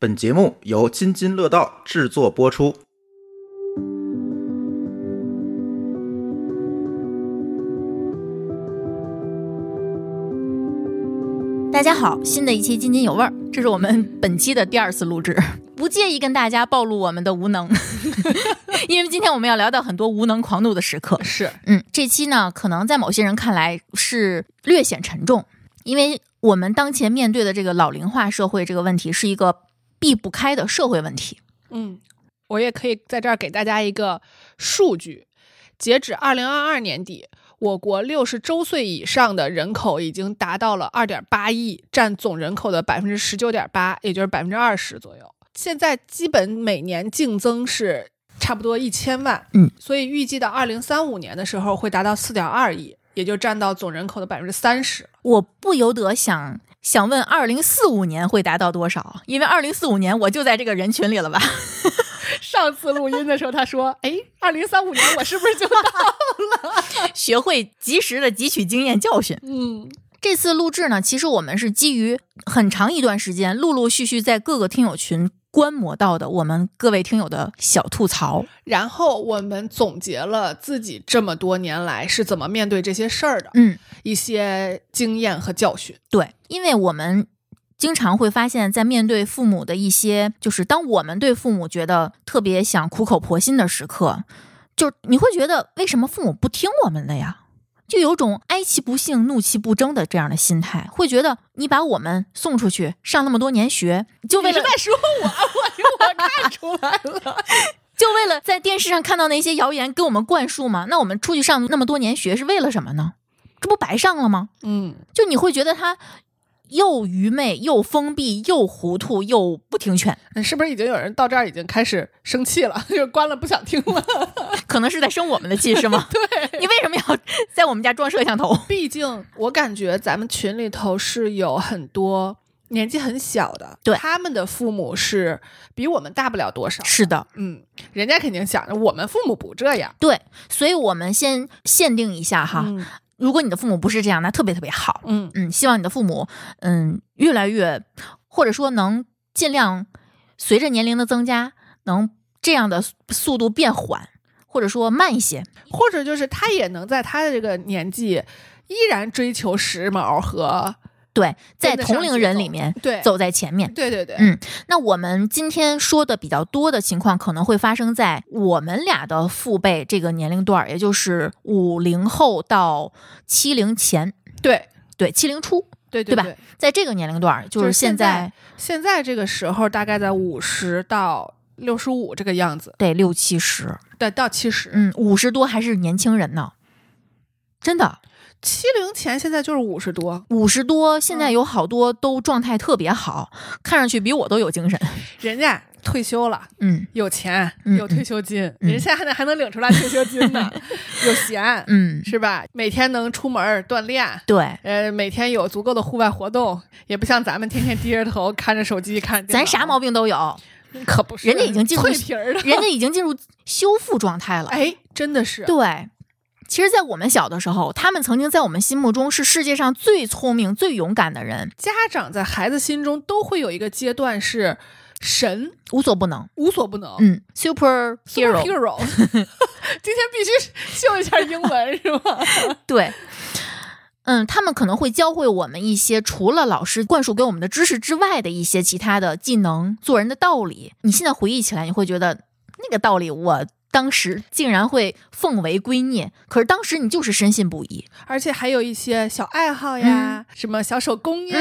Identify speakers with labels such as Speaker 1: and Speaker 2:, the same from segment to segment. Speaker 1: 本节目由津津乐道制作播出。
Speaker 2: 大家好，新的一期津津有味儿，这是我们本期的第二次录制，不介意跟大家暴露我们的无能，因为今天我们要聊到很多无能狂怒的时刻。
Speaker 3: 是
Speaker 2: 嗯，这期呢，可能在某些人看来是略显沉重，因为我们当前面对的这个老龄化社会这个问题是一个避不开的社会问题。
Speaker 3: 嗯，我也可以在这儿给大家一个数据：截止二零二二年底，我国六十周岁以上的人口已经达到了二点八亿，占总人口的百分之十九点八，也就是百分之二十左右。现在基本每年净增是差不多一千万，
Speaker 2: 嗯，
Speaker 3: 所以预计到二零三五年的时候会达到四点二亿，也就占到总人口的百分之三十。
Speaker 2: 我不由得想想问，二零四五年会达到多少？因为二零四五年我就在这个人群里了吧？
Speaker 3: 上次录音的时候，他说：“哎，二零三五年我是不是就到。
Speaker 2: 学会及时的汲取经验教训？”
Speaker 3: 嗯，
Speaker 2: 这次录制呢，其实我们是基于很长一段时间，陆陆续续在各个听友群观摩到的我们各位听友的小吐槽。
Speaker 3: 然后我们总结了自己这么多年来是怎么面对这些事儿的
Speaker 2: 嗯，
Speaker 3: 一些经验和教训。
Speaker 2: 对，因为我们经常会发现，在面对父母的一些，就是当我们对父母觉得特别想苦口婆心的时刻，就你会觉得为什么父母不听我们的呀？就有种哀其不幸，怒其不争的这样的心态，会觉得你把我们送出去上那么多年学，就为
Speaker 3: 你
Speaker 2: 了
Speaker 3: 是在说我， 我我看出来了。
Speaker 2: 就为了在电视上看到那些谣言给我们灌输吗？那我们出去上那么多年学是为了什么呢？这不白上了吗？
Speaker 3: 嗯，
Speaker 2: 就你会觉得他又愚昧、又封闭、又糊涂、又不听劝，
Speaker 3: 嗯是不是已经有人到这儿已经开始生气了， 就是关了不想听了？
Speaker 2: 可能是在生我们的气是吗？对，你为什么要在我们家装摄像头？
Speaker 3: 毕竟我感觉咱们群里头是有很多年纪很小的，
Speaker 2: 对
Speaker 3: 他们的父母是比我们大不了多少。
Speaker 2: 是的，
Speaker 3: 嗯，人家肯定想着我们父母不这样。
Speaker 2: 对，所以我们先限定一下哈。
Speaker 3: 嗯
Speaker 2: 如果你的父母不是这样，那特别特别好。
Speaker 3: 嗯
Speaker 2: 嗯，希望你的父母，嗯，越来越，或者说能尽量随着年龄的增加，能这样的速度变缓，或者说慢一些。
Speaker 3: 或者就是他也能在他的这个年纪依然追求时髦和
Speaker 2: 对，在
Speaker 3: 跟得上
Speaker 2: 同龄人里
Speaker 3: 节奏
Speaker 2: 面
Speaker 3: 对
Speaker 2: 走在前面。
Speaker 3: 对对对，
Speaker 2: 嗯那我们今天说的比较多的情况，可能会发生在我们俩的父辈这个年龄段儿，也就是五零后到七零前，
Speaker 3: 对
Speaker 2: 对，七零初，
Speaker 3: 对
Speaker 2: 对吧
Speaker 3: 对，
Speaker 2: 在这个年龄段儿，就
Speaker 3: 就是是
Speaker 2: 现
Speaker 3: 现
Speaker 2: 在
Speaker 3: 在现在这个时候大概在五十到六十五这个样子，
Speaker 2: 得六七十，
Speaker 3: 对，到七十，
Speaker 2: 嗯，五十多还是年轻人呢，真的，
Speaker 3: 七零前现在就是五十多，
Speaker 2: 五十多现在
Speaker 3: 嗯
Speaker 2: 有好多都状态特别好，看上去比我都有精神，
Speaker 3: 人家退休了。
Speaker 2: 嗯
Speaker 3: 有钱，
Speaker 2: 嗯
Speaker 3: 有退休金，
Speaker 2: 嗯
Speaker 3: 人家还能还能领出来退休金 呢，有闲
Speaker 2: 嗯，
Speaker 3: 是吧？每天能出门儿锻炼，
Speaker 2: 对，
Speaker 3: 呃，每天有足够的户外活动，也不像咱们天天低着头看着手机看电脑。
Speaker 2: 咱啥毛病都有，
Speaker 3: 可不是，
Speaker 2: 人家已经进入
Speaker 3: 脆 皮儿了。
Speaker 2: 人家已经进入修复状态了，
Speaker 3: 哎，真的是，
Speaker 2: 对。其实，在我们小的时候，他们曾经在我们心目中是世界上最聪明、最勇敢的人，
Speaker 3: 家长在孩子心中都会有一个阶段是神，
Speaker 2: 无所不能。
Speaker 3: 无所不能。
Speaker 2: 嗯，super hero，
Speaker 3: Hero，今天必须秀一下英文是吧？
Speaker 2: 对，嗯，他们可能会教会我们一些除了老师灌输给我们的知识之外的一些其他的技能、做人的道理。你现在回忆起来，你会觉得那个道理我。当时竟然会奉为圭臬，可是当时你就是深信不疑。
Speaker 3: 而且还有一些小爱好呀，
Speaker 2: 嗯
Speaker 3: 什么小手工呀。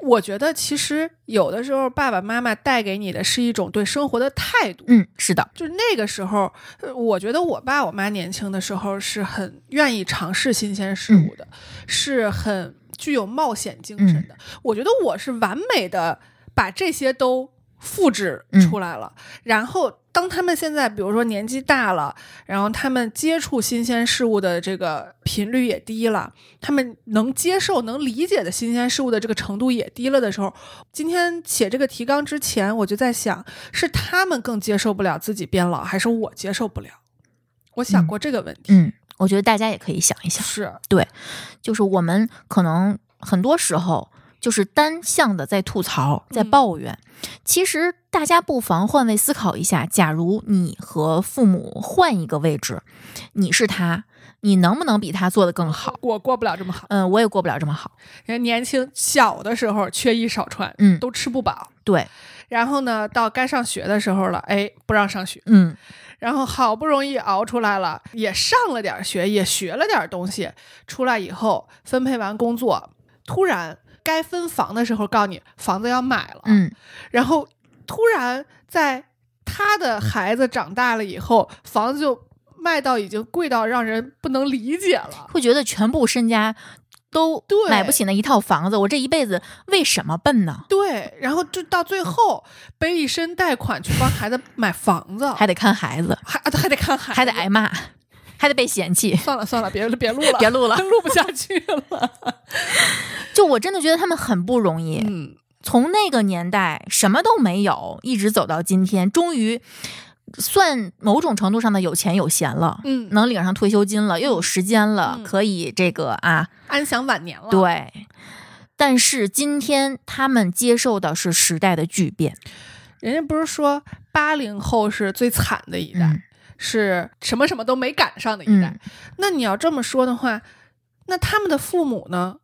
Speaker 3: 我觉得其实有的时候，爸爸妈妈带给你的是一种对生活的态度。
Speaker 2: 嗯，是的，
Speaker 3: 就是那个时候，呃我觉得我爸我妈年轻的时候是很愿意尝试新鲜事物的，是很具有冒险精神的。我觉得我是完美的把这些都复制出来了。然后当他们现在，比如说年纪大了，然后他们接触新鲜事物的这个频率也低了，他们能接受、能理解的新鲜事物的这个程度也低了的时候，今天写这个提纲之前，我就在想，是他们更接受不了自己变老，还是我接受不了？我想过这个问题。
Speaker 2: 嗯，我觉得大家也可以想一想。
Speaker 3: 是，
Speaker 2: 就是我们可能很多时候就是单向的在吐槽、
Speaker 3: 嗯
Speaker 2: 在抱怨。其实大家不妨换位思考一下，假如你和父母换一个位置，你是他，你能不能比他做得更好？
Speaker 3: 我过不了这么好。
Speaker 2: 嗯，我也过不了这么好。
Speaker 3: 人家年轻小的时候缺衣少穿，
Speaker 2: 嗯
Speaker 3: 都吃不饱。
Speaker 2: 对，
Speaker 3: 然后呢，到该上学的时候了，哎，不让上学。
Speaker 2: 嗯
Speaker 3: 然后好不容易熬出来了，也上了点学，也学了点东西。出来以后，分配完工作，突然该分房的时候，告诉你房子要买了。
Speaker 2: 嗯
Speaker 3: 然后突然在他的孩子长大了以后，房子就卖到已经贵到让人不能理解 了。
Speaker 2: 会觉得全部身家都
Speaker 3: 对
Speaker 2: 买不起那一套房子，我这一辈子为什么笨呢？
Speaker 3: 对，然后就到最后背一身贷款去帮孩子买房子，
Speaker 2: 还得看孩子，
Speaker 3: 还啊还得看孩子，
Speaker 2: 还得挨骂，还得被嫌弃。
Speaker 3: 算了算了，别别录了，
Speaker 2: 别录了
Speaker 3: 录不下去 了。
Speaker 2: 就我真的觉得他们很不容易，
Speaker 3: 嗯，
Speaker 2: 从那个年代什么都没有，一直走到今天，终于算某种程度上的有钱有闲了，
Speaker 3: 嗯
Speaker 2: 能领上退休金了，又有时间了，
Speaker 3: 嗯
Speaker 2: 可以这个啊，
Speaker 3: 安享晚年了。，
Speaker 2: 对。但是今天他们接受的是时代的巨变，
Speaker 3: 人家不是说八零后是最惨的一代，
Speaker 2: 嗯
Speaker 3: 是什么什么都没赶上的一代。
Speaker 2: 嗯，
Speaker 3: 那你要这么说的话，那他们的父母呢？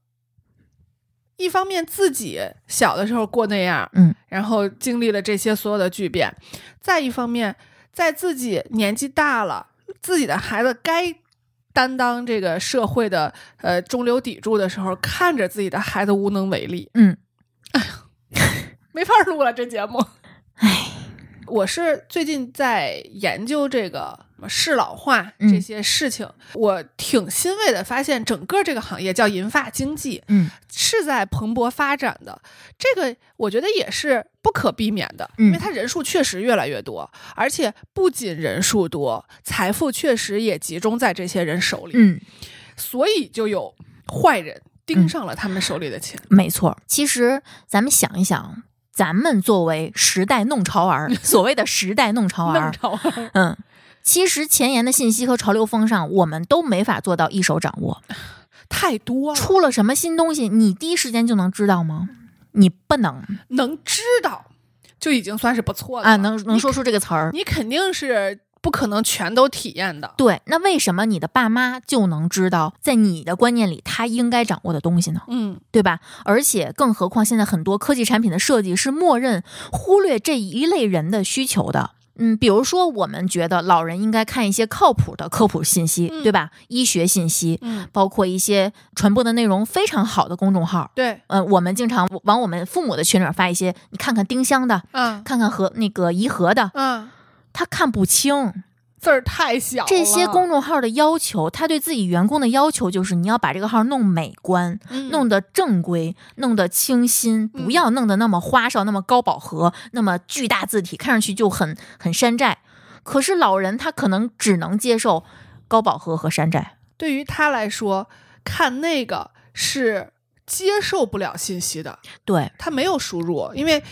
Speaker 3: 一方面自己小的时候过那样，
Speaker 2: 嗯，
Speaker 3: 然后经历了这些所有的巨变；再一方面，在自己年纪大了，自己的孩子该担当这个社会的呃中流砥柱的时候，看着自己的孩子无能为力，哎
Speaker 2: 嗯，
Speaker 3: 没法录了这节目。
Speaker 2: 唉，
Speaker 3: 我是最近在研究这个什么适老化
Speaker 2: 嗯
Speaker 3: 这些事情，我挺欣慰的，发现整个这个行业叫银发经济
Speaker 2: 嗯
Speaker 3: 是在蓬勃发展的。这个我觉得也是不可避免的，
Speaker 2: 嗯
Speaker 3: 因为它人数确实越来越多，而且不仅人数多，财富确实也集中在这些人手里，
Speaker 2: 嗯，
Speaker 3: 所以就有坏人盯上了他们手里的钱。
Speaker 2: 没错。其实咱们想一想，咱们作为时代弄潮 儿，所谓的时代弄潮
Speaker 3: 弄
Speaker 2: 儿，
Speaker 3: 潮儿，
Speaker 2: 嗯，其实前沿的信息和潮流风尚，我们都没法做到一手掌握。
Speaker 3: 太多了，
Speaker 2: 出了什么新东西，你第一时间就能知道吗？你不能
Speaker 3: 能知道就已经算是不错的
Speaker 2: 啊，
Speaker 3: 了
Speaker 2: 能能说出这个词儿。
Speaker 3: 你肯定是不可能全都体验的。
Speaker 2: 对，那为什么你的爸妈就能知道，在你的观念里他应该掌握的东西呢？
Speaker 3: 嗯，
Speaker 2: 对吧？而且，更何况现在很多科技产品的设计是默认忽略这一类人的需求的。嗯，比如说，我们觉得老人应该看一些靠谱的科普信息，
Speaker 3: 嗯
Speaker 2: 对吧？医学信息，
Speaker 3: 嗯，
Speaker 2: 包括一些传播的内容非常好的公众号。
Speaker 3: 对，
Speaker 2: 嗯、我们经常往我们父母的群里面发一些，你看看丁香的，
Speaker 3: 嗯
Speaker 2: 看看和那个颐和的，
Speaker 3: 嗯，
Speaker 2: 他看不
Speaker 3: 哦
Speaker 2: 清
Speaker 3: 字儿太小了，
Speaker 2: 这些公众号的要求，他对自己员工的要求就是你要把这个号弄美观，
Speaker 3: 嗯
Speaker 2: 弄得正规，弄得清新，
Speaker 3: 嗯
Speaker 2: 不要弄得那么花哨，那么高饱和，那么巨大字体，看上去就很很山寨。可是老人他可能只能接受高饱和和山寨，
Speaker 3: 对于他来说，看那个是接受不了信息的，
Speaker 2: 对，
Speaker 3: 他没有输入，因为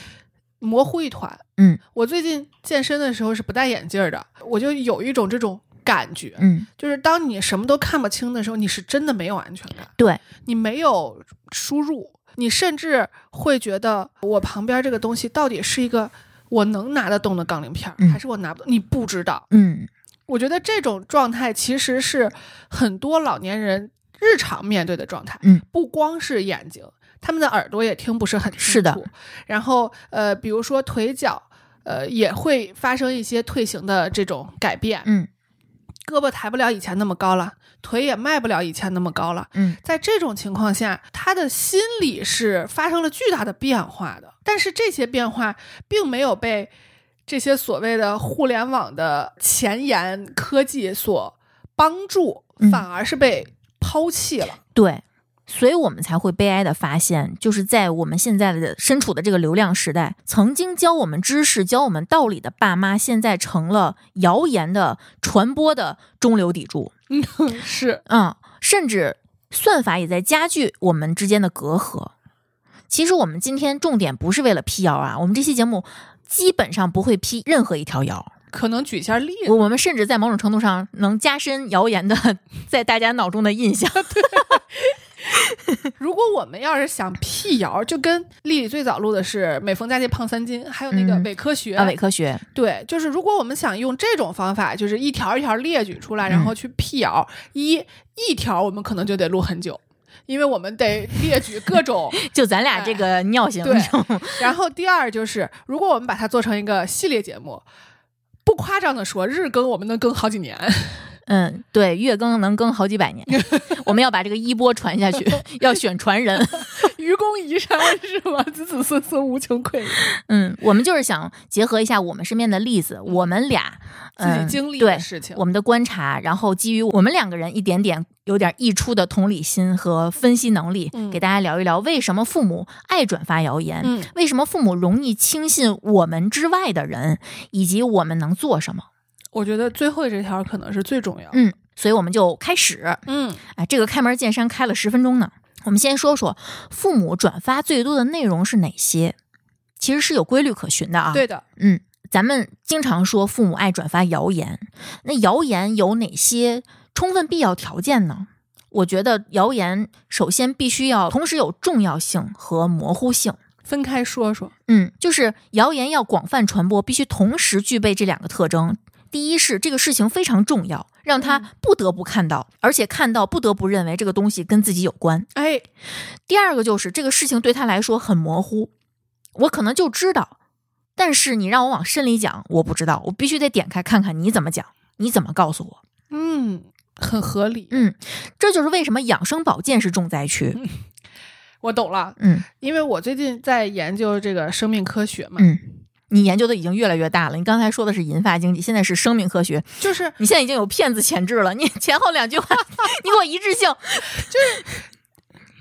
Speaker 3: 模糊一团。
Speaker 2: 嗯
Speaker 3: 我最近健身的时候是不戴眼镜儿的，我就有一种这种感觉，
Speaker 2: 嗯，
Speaker 3: 就是当你什么都看不清的时候，你是真的没有安全感，
Speaker 2: 对，
Speaker 3: 你没有输入，你甚至会觉得我旁边这个东西到底是一个我能拿得动的杠铃片儿，
Speaker 2: 嗯
Speaker 3: 还是我拿不动？你不知道。
Speaker 2: 嗯
Speaker 3: 我觉得这种状态其实是很多老年人日常面对的状态，
Speaker 2: 嗯，
Speaker 3: 不光是眼睛，他们的耳朵也听不是很清楚，
Speaker 2: 是的。
Speaker 3: 然后呃，比如说腿脚。呃，也会发生一些退行的这种改变，
Speaker 2: 嗯
Speaker 3: 胳膊抬不了以前那么高了，腿也迈不了以前那么高了。
Speaker 2: 嗯，
Speaker 3: 在这种情况下，他的心理是发生了巨大的变化的，但是这些变化并没有被这些所谓的互联网的前沿科技所帮助
Speaker 2: 嗯，
Speaker 3: 反而是被抛弃了。
Speaker 2: 对。所以我们才会悲哀的发现，就是在我们现在的身处的这个流量时代，曾经教我们知识、教我们道理的爸妈，现在成了谣言的传播的中流砥柱。
Speaker 3: 是，
Speaker 2: 嗯，甚至算法也在加剧我们之间的隔阂。其实我们今天重点不是为了辟谣啊，我们这期节目基本上不会辟任何一条谣，
Speaker 3: 可能举一下例
Speaker 2: 我
Speaker 3: 子，
Speaker 2: 我们甚至在某种 程度上能加深谣言的在大家脑中的印象。
Speaker 3: 如果我们要是想辟谣，就跟丽丽最早录的是“每逢佳节胖三斤”，还有那个
Speaker 2: 嗯
Speaker 3: 伪科学。
Speaker 2: 啊，伪科学，
Speaker 3: 对，就是如果我们想用这种方法，就是一条一条列举出来，然
Speaker 2: 嗯
Speaker 3: 后去辟谣，一一条我们可能就得录很久，因为我们得列举 各种
Speaker 2: 就咱俩这个尿性，
Speaker 3: 对
Speaker 2: 你知道吗
Speaker 3: 然后第二就是，如果我们把它做成一个系列节目，不夸张的说，日更我们能更好几年。
Speaker 2: 嗯，对，月更能更好几百年，我们要把这个衣钵传下去，要选传人。
Speaker 3: 愚公移山是吗？子子孙孙无穷匮也。
Speaker 2: 嗯，我们就是想结合一下我们身边的例子，我们俩
Speaker 3: 自己
Speaker 2: 嗯
Speaker 3: 经历
Speaker 2: 对
Speaker 3: 的事情，
Speaker 2: 我们的观察，然后基于我们两个人一点点有点溢出的同理心和分析能力，
Speaker 3: 嗯
Speaker 2: 给大家聊一聊为什么父母爱转发谣言，
Speaker 3: 嗯
Speaker 2: 为什么父母容易轻信我们之外的人，以及我们能做什么。
Speaker 3: 我觉得最后这条可能是最重要的。
Speaker 2: 嗯，所以我们就开始。
Speaker 3: 嗯
Speaker 2: 哎，这个开门见山开了十分钟呢。我们先说说父母转发最多的内容是哪些，其实是有规律可循的啊。
Speaker 3: 对的，
Speaker 2: 嗯，咱们经常说父母爱转发谣言，那谣言有哪些充分必要条件呢？我觉得谣言首先必须要同时有重要性和模糊性。
Speaker 3: 分开说说。
Speaker 2: 嗯，就是谣言要广泛传播，必须同时具备这两个特征。第一是这个事情非常重要，让他
Speaker 3: 嗯
Speaker 2: 不得不看到，而且看到不得不认为这个东西跟自己有关。
Speaker 3: 哎，
Speaker 2: 第二个就是这个事情对他来说很模糊，我可能就知道，但是你让我往深里讲，我不知道，我必须得点开看看你怎么讲，你怎么告诉我。
Speaker 3: 嗯，很合理。
Speaker 2: 嗯，这就是为什么养生保健是重灾 区。
Speaker 3: 我懂了，
Speaker 2: 嗯
Speaker 3: 因为我最近在研究这个生命科学嘛，
Speaker 2: 嗯，你研究的已经越来越大了。你刚才说的是银发经济，现在是生命科学，
Speaker 3: 就是
Speaker 2: 你现在已经有骗子潜质了。你前后两句话，你给我一致性。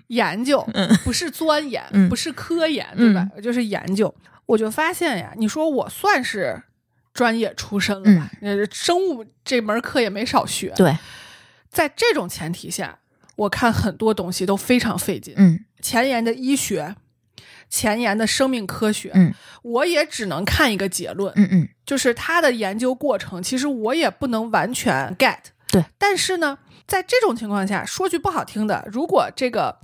Speaker 3: 研究
Speaker 2: 嗯，
Speaker 3: 不是钻研，
Speaker 2: 嗯
Speaker 3: 不是科研，对吧？就是研究。我就发现呀，你说我算是专业出身了吧？呃生物这门课也没少学。
Speaker 2: 嗯对，
Speaker 3: 在这种前提下，我看很多东西都非常费劲。
Speaker 2: 嗯
Speaker 3: 前沿的医学，前沿的生命科学，
Speaker 2: 嗯
Speaker 3: 我也只能看一个结论，
Speaker 2: 嗯嗯，
Speaker 3: 就是它的研究过程，其实我也不能完全 get。
Speaker 2: 对，
Speaker 3: 但是呢，在这种情况下，说句不好听的，如果这个，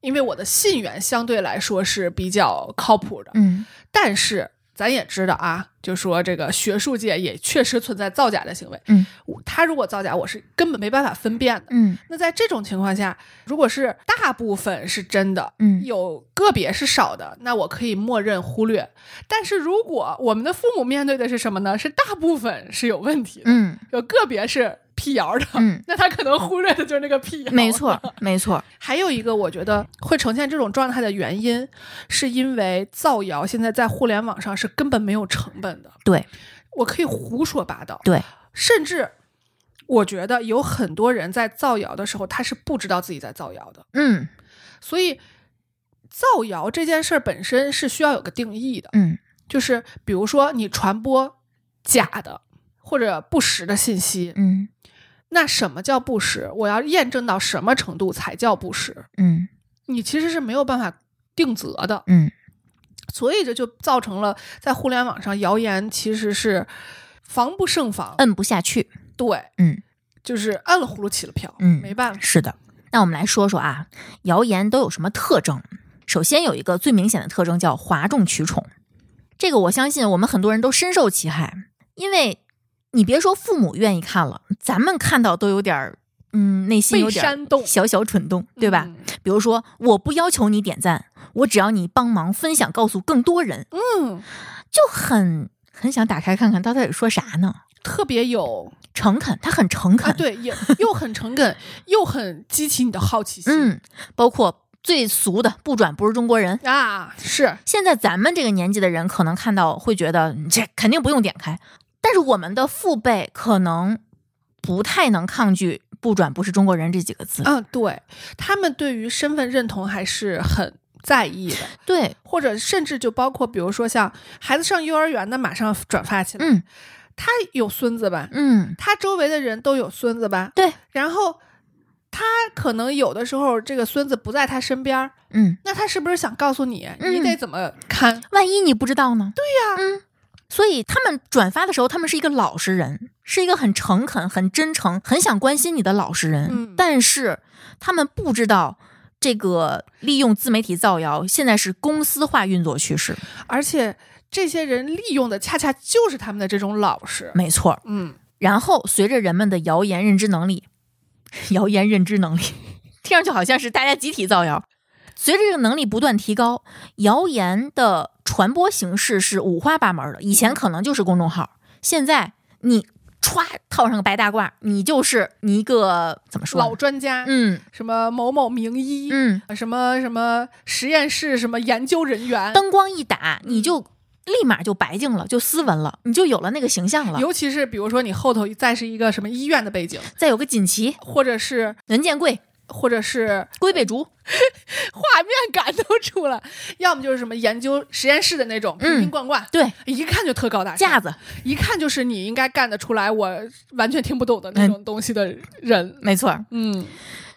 Speaker 3: 因为我的信源相对来说是比较靠谱的，
Speaker 2: 嗯
Speaker 3: 但是咱也知道啊，就说这个学术界也确实存在造假的行为。
Speaker 2: 嗯
Speaker 3: 我，他如果造假，我是根本没办法分辨的。
Speaker 2: 嗯
Speaker 3: 那在这种情况下，如果是大部分是真的，
Speaker 2: 嗯
Speaker 3: 有个别是少的，那我可以默认忽略。但是如果我们的父母面对的是什么呢？是大部分是有问题的，
Speaker 2: 嗯
Speaker 3: 有个别是辟谣的，
Speaker 2: 嗯，
Speaker 3: 那他可能忽略的就是那个辟谣。
Speaker 2: 没。错没错，
Speaker 3: 还有一个我觉得会呈现这种状态的原因，是因为造谣现在在互联网上是根本没有成本的，
Speaker 2: 对
Speaker 3: 我可以胡说八道，
Speaker 2: 对，
Speaker 3: 甚至我觉得有很多人在造谣的时候，他是不知道自己在造谣的，
Speaker 2: 嗯
Speaker 3: 所以造谣这件事儿本身是需要有个定义的，
Speaker 2: 嗯
Speaker 3: 就是比如说你传播假的或者不实的信息，
Speaker 2: 嗯
Speaker 3: 那什么叫不实？我要验证到什么程度才叫不实？
Speaker 2: 嗯
Speaker 3: 你其实是没有办法定责的，
Speaker 2: 嗯
Speaker 3: 所以这就造成了在互联网上谣言其实是防不胜防。
Speaker 2: 摁不下去。
Speaker 3: 对，
Speaker 2: 嗯，
Speaker 3: 就是按了葫芦起了瓢，
Speaker 2: 嗯
Speaker 3: 没办法。
Speaker 2: 是的，那我们来说说啊，谣言都有什么特征？首先有一个最明显的特征叫哗众取宠，这个我相信我们很多人都深受其害，因为你别说父母愿意看了，咱们看到都有点儿，嗯，内心
Speaker 3: 被
Speaker 2: 有点儿
Speaker 3: 煽动
Speaker 2: 小小蠢动，对吧？
Speaker 3: 嗯
Speaker 2: 比如说，我不要求你点赞，我只要你帮忙分享，告诉更多人，
Speaker 3: 嗯，
Speaker 2: 就很很想打开看看到底说啥呢？
Speaker 3: 特别有
Speaker 2: 诚恳，他很诚恳，
Speaker 3: 啊，对，也又很诚恳，又很激起你的好奇心。
Speaker 2: 嗯，包括最俗的不转不是中国人，
Speaker 3: 啊，是
Speaker 2: 现在咱们这个年纪的人可能看到会觉得嗯这肯定不用点开，但是我们的父辈可能不太能抗拒“不转不是中国人”这几个字。
Speaker 3: 嗯，对他们对于身份认同还是很在意的，
Speaker 2: 对，
Speaker 3: 或者甚至就包括，比如说像孩子上幼儿园的，马上转发起来，
Speaker 2: 嗯
Speaker 3: 他有孙子吧，
Speaker 2: 嗯，
Speaker 3: 他周围的人都有孙子吧，
Speaker 2: 对，
Speaker 3: 然后他可能有的时候这个孙子不在他身边儿，
Speaker 2: 嗯，
Speaker 3: 那他是不是想告诉你，
Speaker 2: 嗯
Speaker 3: 你得怎么看？
Speaker 2: 万一你不知道呢？
Speaker 3: 对
Speaker 2: 呀、嗯，所以他们转发的时候，他们是一个老实人，是一个很诚恳、很真诚、很想关心你的老实人，
Speaker 3: 嗯
Speaker 2: 但是他们不知道。这个利用自媒体造谣，现在是公司化运作趋势，
Speaker 3: 而且这些人利用的恰恰就是他们的这种老实。
Speaker 2: 没错儿。
Speaker 3: 嗯，
Speaker 2: 然后随着人们的谣言认知能力， 谣言认知能力， 听上去好像是大家集体造谣。随着这个能力不断提高，谣言的传播形式是五花八门的。以前可能就是公众号，现在你歘套上个白大褂，你就是你一个怎么说呢？
Speaker 3: 老专家，
Speaker 2: 嗯
Speaker 3: 什么某某名医，啊
Speaker 2: 嗯，
Speaker 3: 什么什么实验室什么研究人员，
Speaker 2: 灯光一打，你就立马就白净了，就斯文了，你就有了那个形象了。
Speaker 3: 尤其是比如说你后头再是一个什么医院的背景，
Speaker 2: 再有个锦旗、
Speaker 3: 或者是
Speaker 2: 文件柜、
Speaker 3: 或者是
Speaker 2: 龟背竹，
Speaker 3: 画面感都出来，要么就是什么研究实验室的那种瓶
Speaker 2: 嗯
Speaker 3: 瓶罐罐，
Speaker 2: 对，
Speaker 3: 一看就特高大上
Speaker 2: 架，子，
Speaker 3: 一看就是你应该干得出来，我完全听不懂的
Speaker 2: 嗯
Speaker 3: 那种东西的人。
Speaker 2: 没错儿。
Speaker 3: 嗯，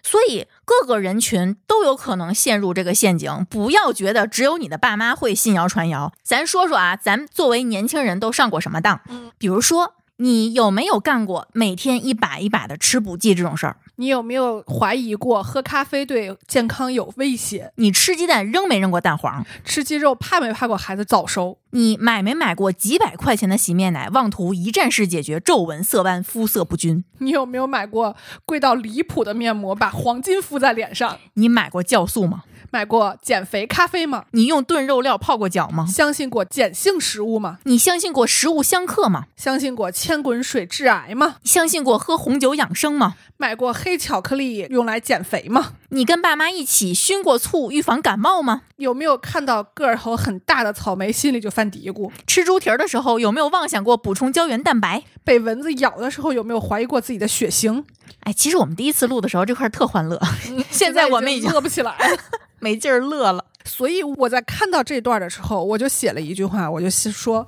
Speaker 2: 所以各个人群都有可能陷入这个陷阱，不要觉得只有你的爸妈会信谣传谣。咱说说啊，咱作为年轻人都上过什么当？
Speaker 3: 嗯，
Speaker 2: 比如说你有没有干过每天一把一把的吃补剂这种事儿？
Speaker 3: 你有没有怀疑过喝咖啡对健康有威胁？
Speaker 2: 你吃鸡蛋扔没扔过蛋黄？
Speaker 3: 吃鸡肉怕没怕过孩子早熟？
Speaker 2: 你买没买过几百块钱的洗面奶，妄图一站式解决皱纹、色斑、肤色不均？
Speaker 3: 你有没有买过贵到离谱的面膜，把黄金敷在脸上？
Speaker 2: 你买过酵素吗？
Speaker 3: 买过减肥咖啡吗？
Speaker 2: 你用炖肉料泡过脚吗？
Speaker 3: 相信过碱性食物吗？
Speaker 2: 你相信过食物相克吗？
Speaker 3: 相信过千滚水致癌吗？
Speaker 2: 你相信过喝红酒养生吗？
Speaker 3: 买过黑巧克力用来减肥吗？
Speaker 2: 你跟爸妈一起熏过醋预防感冒吗？
Speaker 3: 有没有看到个头很大的草莓，心里就犯嘀咕？
Speaker 2: 吃猪蹄儿的时候有没有妄想过补充胶原蛋白？
Speaker 3: 被蚊子咬的时候，有没有怀疑过自己的血型？
Speaker 2: 哎，其实我们第一次录的时候这块儿特欢乐，
Speaker 3: 嗯
Speaker 2: 现在我们已经
Speaker 3: 乐不起来了。
Speaker 2: 没劲儿乐了。
Speaker 3: 所以我在看到这段的时候，我就写了一句话，我就说，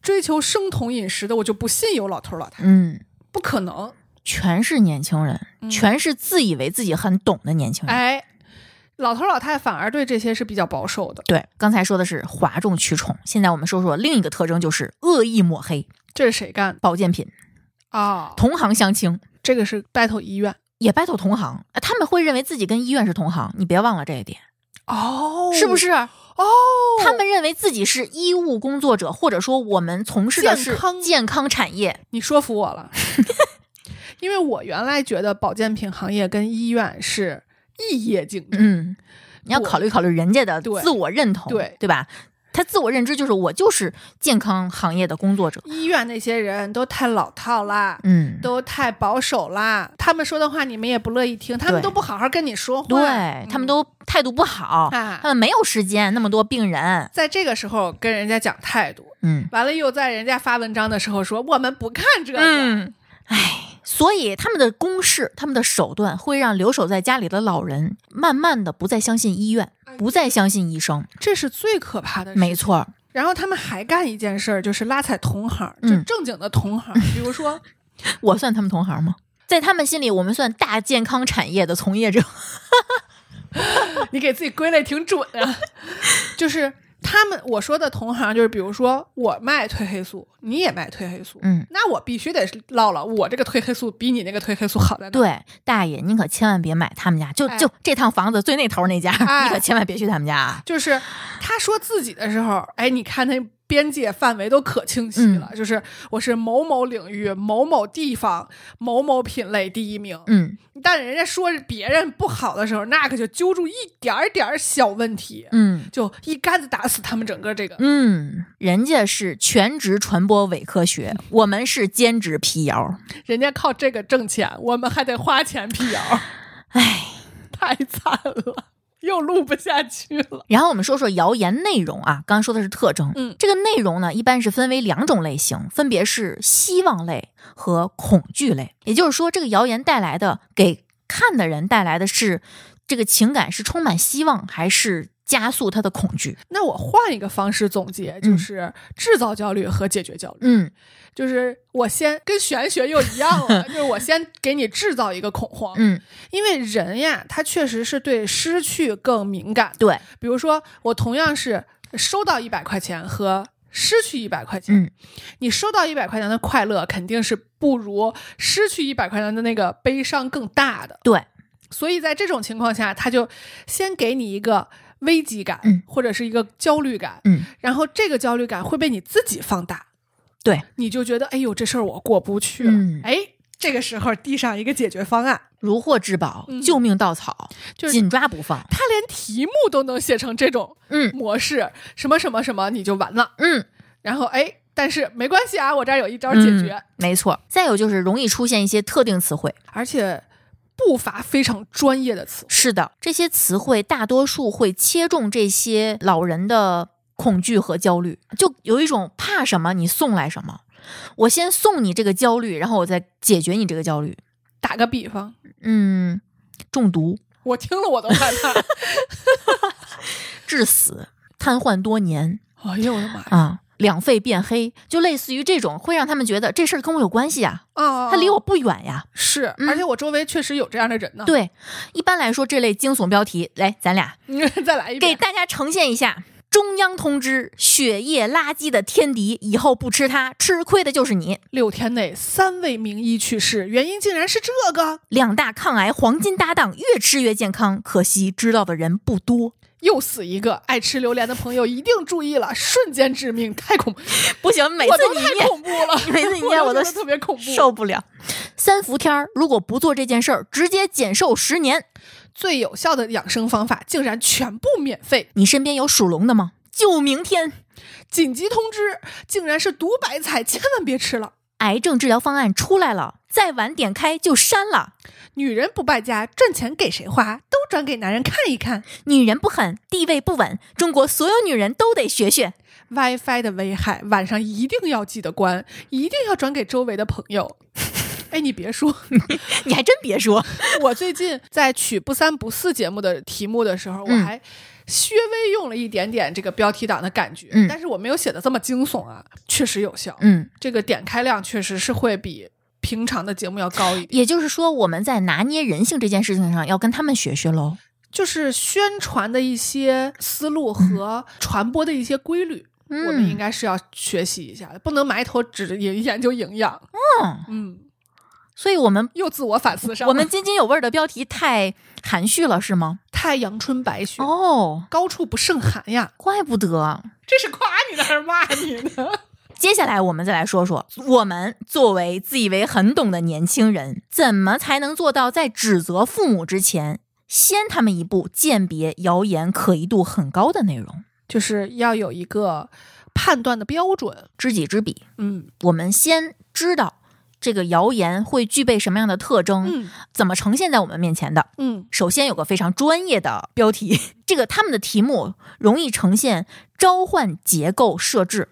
Speaker 3: 追求生酮饮食的，我就不信有老头老太，
Speaker 2: 嗯，
Speaker 3: 不可能。
Speaker 2: 全是年轻人，
Speaker 3: 嗯
Speaker 2: 全是自以为自己很懂的年轻人。
Speaker 3: 哎，老头老太反而对这些是比较保守的，
Speaker 2: 对，刚才说的是哗众取宠，现在我们说说另一个特征，就是恶意抹黑
Speaker 3: 这是谁干的
Speaker 2: 保健品，
Speaker 3: 啊、
Speaker 2: 同行相轻。
Speaker 3: 这个是 battle 医院
Speaker 2: 也 battle 同行，呃他们会认为自己跟医院是同行，你别忘了这一点，
Speaker 3: 哦
Speaker 2: 是不？是？啊
Speaker 3: 哦，
Speaker 2: 他们认为自己是医务工作者，或者说我们从事的
Speaker 3: 健
Speaker 2: 是
Speaker 3: 康
Speaker 2: 健康产业。
Speaker 3: 你说服我了， 因为我原来觉得保健品行业跟医院是异业竞争。
Speaker 2: 嗯，你要
Speaker 3: 我
Speaker 2: 考虑考虑人家的
Speaker 3: 对
Speaker 2: 自我认同，
Speaker 3: 对
Speaker 2: 对吧？他自我认知就是我就是健康行业的工作者。
Speaker 3: 医院那些人都太老套啦，
Speaker 2: 嗯，
Speaker 3: 都太保守啦，他们说的话你们也不乐意听，他们都不好好跟你说话，嗯
Speaker 2: 对他们都态度不好，
Speaker 3: 啊
Speaker 2: 他们没有时间那么多病人。
Speaker 3: 在这个时候跟人家讲态度，
Speaker 2: 嗯
Speaker 3: 完了又在人家发文章的时候说我们不看这个，
Speaker 2: 嗯，哎，所以他们的公式、他们的手段会让留守在家里的老人慢慢的不再相信医院，
Speaker 3: 哎嗯
Speaker 2: 不再相信医生。
Speaker 3: 这是最可怕的事。
Speaker 2: 没错儿，
Speaker 3: 然后他们还干一件事儿，就是拉踩同行，就
Speaker 2: 嗯
Speaker 3: 正经的 同行，比如说
Speaker 2: 我算他们同行吗？在他们心里，我们算大健康产业的从 业者。
Speaker 3: 你给自己归类挺准 啊。就是他们我说的同行，就是比如说我卖褪黑素，你也卖褪黑素，
Speaker 2: 嗯，
Speaker 3: 那我必须得是唠唠，我这个褪黑素比你那个褪黑素好在哪？，
Speaker 2: 对，大爷，您可千万别买他们家，就、
Speaker 3: 哎
Speaker 2: 就这趟房子最那头那家，
Speaker 3: 哎
Speaker 2: 你可千万别去他们家啊。
Speaker 3: 就是他说自己的时候，哎，你看他边界范围都可清晰了，
Speaker 2: 嗯
Speaker 3: 就是我是某某领域、某某地方、某某品类第一名。
Speaker 2: 嗯
Speaker 3: 但人家说别人不好的时候，那可就揪住一点儿点儿小问题，
Speaker 2: 嗯
Speaker 3: 就一竿子打死他们整个这个。
Speaker 2: 嗯，人家是全职传播伪科学，我们是兼职辟谣。
Speaker 3: 人家靠这个挣钱，我们还得花钱辟谣，
Speaker 2: 唉，
Speaker 3: 太惨了，又录不下去了。
Speaker 2: 然后我们说说谣言内容啊，刚刚说的是特征。
Speaker 3: 嗯
Speaker 2: 这个内容呢，一般是分为两种类型，分别是希望类和恐惧类。也就是说，这个谣言带来的给看的人带来的是这个情感是充满希望，还是加速他的恐惧？
Speaker 3: 那我换一个方式总结，就是制造焦虑和解决焦虑。
Speaker 2: 嗯
Speaker 3: 就是我先跟玄学又一样 了，就是我先给你制造一个恐慌，
Speaker 2: 嗯，
Speaker 3: 因为人呀，他确实是对失去更敏感。
Speaker 2: 对。
Speaker 3: 比如说，我同样是收到一百块钱和失去一百块钱，
Speaker 2: 嗯
Speaker 3: 你收到一百块钱的快乐肯定是不如失去一百块钱的那个悲伤更大的。
Speaker 2: 对，
Speaker 3: 所以在这种情况下，他就先给你一个危机感，
Speaker 2: 嗯
Speaker 3: 或者是一个焦虑感，
Speaker 2: 嗯，
Speaker 3: 然后这个焦虑感会被你自己放大，
Speaker 2: 对，
Speaker 3: 你就觉得哎呦这事儿我过不去了，
Speaker 2: 嗯
Speaker 3: 哎，这个时候递上一个解决方案，
Speaker 2: 如获至宝
Speaker 3: 嗯，
Speaker 2: 救命稻草，
Speaker 3: 就是
Speaker 2: 紧抓不放。
Speaker 3: 他连题目都能写成这种
Speaker 2: 嗯
Speaker 3: 模式，什么什么什么你就完了，
Speaker 2: 嗯，
Speaker 3: 然后哎，但是没关系啊，我这儿有一招解决，
Speaker 2: 嗯没错。再有就是容易出现一些特定词汇，
Speaker 3: 而且不乏非常专业的词，
Speaker 2: 是的，这些词汇大多数会切中这些老人的恐惧和焦虑，就有一种怕什么你送来什么，我先送你这个焦虑，然后我再解决你这个焦虑。
Speaker 3: 打个比方，
Speaker 2: 嗯，中毒
Speaker 3: 我听了我都害怕。
Speaker 2: 致死，瘫痪多年
Speaker 3: 哎呦我的妈呀！
Speaker 2: 啊。两肺变黑，就类似于这种，会让他们觉得这事儿跟我有关系呀、
Speaker 3: 啊，
Speaker 2: 它哦离我不远呀。
Speaker 3: 是，
Speaker 2: 嗯
Speaker 3: 而且我周围确实有这样的人呢。
Speaker 2: 对，一般来说，这类惊悚标题，来，咱俩
Speaker 3: 对，再来一
Speaker 2: 给
Speaker 3: 遍。
Speaker 2: 大家呈现一下。中央通知：血液垃圾的天敌，以后不吃它，吃亏的就是你。
Speaker 3: 六天内三位名医去世，原因竟然是这个，
Speaker 2: 两大抗癌黄金搭档，越吃越健康，可惜知道的人不多。
Speaker 3: 又死一个。爱吃榴莲的朋友一定注意了，瞬间致命，太恐怖，
Speaker 2: 不行，每
Speaker 3: 我
Speaker 2: 次
Speaker 3: 都
Speaker 2: 你
Speaker 3: 太
Speaker 2: 念
Speaker 3: 恐怖了，
Speaker 2: 每次你念
Speaker 3: 我
Speaker 2: 我都
Speaker 3: 觉得特别恐怖。
Speaker 2: 受不了。三伏天儿，如果不做这件事儿，直接减寿十年。
Speaker 3: 最有效的养生方法竟然全部免费，
Speaker 2: 你身边有属龙的吗？就明天。
Speaker 3: 紧急通知竟然是毒白菜，千万别吃了。
Speaker 2: 癌症治疗方案出来了，再晚点开就删了。
Speaker 3: 女人不败家，赚钱给谁花都转给男人看一看。
Speaker 2: 女人不狠，地位不稳，中国所有女人都得学学。
Speaker 3: WiFi 的危害，晚上一定要记得关，一定要转给周围的朋友。 哎，你别说，
Speaker 2: 你还真别说，
Speaker 3: 我最近在取不三不四节目的题目的时候，我
Speaker 2: 嗯
Speaker 3: 还稍微用了一点点这个标题党的感觉，
Speaker 2: 嗯
Speaker 3: 但是我没有写的这么惊悚啊，确实有效。
Speaker 2: 嗯，
Speaker 3: 这个点开量确实是会比平常的节目要高一点，
Speaker 2: 也就是说，我们在拿捏人性这件事情上，要跟他们学学喽。
Speaker 3: 就是宣传的一些思路和传播的一些规律，嗯我们应该是要学习一下的，不能埋头只研研究营养。
Speaker 2: 嗯
Speaker 3: 嗯。
Speaker 2: 所以我们
Speaker 3: 又自我反思上了。
Speaker 2: 我们津津有味的标题太含蓄了，是吗？
Speaker 3: 太阳春白雪，
Speaker 2: 哦，
Speaker 3: 高处不胜寒呀！
Speaker 2: 怪不得。
Speaker 3: 这是夸你呢还是骂你呢？
Speaker 2: 接下来我们再来说说，我们作为自以为很懂的年轻人，怎么才能做到在指责父母之前，先他们一步鉴别谣言可疑度很高的内容，
Speaker 3: 就是要有一个判断的标准。
Speaker 2: 知己知彼。
Speaker 3: 嗯
Speaker 2: 我们先知道这个谣言会具备什么样的特征，
Speaker 3: 嗯
Speaker 2: 怎么呈现在我们面前的。
Speaker 3: 嗯，
Speaker 2: 首先有个非常专业的标题， 这个他们的题目容易呈现召唤结构设置，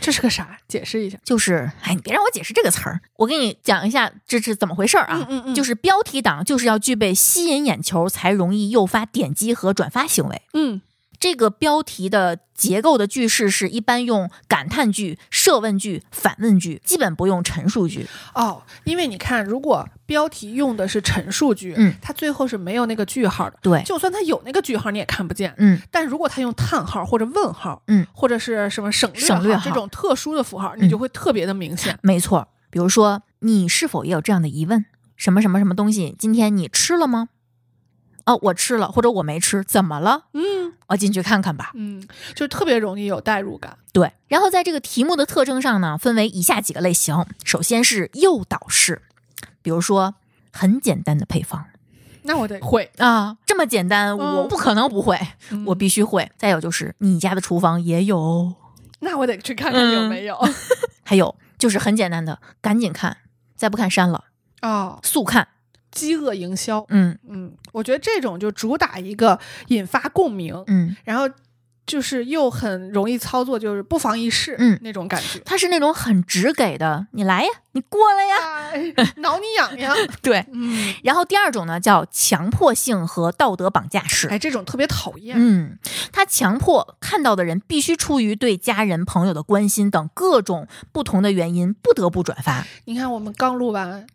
Speaker 3: 这是个啥？解释一下
Speaker 2: 就是哎，你别让我解释这个词儿，我给你讲一下这是怎么回事儿啊。
Speaker 3: 嗯嗯，
Speaker 2: 就是是标题党就是要具备吸引眼球，才容易诱发点击和转发行为。
Speaker 3: 嗯
Speaker 2: 这个标题的结构的句式是一般用感叹句、设问句、反问句，基本不用陈述句。
Speaker 3: 哦，因为你看，如果标题用的是陈述句，
Speaker 2: 嗯
Speaker 3: 它最后是没有那个句号的。
Speaker 2: 对，
Speaker 3: 就算它有那个句号，你也看不见。
Speaker 2: 嗯，
Speaker 3: 但如果它用叹号或者问号，
Speaker 2: 嗯，
Speaker 3: 或者是什么省略
Speaker 2: 省略
Speaker 3: 号这
Speaker 2: 号
Speaker 3: 种特殊的符号，你
Speaker 2: 嗯
Speaker 3: 就会特别的明显。
Speaker 2: 没错，比如说，你是否也有这样的疑问？什么什么什么东西？今天你吃了吗？哦，我吃了，或者我没吃，怎么了？
Speaker 3: 嗯，
Speaker 2: 我进去看看吧。
Speaker 3: 嗯，就特别容易有代入感。
Speaker 2: 对，然后在这个题目的特征上呢，分为以下几个类型。首先是诱导式，比如说很简单的配方
Speaker 3: 那我得会，
Speaker 2: 啊，这么简单，我
Speaker 3: 嗯
Speaker 2: 不可能不会，我必须会。再有就是你家的厨房也有，
Speaker 3: 那我得去看看有没有。
Speaker 2: 还有就是很简单的，赶紧看，再不看删了，
Speaker 3: 哦，
Speaker 2: 速看。
Speaker 3: 饥饿营销，
Speaker 2: 嗯
Speaker 3: 嗯，我觉得这种就主打一个引发共鸣，
Speaker 2: 嗯。
Speaker 3: 然后就是又很容易操作，就是不妨一试，
Speaker 2: 嗯
Speaker 3: 那种感觉。
Speaker 2: 他是那种很直给的，你来呀，你过来 呀，
Speaker 3: 啊，挠你痒 痒，
Speaker 2: 对。
Speaker 3: 嗯，
Speaker 2: 然后第二种呢，叫强迫性和道德绑架式。
Speaker 3: 哎，这种特别讨厌。
Speaker 2: 嗯，他强迫看到的人必须出于对家人、朋友的关心等各种不同的原因，不得不转发。
Speaker 3: 你看，我们刚录完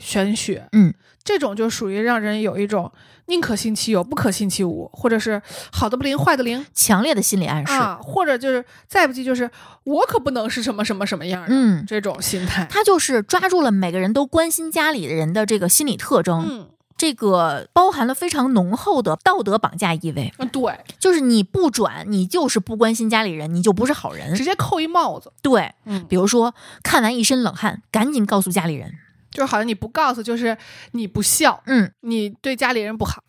Speaker 3: 玄学，
Speaker 2: 嗯，
Speaker 3: 这种就属于让人有一种宁可信其有，不可信其无，或者是好的不灵，坏的灵，
Speaker 2: 强烈的心理暗示。
Speaker 3: 啊，或者就是再不济就是我可不能是什么什么什么样的、
Speaker 2: 嗯，
Speaker 3: 这种心态。
Speaker 2: 他就是抓住了每个人都关心家里人的这个心理特征，
Speaker 3: 嗯，
Speaker 2: 这个包含了非常浓厚的道德绑架意味，
Speaker 3: 嗯，对，
Speaker 2: 就是你不转，你就是不关心家里人，你就不是好人
Speaker 3: 直。接扣一帽子，
Speaker 2: 对，
Speaker 3: 嗯，
Speaker 2: 比如说看完一身冷汗，赶紧告诉家里人。
Speaker 3: 就好像你不告诉，就是你不孝，
Speaker 2: 嗯，
Speaker 3: 你对家里人不好，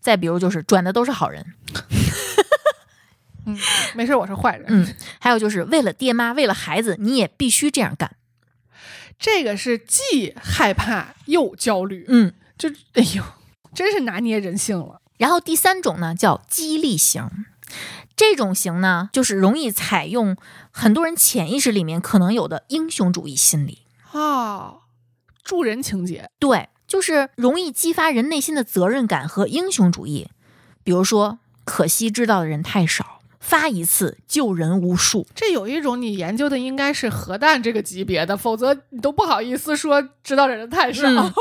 Speaker 2: 再比如就是转的都是好人。
Speaker 3: 嗯，没事，我是坏人，
Speaker 2: 嗯，还有就是为了爹妈，为了孩子，你也必须这样干。
Speaker 3: 这个是既害怕又焦虑，
Speaker 2: 嗯，
Speaker 3: 就哎呦，真是拿捏人性了，
Speaker 2: 然后第三种呢叫激励型，这种型呢就是容易采用很多人潜意识里面可能有的英雄主义心理，
Speaker 3: 哦，助人情节，
Speaker 2: 对，就是容易激发人内心的责任感和英雄主义。比如说，可惜知道的人太少，发一次救人无数。
Speaker 3: 这有一种你研究的应该是核弹这个级别的，否则你都不好意思说知道的人太少。
Speaker 2: 嗯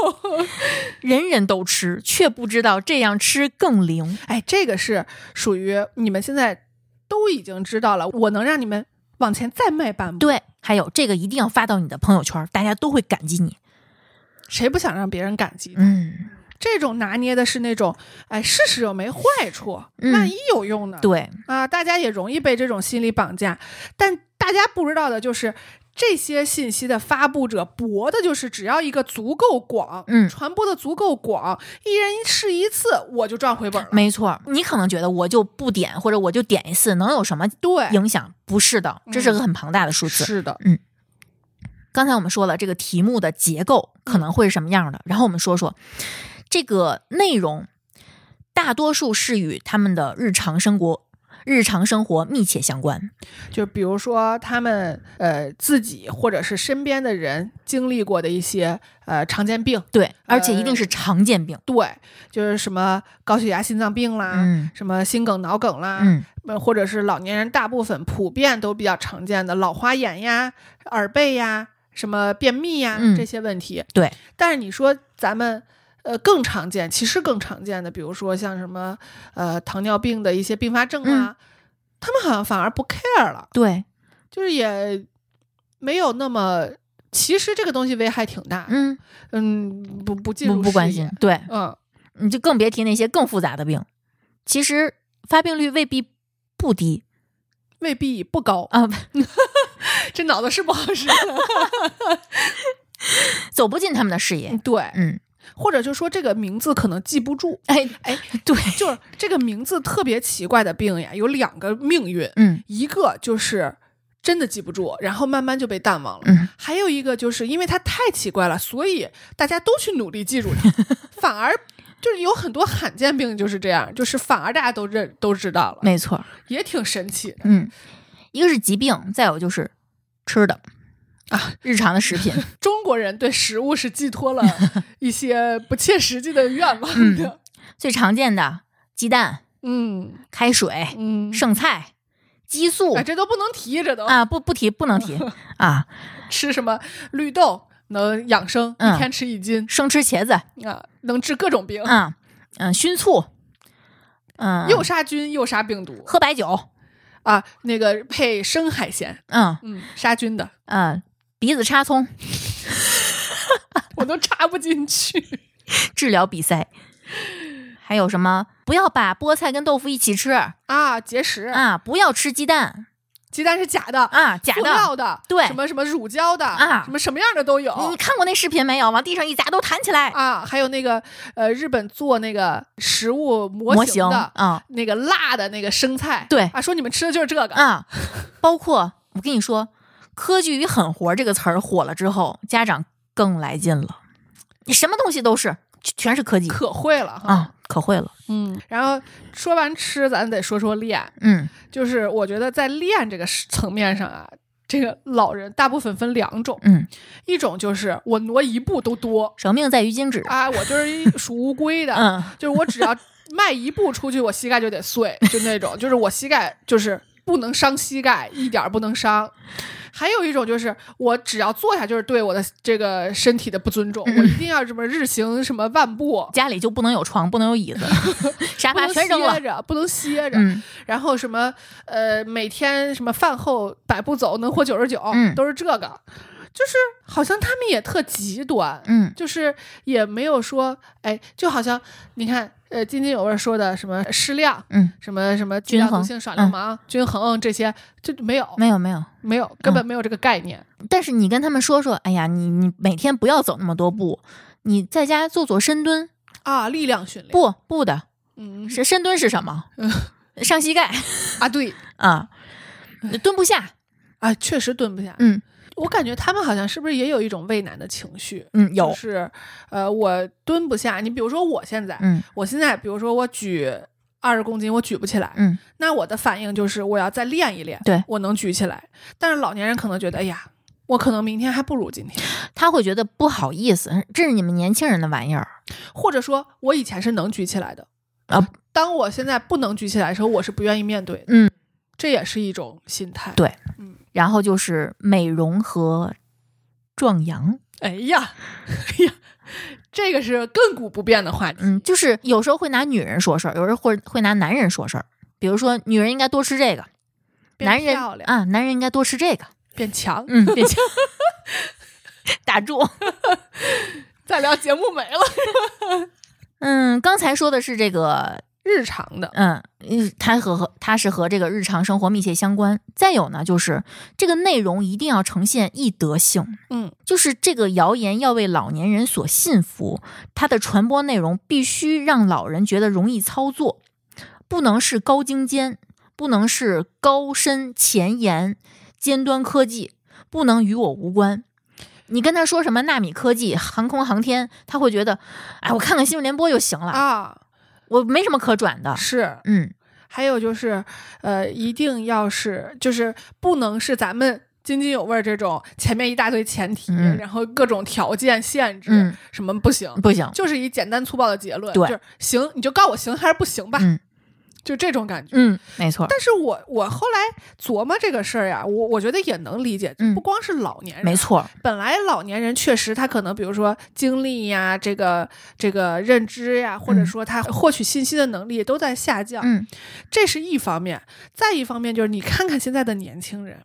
Speaker 2: 人人都吃，却不知道这样吃更灵。
Speaker 3: 哎，这个是属于你们现在都已经知道了，我能让你们往前再迈半步。，
Speaker 2: 对，还有这个一定要发到你的朋友圈，大家都会感激你。
Speaker 3: 谁不想让别人感激呢？
Speaker 2: 嗯，
Speaker 3: 这种拿捏的是那种，哎，试试又没坏处，
Speaker 2: 嗯
Speaker 3: 万一有用呢？
Speaker 2: 对，
Speaker 3: 啊，大家也容易被这种心理绑架，但大家不知道的就是。这些信息的发布者博的就是，只要一个足够广，
Speaker 2: 嗯
Speaker 3: 传播的足够广，一人试一次，我就赚回本了。
Speaker 2: 没错，你可能觉得我就不点，或者我就点一次，能有什么
Speaker 3: 对，
Speaker 2: 影响？不是的，这嗯是个很庞大的数字。
Speaker 3: 是的，
Speaker 2: 刚才我们说了这个题目的结构可能会是什么样的，然后我们说说这个内容，大多数是与他们的日常生活、日常生活密切相关。
Speaker 3: 就比如说他们呃自己或者是身边的人经历过的一些呃常见病，
Speaker 2: 对，而且一定是常见病。
Speaker 3: 对，就是什么高血压、心脏病啦，
Speaker 2: 嗯
Speaker 3: 什么心梗、脑梗啦，
Speaker 2: 嗯
Speaker 3: 呃或者是老年人大部分普遍都比较常见的老花眼呀、耳背呀、什么便秘呀、
Speaker 2: 嗯
Speaker 3: 这些问题。
Speaker 2: 对，
Speaker 3: 但是你说咱们。呃，更常见，其实更常见的，比如说像什么，呃，糖尿病的一些并发症
Speaker 2: 嗯
Speaker 3: 啊，他们好像反而不 care 了，
Speaker 2: 对，
Speaker 3: 就是也没有那么，其实这个东西危害挺大，
Speaker 2: 嗯，
Speaker 3: 嗯，不不进入
Speaker 2: 不不关
Speaker 3: 视野
Speaker 2: 心，。对，
Speaker 3: 嗯，
Speaker 2: 你就更别提那些更复杂的病。其实发病率未必不低
Speaker 3: 未必不高，
Speaker 2: 啊，
Speaker 3: 这脑子是不好 使。
Speaker 2: 走不进他们的视野。
Speaker 3: 对，
Speaker 2: 嗯，
Speaker 3: 或者就说这个名字可能记不住，
Speaker 2: 哎
Speaker 3: 哎，
Speaker 2: 对，
Speaker 3: 就是这个名字特别奇怪的病呀，有两个命运，
Speaker 2: 嗯
Speaker 3: 一个就是真的记不住，然后慢慢就被淡忘了。
Speaker 2: 嗯，
Speaker 3: 还有一个就是因为它太奇怪了，所以大家都去努力记住 它，反而就是有很多罕见病就是这样，就是反而大家都认都知道了，
Speaker 2: 没错。
Speaker 3: 也挺神奇的。
Speaker 2: 嗯，一个是疾病，再有就是吃的
Speaker 3: 啊，
Speaker 2: 日常的食品。
Speaker 3: 中国人对食物是寄托了一些不切实际的愿望的。
Speaker 2: 最常见的鸡蛋、
Speaker 3: 嗯
Speaker 2: 开水、
Speaker 3: 嗯，
Speaker 2: 剩菜、激素
Speaker 3: 哎，这都不能提，这都
Speaker 2: 啊，不不提不能提啊，
Speaker 3: 吃什么绿豆能养生，
Speaker 2: 嗯
Speaker 3: 一天吃一斤
Speaker 2: 生吃茄子
Speaker 3: 啊，能治各种病，
Speaker 2: 啊，嗯，熏醋，嗯，
Speaker 3: 又杀菌又杀病毒
Speaker 2: 喝白酒，
Speaker 3: 啊。那个配生海鲜，
Speaker 2: 嗯
Speaker 3: 嗯，杀 菌的，
Speaker 2: 嗯，鼻子插葱
Speaker 3: 我都插不进 去。
Speaker 2: 治疗鼻塞，还有什么？不要把菠菜跟豆腐一起吃
Speaker 3: 啊，节食，
Speaker 2: 啊！不要吃鸡蛋
Speaker 3: 鸡蛋是假的，
Speaker 2: 啊，假
Speaker 3: 塑
Speaker 2: 的。
Speaker 3: 料的，
Speaker 2: 对
Speaker 3: 什么什么乳胶的
Speaker 2: 啊嗯
Speaker 3: 什么什么样的都有
Speaker 2: 你看过那视频没有？往地上一砸都弹起来，
Speaker 3: 啊。还有那个呃，日本做那个食物模
Speaker 2: 模
Speaker 3: 型
Speaker 2: 型
Speaker 3: 的。
Speaker 2: 啊，
Speaker 3: 那个辣的那个生菜，
Speaker 2: 对
Speaker 3: 啊，说你们吃的就是这个，
Speaker 2: 啊，包括我跟你说，“科技与狠活”这个词儿火了之后，家长更来劲了，你什么东西都是，全全是科技
Speaker 3: 可会了哈。
Speaker 2: 啊，可会了，
Speaker 3: 嗯，然后说完吃，咱得说说练，
Speaker 2: 嗯
Speaker 3: 就是我觉得在练这个是层面上啊，这个老人大部分分两种，
Speaker 2: 嗯，
Speaker 3: 一种就是我挪一步都多
Speaker 2: 生命在于精致，
Speaker 3: 啊，我就是一属乌龟的，
Speaker 2: 嗯
Speaker 3: 就是我只要迈一步出去，我膝盖就得碎，就那种，就是我膝盖就是不能伤膝盖，一点儿不能伤。还有一种就是，我只要坐下就是对我的这个身体的不尊重，我
Speaker 2: 嗯
Speaker 3: 一定要什么日行什么万步，
Speaker 2: 家里就不能有床，不能有椅 子，沙
Speaker 3: 不
Speaker 2: 发
Speaker 3: 能
Speaker 2: 全扔了
Speaker 3: 歇，着，不能歇着。
Speaker 2: 嗯
Speaker 3: 然后什么呃，每天什么饭后百步走能活九十九
Speaker 2: 嗯，
Speaker 3: 都是这个。就是好像他们也特极端，
Speaker 2: 嗯
Speaker 3: 就是也没有说，哎，就好像你看，呃，津津有味说的什么适量，
Speaker 2: 嗯，
Speaker 3: 什么什么
Speaker 2: 均衡嗯
Speaker 3: 低调毒性耍流氓、啊均衡这些，就没有
Speaker 2: 没有嗯没有。
Speaker 3: 没有根本没有这个概念。
Speaker 2: 但是你跟他们说说，哎呀，你你每天不要走那么多步，你在家做做深蹲，
Speaker 3: 啊，力量训练，
Speaker 2: 不不的，
Speaker 3: 嗯，
Speaker 2: 是深蹲是什么？上膝盖
Speaker 3: 啊，对
Speaker 2: 啊，蹲不下，
Speaker 3: 啊，确实蹲不下。
Speaker 2: 嗯
Speaker 3: 我感觉他们好像是不是也有一种畏难的情绪？
Speaker 2: 嗯，
Speaker 3: 就
Speaker 2: 有，
Speaker 3: 是，呃，我蹲不下。你比如说我现在，
Speaker 2: 嗯
Speaker 3: 我现在比如说我举二十公斤，我举不起来，
Speaker 2: 嗯
Speaker 3: 那我的反应就是我要再练一练，
Speaker 2: 对
Speaker 3: 我能举起来。但是老年人可能觉得，哎呀，我可能明天还不如今天，
Speaker 2: 他会觉得不好意思，这是你们年轻人的玩意儿，
Speaker 3: 或者说我以前是能举起来的
Speaker 2: 啊。
Speaker 3: 当我现在不能举起来的时候，我是不愿意面对的，
Speaker 2: 嗯，
Speaker 3: 这也是一种心态。
Speaker 2: 对
Speaker 3: 嗯，
Speaker 2: 然后就是美容和壮阳，
Speaker 3: 哎呀，哎呀，这个是亘古不变的话题。
Speaker 2: 嗯，就是有时候会拿女人说事儿，有时候会会拿男人说事儿，比如说女人应该多吃这个，
Speaker 3: 变
Speaker 2: 男人
Speaker 3: 漂亮
Speaker 2: 啊，男人应该多吃 这个，
Speaker 3: 变强，
Speaker 2: 嗯，别讲 打住。
Speaker 3: 再聊节目没了。
Speaker 2: 嗯，刚才说的是这个，
Speaker 3: 日常的，
Speaker 2: 嗯，日它和和它是和这个日常生活密切相关。再有呢，就是这个内容一定要呈现易得性，
Speaker 3: 嗯
Speaker 2: 就是这个谣言要为老年人所信服，它的传播内容必须让老人觉得容易操作，不能是高精尖，不能是高深前沿、尖端科技，不能与我无关。你跟他说什么纳米科技、航空航天，他会觉得，哎，我看看新闻联播就行了。
Speaker 3: 啊，
Speaker 2: 我没什么可转的。
Speaker 3: 是，
Speaker 2: 嗯，
Speaker 3: 还有就是，呃，一定要是，就是不能是咱们津津有味儿这种前面一大堆前提，
Speaker 2: 嗯
Speaker 3: 然后各种条件限制，
Speaker 2: 嗯
Speaker 3: 什么不行，
Speaker 2: 不行，
Speaker 3: 就是以简单粗暴的结论，
Speaker 2: 对
Speaker 3: 就是行，你就告我行还是不行吧，
Speaker 2: 嗯
Speaker 3: 就这种感觉。
Speaker 2: 嗯，没错，
Speaker 3: 但是我我后来琢磨这个事儿呀，我我觉得也能理解，
Speaker 2: 嗯
Speaker 3: 不光是老年人，
Speaker 2: 没错，
Speaker 3: 本来老年人确实他可能，比如说精力呀、这个这个认知呀，或者说他获取信息的能力都在下降，
Speaker 2: 嗯，
Speaker 3: 这是一方面。再一方面就是你看看现在的年轻人，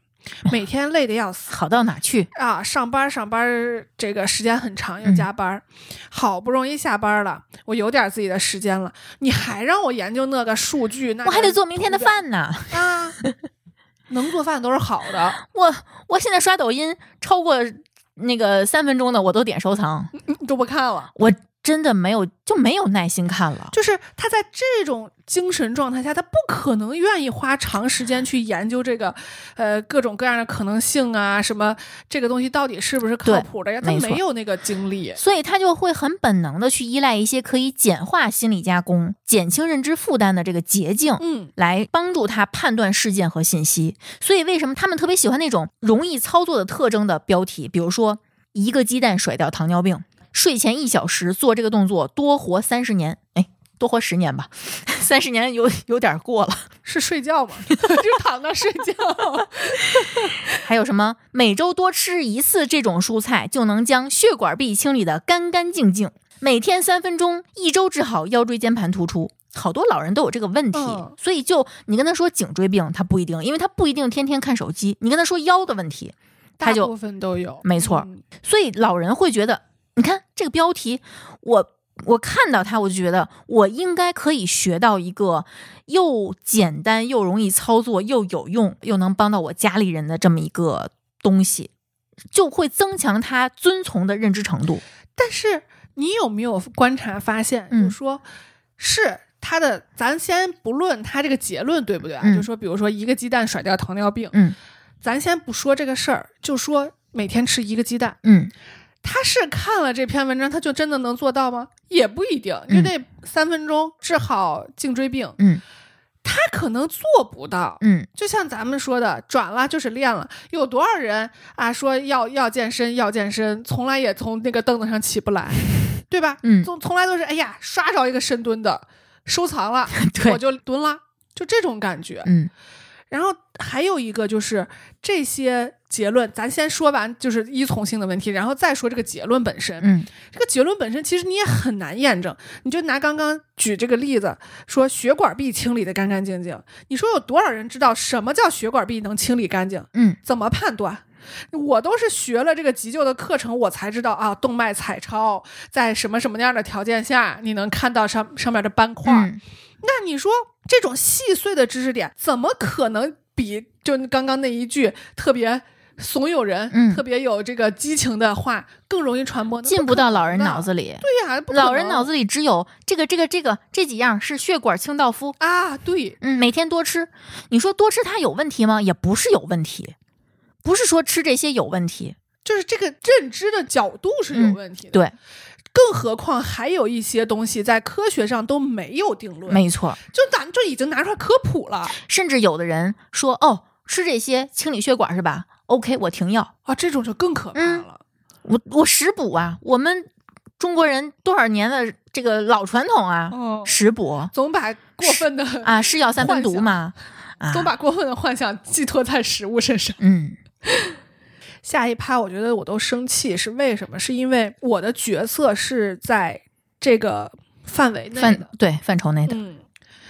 Speaker 3: 每天累得要死
Speaker 2: 好到哪去？
Speaker 3: 啊，上班上班儿这个时间很长，又
Speaker 2: 嗯
Speaker 3: 加班儿，好不容易下班了，我有点自己的时间了，你还让我研究那个数据，那
Speaker 2: 我还
Speaker 3: 个
Speaker 2: 得做明天的
Speaker 3: 图表
Speaker 2: 饭 呢。
Speaker 3: 啊。能做饭都是好的，
Speaker 2: 我我现在刷抖音超过那个三分钟的，我都点收藏，
Speaker 3: 你都不看了。
Speaker 2: 我真的没有就没有耐心看了。
Speaker 3: 就是他在这种精神状态下，他不可能愿意花长时间去研究这个，呃，各种各样的可能性啊，什么这个东西到底是不是靠
Speaker 2: 对
Speaker 3: 谱的呀？他
Speaker 2: 没错
Speaker 3: 没有那个精力。
Speaker 2: 所以他就会很本能的去依赖一些可以简化心理加工、减轻认知负担的这个捷径，
Speaker 3: 嗯，
Speaker 2: 来帮助他判断事件和信息。所以为什么他们特别喜欢那种容易操作的特征的标题？比如说，一个鸡蛋甩掉糖尿病，睡前一小时做这个动作，多活三十年。哎，多活十年吧， 三十年有有点过了。
Speaker 3: 是睡觉吗？ 就躺那睡觉。
Speaker 2: 还有什么每周多吃一次这种蔬菜，就能将血管壁清理得干干净净。每天三分钟，一周治好腰椎间盘突出。好多老人都有这个问题，
Speaker 3: 嗯
Speaker 2: 所以就你跟他说颈椎病，他不一定，因为他不一定天天看手机。你跟他说腰的问题， 他
Speaker 3: 大部
Speaker 2: 就
Speaker 3: 分都有，
Speaker 2: 没错
Speaker 3: 嗯
Speaker 2: 所以老人会觉得，你看这个标题，我我看到它，我就觉得我应该可以学到一个又简单又容易操作又有用又能帮到我家里人的这么一个东西，就会增强他遵从的认知程度。
Speaker 3: 但是你有没有观察发现，
Speaker 2: 嗯
Speaker 3: 就是说，是他的，咱先不论他这个结论对不对啊，
Speaker 2: 嗯
Speaker 3: 就说比如说一个鸡蛋甩掉糖尿病，
Speaker 2: 嗯，
Speaker 3: 咱先不说这个事儿，就说每天吃一个鸡蛋。
Speaker 2: 嗯，
Speaker 3: 他是看了这篇文章，他就真的能做到吗？也不一定，就那三分钟治好颈椎病，
Speaker 2: 嗯，
Speaker 3: 他可能做不到。
Speaker 2: 嗯，
Speaker 3: 就像咱们说的，转了就是练了，有多少人啊说要要健身要健身，从来也从那个凳子上起不 来，对吧？
Speaker 2: 嗯
Speaker 3: 从从来都是哎呀刷着一个深蹲的，收藏了
Speaker 2: 对
Speaker 3: 我就蹲了，就这种感觉。
Speaker 2: 嗯
Speaker 3: 然后还有一个就是这些结论，咱先说完就是依从性的问题，然后再说这个结论本身。
Speaker 2: 嗯
Speaker 3: 这个结论本身其实你也很难验证。你就拿刚刚举这个例子，说血管壁清理的干干净净，你说有多少人知道什么叫血管壁能清理干净？
Speaker 2: 嗯，
Speaker 3: 怎么判断？我都是学了这个急救的课程，我才知道啊，动脉彩超在什么什么样的条件下，你能看到上上面的斑块。
Speaker 2: 嗯
Speaker 3: 那你说这种细碎的知识点，怎么可能比就刚刚那一句特别怂恿人、
Speaker 2: 嗯
Speaker 3: 特别有这个激情的话更容易传播呢？
Speaker 2: 进不到老人
Speaker 3: 不可能的
Speaker 2: 脑子里。
Speaker 3: 对哎呀、不可能
Speaker 2: 老人脑子里只有这个、这个、这个这几样是血管清道夫。
Speaker 3: 啊，对，
Speaker 2: 嗯，每天多吃，你说多吃它有问题吗？也不是有问题，不是说吃这些有问题。
Speaker 3: 就是这个认知的角度是有
Speaker 2: 嗯
Speaker 3: 问题的。
Speaker 2: 对，
Speaker 3: 更何况还有一些东西在科学上都没有定论，
Speaker 2: 没错。
Speaker 3: 就咱就已经拿出来科普了
Speaker 2: 甚至有的人说，哦，吃这些清理血管是吧？OK，我停药，
Speaker 3: 啊，这种就更可怕
Speaker 2: 嗯
Speaker 3: 了。
Speaker 2: 我我食补啊，我们中国人多少年的这个老传统啊，
Speaker 3: 嗯，
Speaker 2: 食补
Speaker 3: 总把过分的
Speaker 2: 啊，是药三分毒
Speaker 3: 幻想
Speaker 2: 嘛，啊，
Speaker 3: 总把过分的幻想寄托在食物身上。
Speaker 2: 嗯
Speaker 3: 下一趴，我觉得我都生气，是为什么？是因为我的角色是在这个范围内
Speaker 2: 范
Speaker 3: 的，
Speaker 2: 对范畴内的，
Speaker 3: 嗯，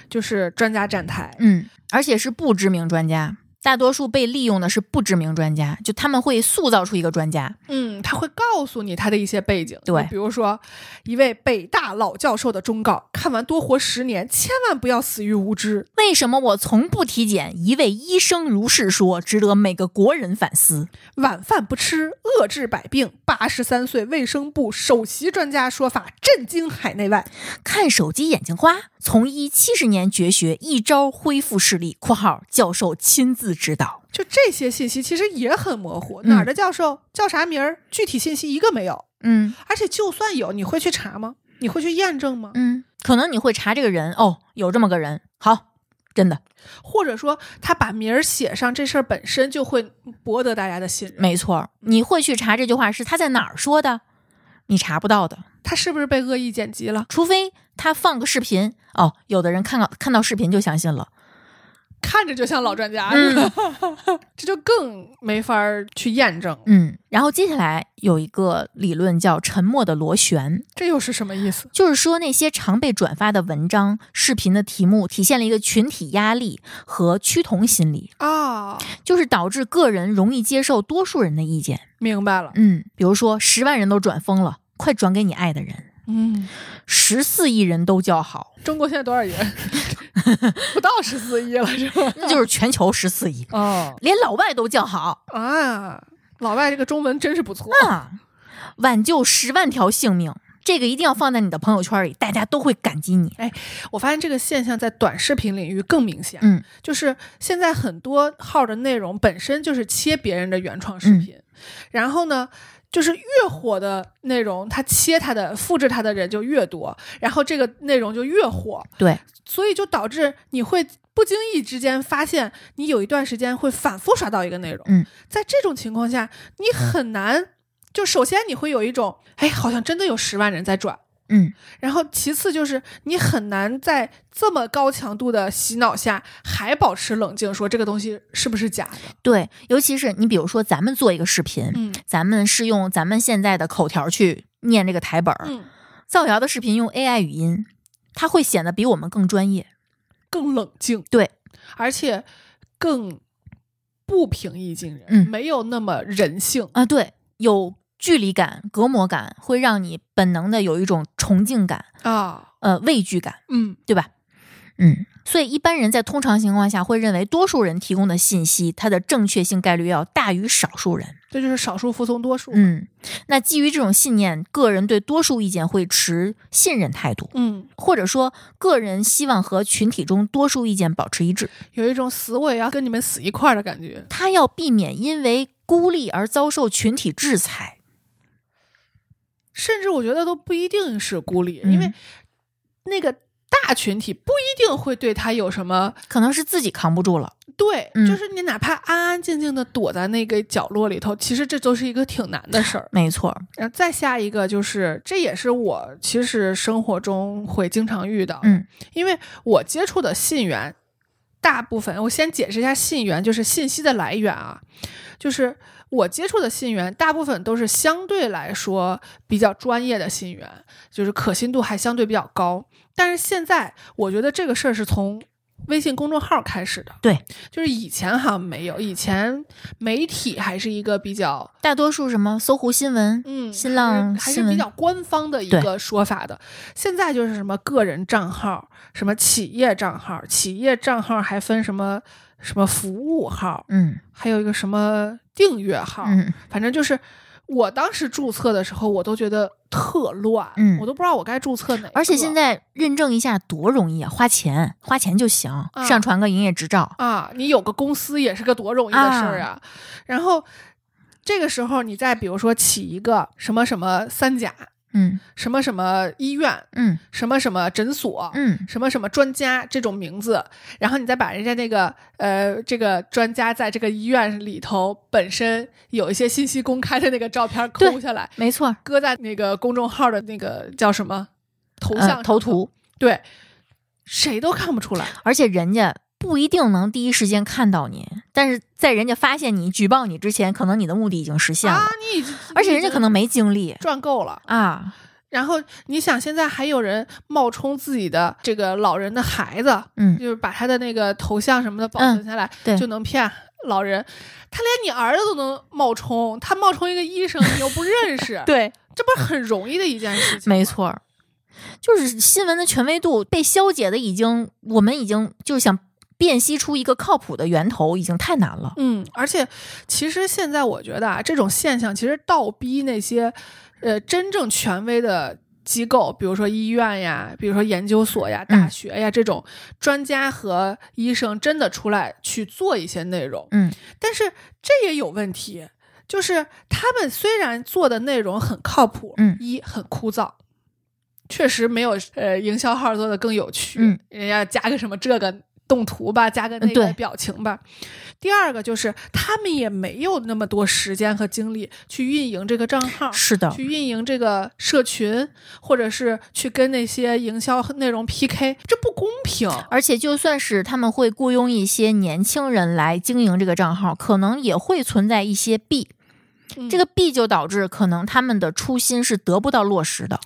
Speaker 3: 就是专家站台，
Speaker 2: 嗯，而且是不知名专家。大多数被利用的是不知名专家，就他们会塑造出一个专家，
Speaker 3: 嗯，他会告诉你他的一些背景，
Speaker 2: 对
Speaker 3: 比如说一位北大老教授的忠告：看完多活十年，千万不要死于无知。
Speaker 2: 为什么我从不体检？一位医生如是说，值得每个国人反思。
Speaker 3: 晚饭不吃，遏制百病。八十三岁卫生部首席专家说法震惊海内外。
Speaker 2: 看手机眼睛花，从医七十年绝学，一招恢复视力（括号教授亲自指导
Speaker 3: 就这些信息其实也很模糊，
Speaker 2: 嗯
Speaker 3: 哪儿的教授、叫啥名儿，具体信息一个没有。）。
Speaker 2: 嗯
Speaker 3: 而且就算有，你会去查吗？你会去验证吗？
Speaker 2: 嗯，可能你会查这个人哦，有这么个人，好，真的
Speaker 3: 或者说他把名儿写上，这事儿本身就会博得大家的信任？
Speaker 2: 没错儿。你会去查这句话是他在哪儿说的，你查不到的，
Speaker 3: 他是不是被恶意剪辑了？
Speaker 2: 除非他放个视频哦。有的人看到看到视频就相信了，
Speaker 3: 看着就像老专家，
Speaker 2: 嗯
Speaker 3: 这就更没法儿去验证。
Speaker 2: 嗯。然后接下来有一个理论叫沉默的螺旋，
Speaker 3: 这又是什么意思？
Speaker 2: 就是说，那些常被转发的文章、视频的题目，体现了一个群体压力和趋同心理，
Speaker 3: 啊、
Speaker 2: 就是导致个人容易接受多数人的意见。
Speaker 3: 明白了。
Speaker 2: 嗯，比如说，十万人都转疯了，快转给你爱的人；
Speaker 3: 嗯，
Speaker 2: 十四亿人都叫好，
Speaker 3: 中国现在多少亿 人？不到十四亿了是吧？
Speaker 2: 那就是全球十四亿，
Speaker 3: 哦
Speaker 2: 连老外都叫好
Speaker 3: 啊，老外这个中文真是不错。
Speaker 2: 啊，挽救十万条性命。这个一定要放在你的朋友圈里，大家都会感激你。
Speaker 3: 我发现这个现象在短视频领域更明显。
Speaker 2: 嗯，
Speaker 3: 就是现在很多号的内容本身就是切别人的原创视频，然后呢，就是越火的内容，它切它的复制它的人就越多，然后这个内容就越火，
Speaker 2: 对，
Speaker 3: 所以就导致你会。不经意之间发现，你有一段时间会反复刷到一个内容。
Speaker 2: 嗯，
Speaker 3: 在这种情况下，你很难就首先你会有一种，哎，好像真的有十万人在转，
Speaker 2: 嗯，
Speaker 3: 然后其次就是你很难在这么高强度的洗脑下还保持冷静，说这个东西是不是假的？
Speaker 2: 对，尤其是你比如说，咱们做一个视频，
Speaker 3: 嗯
Speaker 2: 咱们是用咱们现在的口条去念这个台本儿。
Speaker 3: 嗯，
Speaker 2: 造谣的视频用 AI 语音，它会显得比我们更专业。
Speaker 3: 更冷静，
Speaker 2: 对，
Speaker 3: 而且更不平易近人，
Speaker 2: 嗯
Speaker 3: 没有那么人性。
Speaker 2: 啊，对，有距离感、隔膜感，会让你本能的有一种崇敬感、
Speaker 3: 啊，
Speaker 2: 呃畏惧感，
Speaker 3: 嗯
Speaker 2: 对吧？嗯，所以一般人在通常情况下会认为，多数人提供的信息，它的正确性概率要大于少数人。
Speaker 3: 这就是少数服从多数。
Speaker 2: 嗯，那基于这种信念，个人对多数意见会持信任态度。
Speaker 3: 嗯，
Speaker 2: 或者说个人希望和群体中多数意见保持一致，
Speaker 3: 有一种死我也要跟你们死一块儿的感觉。
Speaker 2: 他要避免因为孤立而遭受群体制裁。
Speaker 3: 甚至我觉得都不一定是孤立，
Speaker 2: 嗯
Speaker 3: 因为那个大群体不一定会对他有什么
Speaker 2: 可能是自己扛不住了，
Speaker 3: 对，
Speaker 2: 嗯
Speaker 3: 就是你哪怕安安静静的躲在那个角落里头，其实这都是一个挺难的事儿。
Speaker 2: 没错儿，
Speaker 3: 然后呃再下一个就是，这也是我其实生活中会经常遇到，
Speaker 2: 嗯，
Speaker 3: 因为我接触的信源，大部分我先解释一下信源，就是信息的来源啊，就是我接触的信源，大部分都是相对来说比较专业的信源，就是可信度还相对比较高。但是现在我觉得这个事儿是从微信公众号开始的。
Speaker 2: 对，
Speaker 3: 就是以前好像没有，以前媒体还是一个比较
Speaker 2: 大多数什么搜狐新闻、
Speaker 3: 嗯，
Speaker 2: 新浪
Speaker 3: 还
Speaker 2: 新
Speaker 3: 是还是
Speaker 2: 闻
Speaker 3: 比较官方的一
Speaker 2: 对
Speaker 3: 个说法的。现在就是什么个人账号、什么企业账号，企业账号还分什么什么服务号，
Speaker 2: 嗯
Speaker 3: 还有一个什么订阅号，
Speaker 2: 嗯
Speaker 3: 反正就是。我当时注册的时候，我都觉得特乱，
Speaker 2: 嗯
Speaker 3: 我都不知道我该注册哪个。
Speaker 2: 而且现在认证一下多容易啊，花钱花钱就行，
Speaker 3: 啊
Speaker 2: 上传个营业执照。
Speaker 3: 啊，你有个公司也是个多容易的事儿啊。然后这个时候，你再比如说起一个什么什么三甲，
Speaker 2: 嗯
Speaker 3: 什么什么医院，
Speaker 2: 嗯
Speaker 3: 什么什么诊所。
Speaker 2: 嗯
Speaker 3: 什么什么专家这种名字，然后你再把人家那个呃这个专家在这个医院里头本身有一些信息公开的那个照片抠
Speaker 2: 对
Speaker 3: 下来，
Speaker 2: 没错，
Speaker 3: 搁在那个公众号的那个叫什么头像、
Speaker 2: 呃、头，图，啊
Speaker 3: 对，谁都看不出来。
Speaker 2: 而且人家不一定能第一时间看到你，但是在人家发现你、举报你之前，可能你的目的已经实现了，
Speaker 3: 啊，你已经，
Speaker 2: 而且人家可能
Speaker 3: 没
Speaker 2: 没精力
Speaker 3: 赚够了。
Speaker 2: 啊。
Speaker 3: 然后你想，现在还有人冒充自己的这个老人的孩子，
Speaker 2: 嗯，
Speaker 3: 就是把他的那个头像什么的保存下来，
Speaker 2: 对，
Speaker 3: 就能骗老人。他连你儿子都能冒充，他冒充一个医生，你又不认 识
Speaker 2: 对，
Speaker 3: 这不是很容易的一件事情吗？
Speaker 2: 没错儿，就是新闻的权威度被消解的已经，我们已经就想辨析出一个靠谱的源头，已经太难了。
Speaker 3: 嗯，而且其实现在我觉得啊，这种现象其实倒逼那些呃真正权威的机构，比如说医院呀，比如说研究所呀、大
Speaker 2: 嗯
Speaker 3: 学呀、这种专家和医生真的出来去做一些内容。
Speaker 2: 嗯，
Speaker 3: 但是这也有问题，就是他们虽然做的内容很靠谱，
Speaker 2: 嗯
Speaker 3: 一很枯燥。确实没有呃营销号做的更有趣，
Speaker 2: 嗯呃
Speaker 3: 人家加个什么这个动图吧，加个那
Speaker 2: 对
Speaker 3: 个表情吧，第二个就是他们也没有那么多时间和精力去运营这个账号，
Speaker 2: 是的，
Speaker 3: 去运营这个社群，或者是去跟那些营销内容 PK，这不公平。
Speaker 2: 而且就算是他们会雇佣一些年轻人来经营这个账号，可能也会存在一些弊。
Speaker 3: 嗯
Speaker 2: 这个弊就导致可能他们的初心是得不到落实的。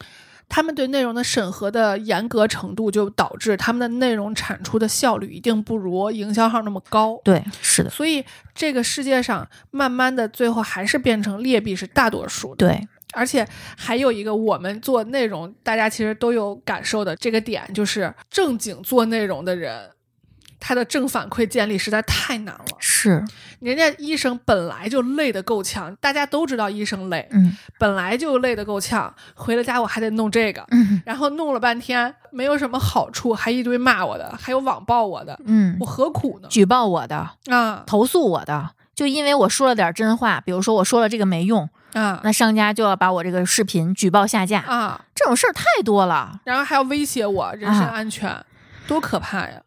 Speaker 3: 他们对内容的审核的严格程度，就导致他们的内容产出的效率一定不如营销号那么高。
Speaker 2: 对，是的，
Speaker 3: 所以这个世界上，慢慢的最后还是变成劣币是大多数的。
Speaker 2: 对，
Speaker 3: 而且还有一个，我们做内容，大家其实都有感受的这个点，就是正经做内容的人，他的正反馈建立实在太难了。
Speaker 2: 是，
Speaker 3: 人家医生本来就累得够呛，大家都知道医生累，
Speaker 2: 嗯
Speaker 3: 本来就累得够呛，回了家我还得弄这个，
Speaker 2: 嗯
Speaker 3: 然后弄了半天没有什么好处，还一堆骂我的，还有网暴我的，
Speaker 2: 嗯
Speaker 3: 我，何苦呢？
Speaker 2: 举报我的，
Speaker 3: 啊
Speaker 2: 投诉我的，就因为我说了点真话，比如说我说了这个没用，
Speaker 3: 啊
Speaker 2: 那商家就要把我这个视频举报下架，
Speaker 3: 啊！
Speaker 2: 这种事儿太多了。
Speaker 3: 然后还要威胁我人身
Speaker 2: 啊
Speaker 3: 安全，多可怕呀！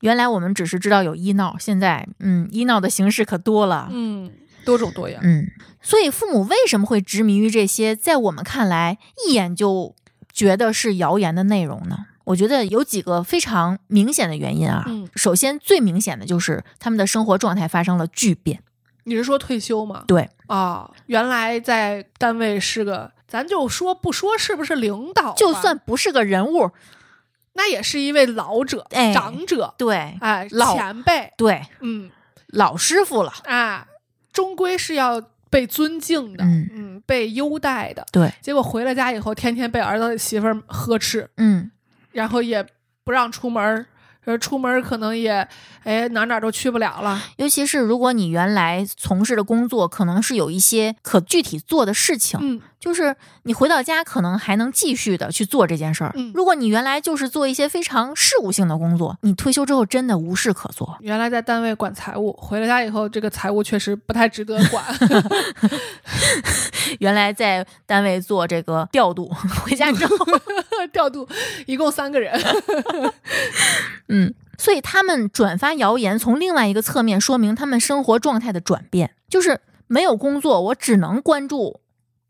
Speaker 2: 原来我们只是知道有医闹，现在嗯，医闹的形式可多了。
Speaker 3: 嗯，多种多样。
Speaker 2: 嗯，所以父母为什么会执迷于这些在我们看来一眼就觉得是谣言的内容呢？我觉得有几个非常明显的原因啊。
Speaker 3: 嗯
Speaker 2: 首先最明显的就是他们的生活状态发生了巨变。
Speaker 3: 你是说退休吗？
Speaker 2: 对
Speaker 3: 啊、原来在单位是个，咱就说不说是不是领导吧，
Speaker 2: 就算不是个人物，
Speaker 3: 那也是一位老者、
Speaker 2: 哎
Speaker 3: 长者，
Speaker 2: 对
Speaker 3: 哎，
Speaker 2: 老
Speaker 3: 前辈，
Speaker 2: 对，
Speaker 3: 嗯
Speaker 2: 老师傅了，
Speaker 3: 啊，终归是要被尊敬的，
Speaker 2: 嗯
Speaker 3: 被优待的。
Speaker 2: 对，
Speaker 3: 结果回了家以后，天天被儿子媳妇儿呵斥，
Speaker 2: 嗯，
Speaker 3: 然后也不让出门儿，呃，出门儿可能也哎哪哪儿都去不了了。
Speaker 2: 尤其是如果你原来从事的工作可能是有一些可具体做的事情，
Speaker 3: 嗯
Speaker 2: 就是你回到家可能还能继续的去做这件事儿。
Speaker 3: 嗯
Speaker 2: 如果你原来就是做一些非常事务性的工作，你退休之后真的无事可做。
Speaker 3: 原来在单位管财务，回了家以后，这个财务确实不太值得 管。
Speaker 2: 原来在单位做这个调度， 回家 之后，
Speaker 3: 调度一共三个人，
Speaker 2: 嗯，所以他们转发谣言，从另外一个侧面说明他们生活状态的转变，就是没有工作，我只能关注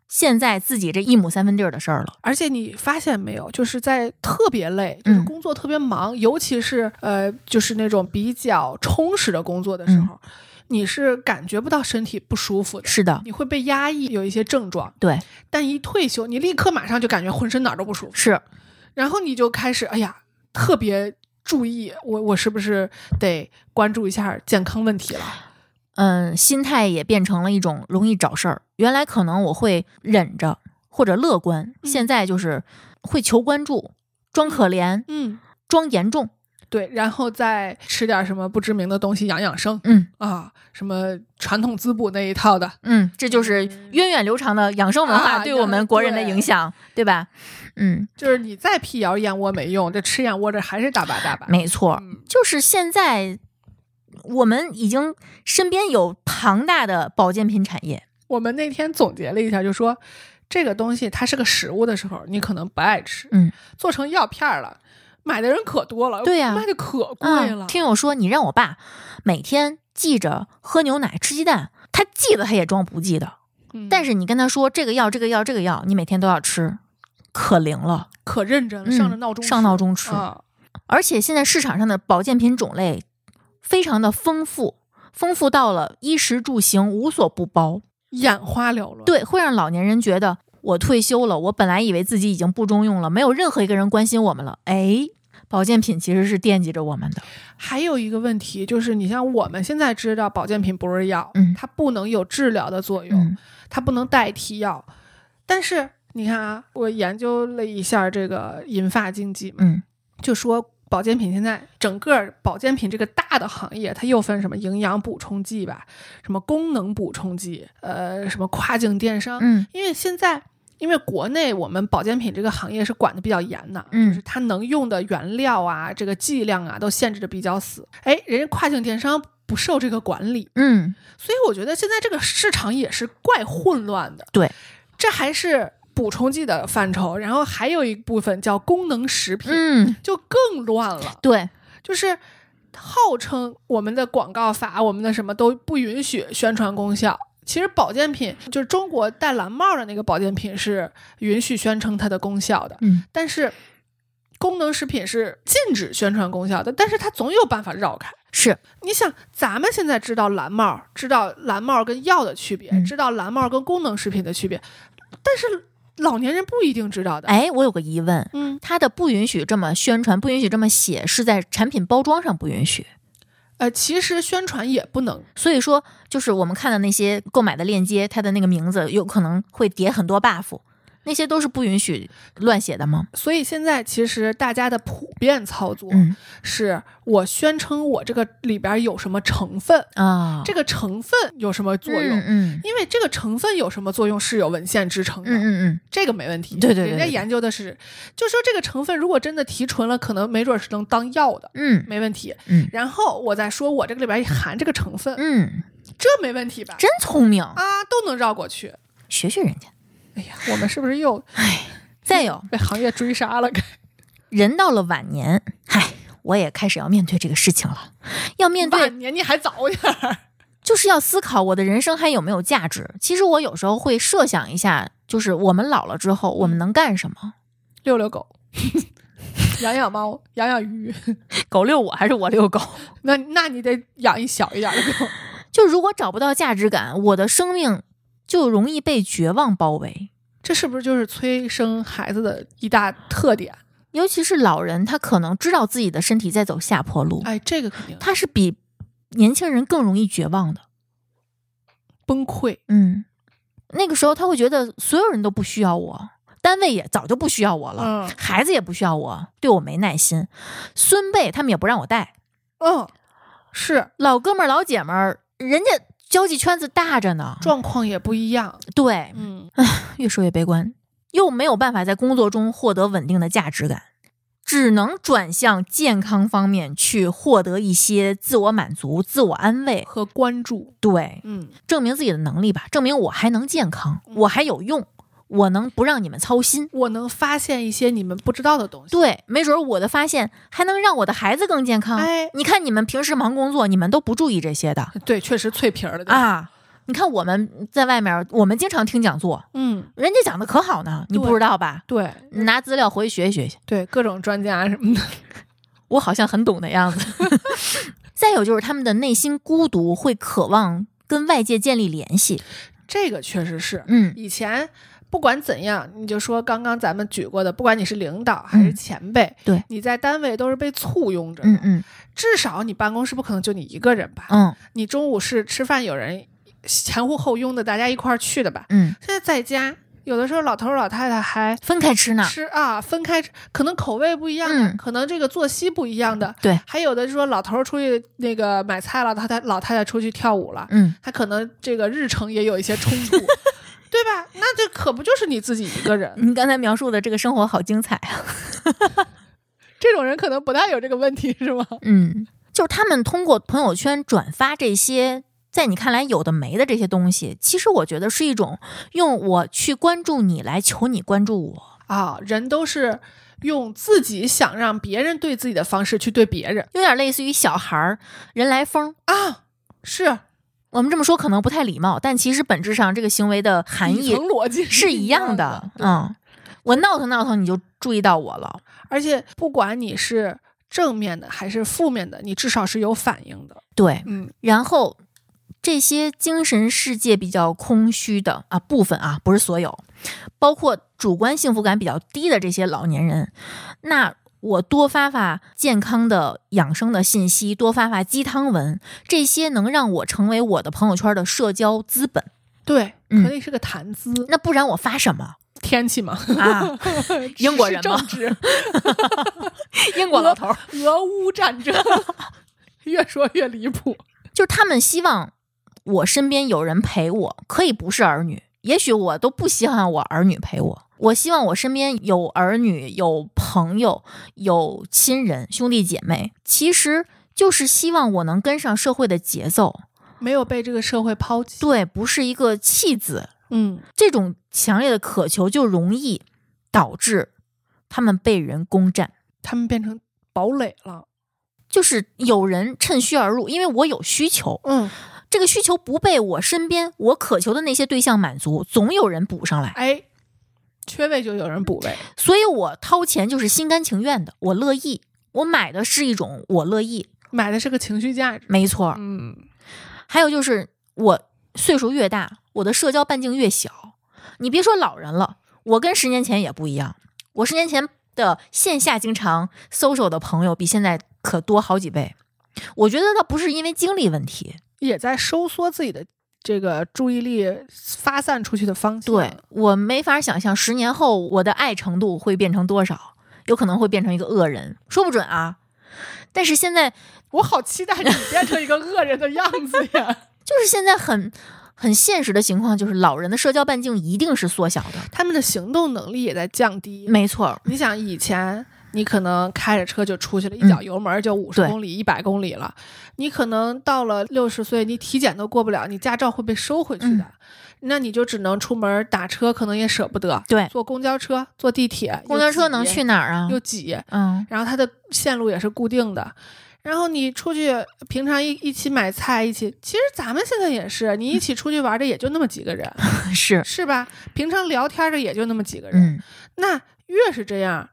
Speaker 2: 现在自己这一亩三分地儿的事儿了。
Speaker 3: 而且你发现没有，就是在特别累，就是
Speaker 2: 嗯
Speaker 3: 工作特别忙，尤其是呃，就是那种比较充实的工作的时候，你是感觉不到身体不舒服的，
Speaker 2: 是的，
Speaker 3: 你会被压抑有一些症状。
Speaker 2: 对，
Speaker 3: 但一退休，你立刻马上就感觉浑身哪儿都不舒服，
Speaker 2: 是，
Speaker 3: 然后你就开始哎呀，特别注意，我我是不是得关注一下健康问题了？
Speaker 2: 嗯，心态也变成了一种容易找事儿。原来可能我会忍着或者乐观，
Speaker 3: 嗯
Speaker 2: 现在就是会求关注，装可怜，
Speaker 3: 嗯，
Speaker 2: 装严重。
Speaker 3: 对，然后再吃点什么不知名的东西养养生
Speaker 2: 嗯
Speaker 3: 啊，什么传统滋补那一套的，
Speaker 2: 嗯，这就是源远流长的养生文化
Speaker 3: 啊
Speaker 2: 对我们国人的
Speaker 3: 对
Speaker 2: 影响，对吧？嗯，
Speaker 3: 就是你再辟谣燕窝没用，这吃燕窝这还是大把大把。
Speaker 2: 没错，
Speaker 3: 嗯
Speaker 2: 就是现在我们已经身边有庞大的保健品产业。
Speaker 3: 我们那天总结了一下，就说这个东西它是个食物的时候，你可能不爱吃，
Speaker 2: 嗯，
Speaker 3: 做成药片儿了，买的人可多了，
Speaker 2: 对呀
Speaker 3: 卖的可贵
Speaker 2: 嗯，
Speaker 3: 了，
Speaker 2: 听友说你让我爸每天记着喝牛奶、吃鸡蛋，他记得他也装不记得。
Speaker 3: 嗯
Speaker 2: 但是你跟他说这个药、这个药、这个药，你每天都要吃，可灵了，
Speaker 3: 可认真了，
Speaker 2: 嗯
Speaker 3: 上着闹钟
Speaker 2: 上闹钟吃。
Speaker 3: 啊，
Speaker 2: 而且现在市场上的保健品种类非常的丰富，丰富到了衣食住行无所不包，
Speaker 3: 眼花缭乱。，
Speaker 2: 对，会让老年人觉得我退休了，我本来以为自己已经不中用了，没有任何一个人关心我们了，哎。保健品其实是惦记着我们的，
Speaker 3: 还有一个问题就是，你像我们现在知道保健品不是药，
Speaker 2: 嗯
Speaker 3: 它不能有治疗的作用，
Speaker 2: 嗯
Speaker 3: 它不能代替药。但是你看啊，我研究了一下这个银发经济嘛，
Speaker 2: 嗯
Speaker 3: 就说保健品现在整个保健品这个大的行业，它又分什么营养补充剂吧，什么功能补充剂，呃，什么跨境电商。
Speaker 2: 嗯
Speaker 3: 因为现在，因为国内我们保健品这个行业是管的比较严的，
Speaker 2: 嗯
Speaker 3: 就是它能用的原料啊、这个剂量啊都限制的比较死。哎，人家跨境电商不受这个管理，
Speaker 2: 嗯，
Speaker 3: 所以我觉得现在这个市场也是怪混乱的。
Speaker 2: 对，
Speaker 3: 这还是补充剂的范畴，然后还有一部分叫功能食品，
Speaker 2: 嗯，
Speaker 3: 就更乱了。
Speaker 2: 对，
Speaker 3: 就是号称我们的广告法、我们的什么都不允许宣传功效。其实保健品就是中国戴蓝帽的那个保健品是允许宣称它的功效的，
Speaker 2: 嗯，
Speaker 3: 但是功能食品是禁止宣传功效的，但是它总有办法绕开。
Speaker 2: 是，
Speaker 3: 你想，咱们现在知道蓝帽，知道蓝帽跟药的区别，
Speaker 2: 嗯
Speaker 3: 知道蓝帽跟功能食品的区别，但是老年人不一定知道的。
Speaker 2: 哎，我有个疑问，
Speaker 3: 嗯，
Speaker 2: 它的不允许这么宣传，不允许这么写，是在产品包装上不允许。
Speaker 3: 呃，其实宣传也不能
Speaker 2: 所以说，就是我们看的那些购买的链接，它的那个名字有可能会叠很多 buff，那些都是不允许乱写的吗？
Speaker 3: 所以现在其实大家的普遍操作
Speaker 2: 嗯
Speaker 3: 是我宣称我这个里边有什么成分，
Speaker 2: 啊，
Speaker 3: 这个成分有什么作用。
Speaker 2: 嗯
Speaker 3: 因为这个成分有什么作用是有文献支撑
Speaker 2: 嗯
Speaker 3: 的，
Speaker 2: 嗯嗯
Speaker 3: 这个没问题。
Speaker 2: 对对对
Speaker 3: 人家
Speaker 2: 对对
Speaker 3: 研究的是，就说这个成分如果真的提纯了，可能没准是能当药的，
Speaker 2: 嗯
Speaker 3: 没问题。
Speaker 2: 嗯
Speaker 3: 然后我再说我这个里边含这个成分，
Speaker 2: 嗯，
Speaker 3: 这没问题吧？
Speaker 2: 真聪明，
Speaker 3: 啊，都能绕过去。
Speaker 2: 学学人家。哎
Speaker 3: 哎呀，我们是不是又
Speaker 2: 再有，
Speaker 3: 被行业追杀了？
Speaker 2: 人到了晚年，嗨，我也开始要面对这个事情了，要面对
Speaker 3: 晚年你还早点儿。
Speaker 2: 就是要思考我的人生还有没有价值。其实我有时候会设想一下，就是我们老了之后，我们能干什么？
Speaker 3: 遛遛狗， 养养猫，养养鱼。
Speaker 2: 狗遛我还是我遛狗？
Speaker 3: 那那你得养一小一点的狗。
Speaker 2: 就如果找不到价值感，我的生命就容易被绝望包围。
Speaker 3: 这是不是就是催生孩子的一大特点？
Speaker 2: 尤其是老人，他可能知道自己的身体在走下坡路，
Speaker 3: 哎，这个肯定
Speaker 2: 他是比年轻人更容易绝望的。
Speaker 3: 崩溃。
Speaker 2: 嗯，那个时候他会觉得所有人都不需要我，单位也早就不需要我了，
Speaker 3: 嗯
Speaker 2: 孩子也不需要我，对我没耐心，孙辈他们也不让我带。
Speaker 3: 嗯，是
Speaker 2: 老哥们儿、老姐们儿，人家交际圈子大着呢。
Speaker 3: 状况也不一样。
Speaker 2: 对，
Speaker 3: 嗯，
Speaker 2: 越说越悲观，又没有办法在工作中获得稳定的价值感，只能转向健康方面去获得一些自我满足、自我安慰。
Speaker 3: 和关注。
Speaker 2: 对，
Speaker 3: 嗯，
Speaker 2: 证明自己的能力吧，证明我还能健康，我还有用，我能不让你们操心。
Speaker 3: 我能发现一些你们不知道的东西。
Speaker 2: 对，没准儿我的发现还能让我的孩子更健康。
Speaker 3: 哎
Speaker 2: 你看，你们平时忙工作，你们都不注意这些的。
Speaker 3: 对，确实脆皮儿了。
Speaker 2: 啊。你看我们在外面，我们经常听讲座，
Speaker 3: 嗯，
Speaker 2: 人家讲的可好呢，你
Speaker 3: 对
Speaker 2: 不知道吧？
Speaker 3: 对
Speaker 2: 你拿资料回去学一学去，
Speaker 3: 对，各种专家什么的。
Speaker 2: 我好像很懂的样 子。再有就是他们的内心孤独，会渴望跟外界建立联系。
Speaker 3: 这个确实是，
Speaker 2: 嗯
Speaker 3: 以前不管怎样，你就说刚刚咱们举过的，不管你是领导还是
Speaker 2: 嗯
Speaker 3: 前辈，
Speaker 2: 对
Speaker 3: 你在单位都是被簇拥着的，
Speaker 2: 嗯嗯
Speaker 3: 至少你办公室不可能就你一个人吧？
Speaker 2: 嗯
Speaker 3: 你中午是吃饭有人前呼后拥的，大家一块儿去的吧？
Speaker 2: 嗯，
Speaker 3: 现在在家，有的时候老头儿老太太还
Speaker 2: 分开吃呢，
Speaker 3: 吃啊，分开吃，可能口味不一样的，
Speaker 2: 嗯
Speaker 3: 可能这个作息不一样的，
Speaker 2: 对，
Speaker 3: 还有的是说老头儿出去那个买菜了，老太太老太太出去跳舞了，
Speaker 2: 嗯
Speaker 3: 他可能这个日程也有一些冲 突，对吧？那这可不就是你自己一个人？
Speaker 2: 你刚才描述的这个生活好精彩啊！
Speaker 3: 这种人可能不太有这个问题，是吗？
Speaker 2: 嗯，就是他们通过朋友圈转发这些在你看来有的没的这些东西，其实我觉得是一种用我去关注你来求你关注我，
Speaker 3: 啊，人都是用自己想让别人对自己的方式去对别人
Speaker 2: 有点类似于小孩儿人来疯。
Speaker 3: 啊，是
Speaker 2: 我们这么说可能不太礼貌，但其实本质上这个行为的含
Speaker 3: 底
Speaker 2: 义
Speaker 3: 层逻辑
Speaker 2: 是
Speaker 3: 一
Speaker 2: 一样
Speaker 3: 的
Speaker 2: 的。。
Speaker 3: 对
Speaker 2: 嗯，我闹腾闹腾你就注意到我了。
Speaker 3: 而且不管你是正面的还是负面的，你至少是有反应的。
Speaker 2: 对，
Speaker 3: 嗯，
Speaker 2: 然后这些精神世界比较空虚的啊部分啊，不是所有，包括主观幸福感比较低的这些老年人，那。我多发发健康的养生的信息，多发发鸡汤文，这些能让我成为我的朋友圈的社交资本。
Speaker 3: 对，
Speaker 2: 嗯
Speaker 3: 可以是个谈资。
Speaker 2: 那不然我发什么
Speaker 3: 天气 嘛，
Speaker 2: 啊？英国人
Speaker 3: 是
Speaker 2: 吗
Speaker 3: 政治，
Speaker 2: 英国老头儿，
Speaker 3: 俄乌战 争，越说越离谱。
Speaker 2: 就是他们希望我身边有人陪我，可以不是儿女，也许我都不稀罕我儿女陪我。我希望我身边有儿女、有朋友、有亲人、兄弟姐妹，其实就是希望我能跟上社会的节奏。
Speaker 3: 没有被这个社会抛弃。
Speaker 2: 对，不是一个弃子，
Speaker 3: 嗯，
Speaker 2: 这种强烈的渴求就容易导致他们被人攻占。
Speaker 3: 他们变成堡垒了。
Speaker 2: 就是有人趁虚而入，因为我有需求，
Speaker 3: 嗯，
Speaker 2: 这个需求不被我身边我渴求的那些对象满足，总有人补上来，
Speaker 3: 哎，缺位就有人补位。
Speaker 2: 所以我掏钱就是心甘情愿的，我乐意，我买的是一种我乐意，
Speaker 3: 买的是个情绪价值。
Speaker 2: 没错儿。
Speaker 3: 嗯，
Speaker 2: 还有就是我岁数越大，我的社交半径越小。你别说老人了，我跟十年前也不一样，我十年前的线下经常 social 的朋友比现在可多好几倍。我觉得那不是因为经历问题，
Speaker 3: 也在收缩自己的这个注意力发散出去的方向。
Speaker 2: 对，我没法想象十年后我的爱程度会变成多少，有可能会变成一个恶人，说不准啊。但是现在
Speaker 3: 我好期待你变成一个恶人的样子呀！
Speaker 2: 就是现在很很现实的情况，就是老人的社交半径一定是缩小的，
Speaker 3: 他们的行动能力也在降 低。
Speaker 2: 没错儿。
Speaker 3: 你想以前。你可能开着车就出去了，一
Speaker 2: 嗯
Speaker 3: 脚油门就五十
Speaker 2: 对
Speaker 3: 公里、一百公里了。你可能到了六十岁，你体检都过不了，你驾照会被收回去的。
Speaker 2: 嗯
Speaker 3: 那你就只能出门打车，可能也舍不得。
Speaker 2: 对
Speaker 3: 坐公交车、坐地铁，
Speaker 2: 公交车能去哪儿啊
Speaker 3: 又？挤，
Speaker 2: 嗯，
Speaker 3: 然后它的线路也是固定的。然后你出去平常一一起买菜，一起其实咱们现在也是，你一起出去玩的也就那么几个人，
Speaker 2: 是，
Speaker 3: 是吧？平常聊天的也就那么几个人。
Speaker 2: 嗯，
Speaker 3: 那越是这样，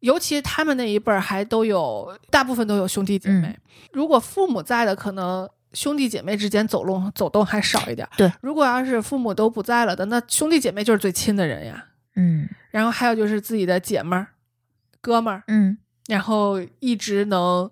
Speaker 3: 尤其他们那一辈儿还都有，大部分都有兄弟姐妹。
Speaker 2: 嗯
Speaker 3: 如果父母在的，可能兄弟姐妹之间走动走动还少一点。
Speaker 2: 对，
Speaker 3: 如果要是父母都不在了的，那兄弟姐妹就是最亲的人呀。
Speaker 2: 嗯
Speaker 3: 然后还有就是自己的姐们儿、哥们儿，
Speaker 2: 嗯
Speaker 3: 然后一直能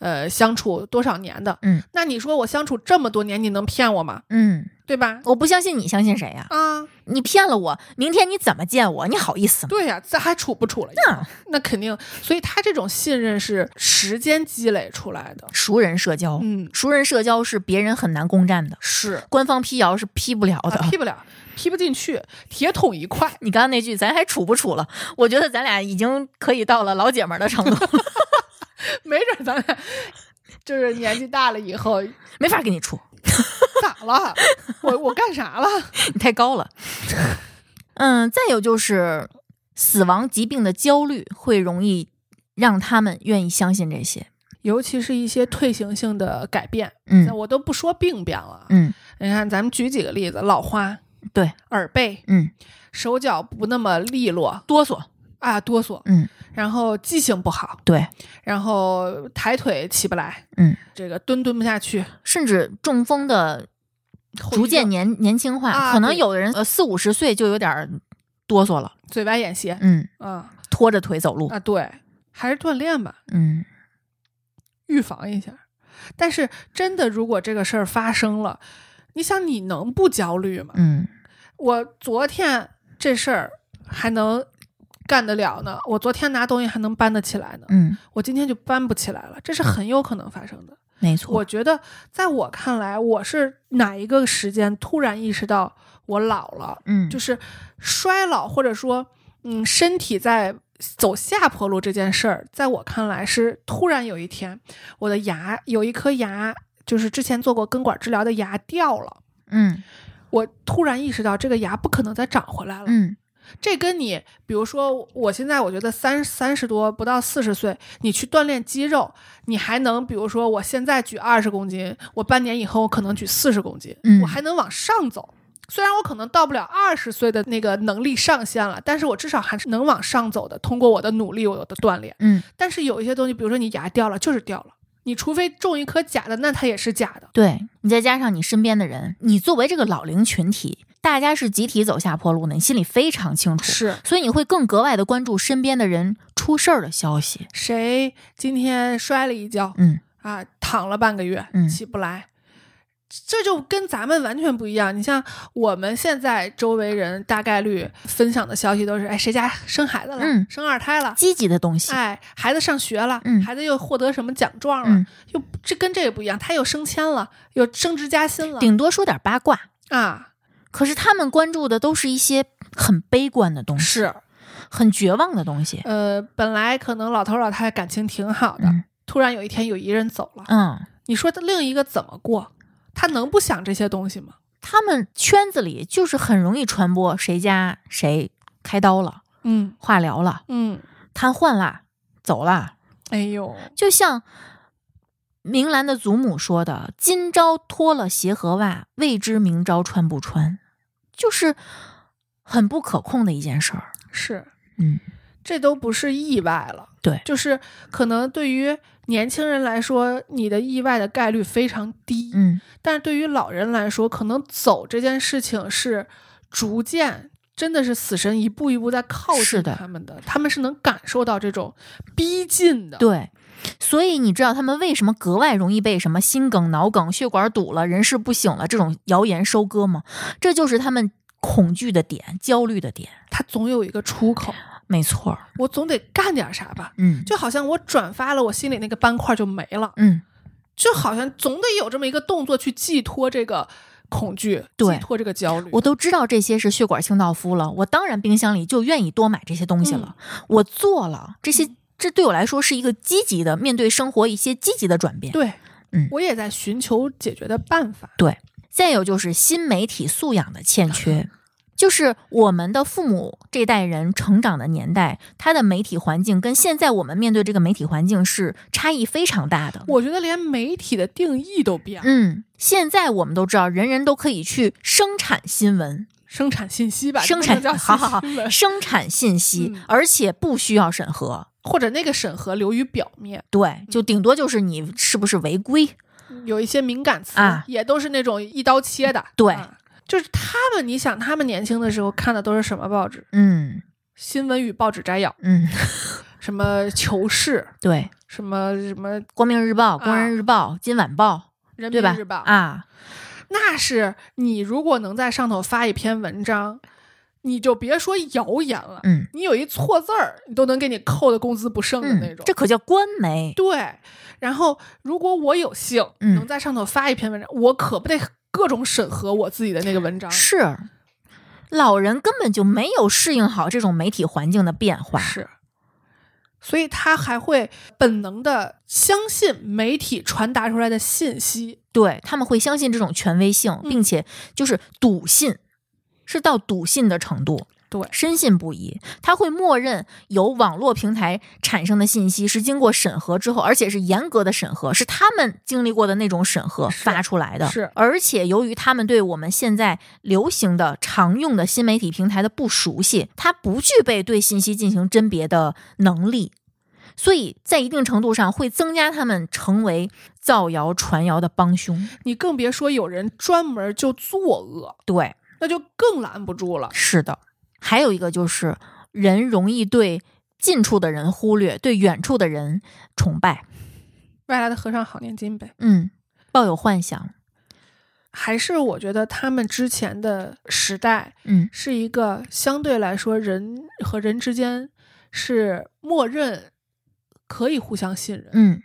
Speaker 3: 呃相处多少年的，
Speaker 2: 嗯，
Speaker 3: 那你说我相处这么多年，你能骗我吗？
Speaker 2: 嗯，
Speaker 3: 对吧？
Speaker 2: 我不相信你相信谁呀、
Speaker 3: 啊，
Speaker 2: 你骗了我，明天你怎么见我？你好意思吗？
Speaker 3: 对呀、这还处不处了？
Speaker 2: 那
Speaker 3: 那肯定，所以他这种信任是时间积累出来的。
Speaker 2: 熟人社交，
Speaker 3: 嗯，
Speaker 2: 熟人社交是别人很难攻占的，
Speaker 3: 是
Speaker 2: 官方辟谣是辟不了的。
Speaker 3: 啊，批不了，批不进去，铁桶一块。
Speaker 2: 你刚刚那句，咱还处不处了？我觉得咱俩已经可以到了 老姐们儿的程度，
Speaker 3: 没准咱俩就是年纪大了以后，
Speaker 2: 没法跟你处。
Speaker 3: 咋了？我我干啥了？
Speaker 2: 你太高了。 嗯，再有就是死亡、疾病的焦虑会容易让他们愿意相信这些。
Speaker 3: 尤其是一些退行性的改变，那
Speaker 2: 嗯
Speaker 3: 我都不说病变了。
Speaker 2: 嗯
Speaker 3: 你看，咱们举几个例子：老花、
Speaker 2: 对，
Speaker 3: 耳背、
Speaker 2: 嗯，
Speaker 3: 手脚不那么利落
Speaker 2: 哆嗦，
Speaker 3: 啊，哆嗦，
Speaker 2: 嗯，
Speaker 3: 然后记性不好，
Speaker 2: 对，
Speaker 3: 然后抬腿起不来，
Speaker 2: 嗯，
Speaker 3: 这个蹲蹲不下去，
Speaker 2: 甚至中风的
Speaker 3: 后遗
Speaker 2: 逐渐
Speaker 3: 症
Speaker 2: 年年轻化，
Speaker 3: 啊
Speaker 2: 可能
Speaker 3: 对
Speaker 2: 有的人呃四五十岁就有点儿哆嗦了，
Speaker 3: 嘴歪眼斜，
Speaker 2: 嗯，
Speaker 3: 啊
Speaker 2: 拖着腿走路，
Speaker 3: 啊，对，还是锻炼吧，
Speaker 2: 嗯
Speaker 3: 预防一下。但是真的，如果这个事儿发生了，你想你能不焦虑吗？
Speaker 2: 嗯
Speaker 3: 我昨天这事儿还能干得了呢，我昨天拿东西还能搬得起来呢，
Speaker 2: 嗯，
Speaker 3: 我今天就搬不起来了，这是很有可能发生的。
Speaker 2: 没错，
Speaker 3: 我觉得，在我看来，我是哪一个时间突然意识到我老了，
Speaker 2: 嗯
Speaker 3: 就是衰老或者说，嗯，身体在走下坡路这件事儿，在我看来是突然有一天，我的牙有一颗牙，就是之前做过根管治疗的牙掉了，
Speaker 2: 嗯
Speaker 3: 我突然意识到这个牙不可能再长回来了。
Speaker 2: 嗯
Speaker 3: 这跟你，比如说，我现在我觉得三三十多不到四十岁，你去锻炼肌肉，你还能，比如说，我现在举二十公斤，我半年以后我可能举四十公斤，
Speaker 2: 嗯
Speaker 3: 我还能往上走。虽然我可能到不了二十岁的那个能力上限了，但是我至少还是能往上走的。通过我的努力，我的锻炼。
Speaker 2: 嗯，
Speaker 3: 但是有一些东西，比如说你牙掉了，就是掉了。你除非种一颗假的，那它也是假的。
Speaker 2: 对你再加上你身边的人，你作为这个老龄群体，大家是集体走下坡路的，你心里非常清楚，
Speaker 3: 是
Speaker 2: 所以你会更格外的关注身边的人出事儿的消息，
Speaker 3: 谁今天摔了一跤，
Speaker 2: 嗯
Speaker 3: 啊，躺了半个月，
Speaker 2: 嗯
Speaker 3: 起不来。这就跟咱们完全不一样。你像我们现在周围人大概率分享的消息都是，哎，谁家生孩子了，
Speaker 2: 嗯
Speaker 3: 生二胎了，
Speaker 2: 积极的东西，
Speaker 3: 哎，孩子上学了，
Speaker 2: 嗯
Speaker 3: 孩子又获得什么奖状了，
Speaker 2: 嗯，
Speaker 3: 又这跟这也不一样，他又升迁了，又升职加薪了
Speaker 2: 顶多说点八卦，
Speaker 3: 啊，
Speaker 2: 可是他们关注的都是一些很悲观的东西，
Speaker 3: 是，
Speaker 2: 很绝望的东西，
Speaker 3: 呃，本来可能老头老太太感情挺好的，
Speaker 2: 嗯
Speaker 3: 突然有一天有一人走了，
Speaker 2: 嗯。
Speaker 3: 你说另一个怎么过？他能不想这些东西吗？
Speaker 2: 他们圈子里就是很容易传播谁家谁开刀了、
Speaker 3: 嗯
Speaker 2: 化疗了、
Speaker 3: 嗯，
Speaker 2: 瘫痪啦、走啦，
Speaker 3: 哎呦，
Speaker 2: 就像明兰的祖母说的：“今朝脱了鞋和袜，未知明朝穿不穿。”就是很不可控的一件事儿。
Speaker 3: 是，
Speaker 2: 嗯，
Speaker 3: 这都不是意外了。
Speaker 2: 对
Speaker 3: 就是可能对于年轻人来说，你的意外的概率非常低，
Speaker 2: 嗯
Speaker 3: 但是对于老人来说，可能走这件事情是逐渐。真的是死神一步一步在靠
Speaker 2: 是
Speaker 3: 近
Speaker 2: 的
Speaker 3: 他们的，他们是能感受到这种逼近的。，
Speaker 2: 对。所以你知道他们为什么格外容易被什么心梗、脑梗、血管堵了、人事不醒了这种谣言收割吗？这就是他们恐惧的点、焦虑的点。
Speaker 3: 他总有一个出口，
Speaker 2: 没错儿，
Speaker 3: 我总得干点啥吧。
Speaker 2: 嗯
Speaker 3: 就好像我转发了，我心里那个斑块就没了，
Speaker 2: 嗯，
Speaker 3: 就好像总得有这么一个动作去寄托这个恐惧，
Speaker 2: 对
Speaker 3: 寄托这个焦虑。
Speaker 2: 我都知道这些是血管清道夫了，我当然冰箱里就愿意多买这些东西了。
Speaker 3: 嗯
Speaker 2: 我做了这些，这对我来说是一个积极的面对生活一些积极的转变。
Speaker 3: 对，
Speaker 2: 嗯
Speaker 3: 我也在寻求解决的办法。
Speaker 2: 再有就是新媒体素养的欠缺，就是我们的父母这代人成长的年代，他的媒体环境跟现在我们面对这个媒体环境是差异非常大的。
Speaker 3: 我觉得连媒体的定义都变了，
Speaker 2: 嗯，现在我们都知道，人人都可以去生产新闻，
Speaker 3: 生产信息吧，
Speaker 2: 生
Speaker 3: 这
Speaker 2: 产
Speaker 3: 不能叫
Speaker 2: 好好好
Speaker 3: 信息了
Speaker 2: 生产信息，
Speaker 3: 呃嗯
Speaker 2: 而且不需要审核。
Speaker 3: 或者那个审核流于表面，
Speaker 2: 对，就
Speaker 3: 嗯
Speaker 2: 顶多就是你是不是违规？
Speaker 3: 有一些敏感词、
Speaker 2: 嗯啊
Speaker 3: 也都是那种一刀切的。
Speaker 2: 对
Speaker 3: 啊就是他们，你想他们年轻的时候看的都是什么报纸？
Speaker 2: 嗯
Speaker 3: 新闻与报纸摘要，
Speaker 2: 嗯，
Speaker 3: 什么《求是》，
Speaker 2: 对，
Speaker 3: 什么什么《
Speaker 2: 《光明日报》《工人日报》金晚报》，
Speaker 3: 人
Speaker 2: 对
Speaker 3: 民
Speaker 2: 吧？
Speaker 3: 啊日报》
Speaker 2: 啊，
Speaker 3: 那是你如果能在上头发一篇文章，你就别说谣言了，
Speaker 2: 嗯
Speaker 3: 你有一错字儿，你都能给你扣的工资不剩的那
Speaker 2: 嗯
Speaker 3: 种。，
Speaker 2: 这可叫官媒。
Speaker 3: 对。然后，如果我有幸
Speaker 2: 嗯
Speaker 3: 能在上头发一篇文章，我可不得各种审核我自己的那个文章。
Speaker 2: 是，老人根本就没有适应好这种媒体环境的变化。
Speaker 3: 是所以他还会本能的相信媒体传达出来的信息。
Speaker 2: 对他们会相信这种权威性，
Speaker 3: 嗯
Speaker 2: 并且就是笃信，是到笃信的程度，
Speaker 3: 对
Speaker 2: 深信不疑。他会默认有网络平台产生的信息是经过审核之后，而且是严格的审核，是他们经历过的那种审核
Speaker 3: 是
Speaker 2: 发出来的。
Speaker 3: 是
Speaker 2: 而且由于他们对我们现在流行的常用的新媒体平台的不熟悉，他不具备对信息进行甄别的能力。所以在一定程度上会增加他们成为造谣传谣的帮凶。
Speaker 3: 你更别说有人专门就作恶，
Speaker 2: 对，
Speaker 3: 那就更拦不住了。
Speaker 2: 是的。还有一个就是人容易对近处的人忽略，对远处的人崇拜，
Speaker 3: 外来的和尚好念经呗。
Speaker 2: 嗯，抱有幻想，
Speaker 3: 还是我觉得他们之前的时代
Speaker 2: 嗯
Speaker 3: 是一个相对来说人和人之间是默认可以互相信任，
Speaker 2: 嗯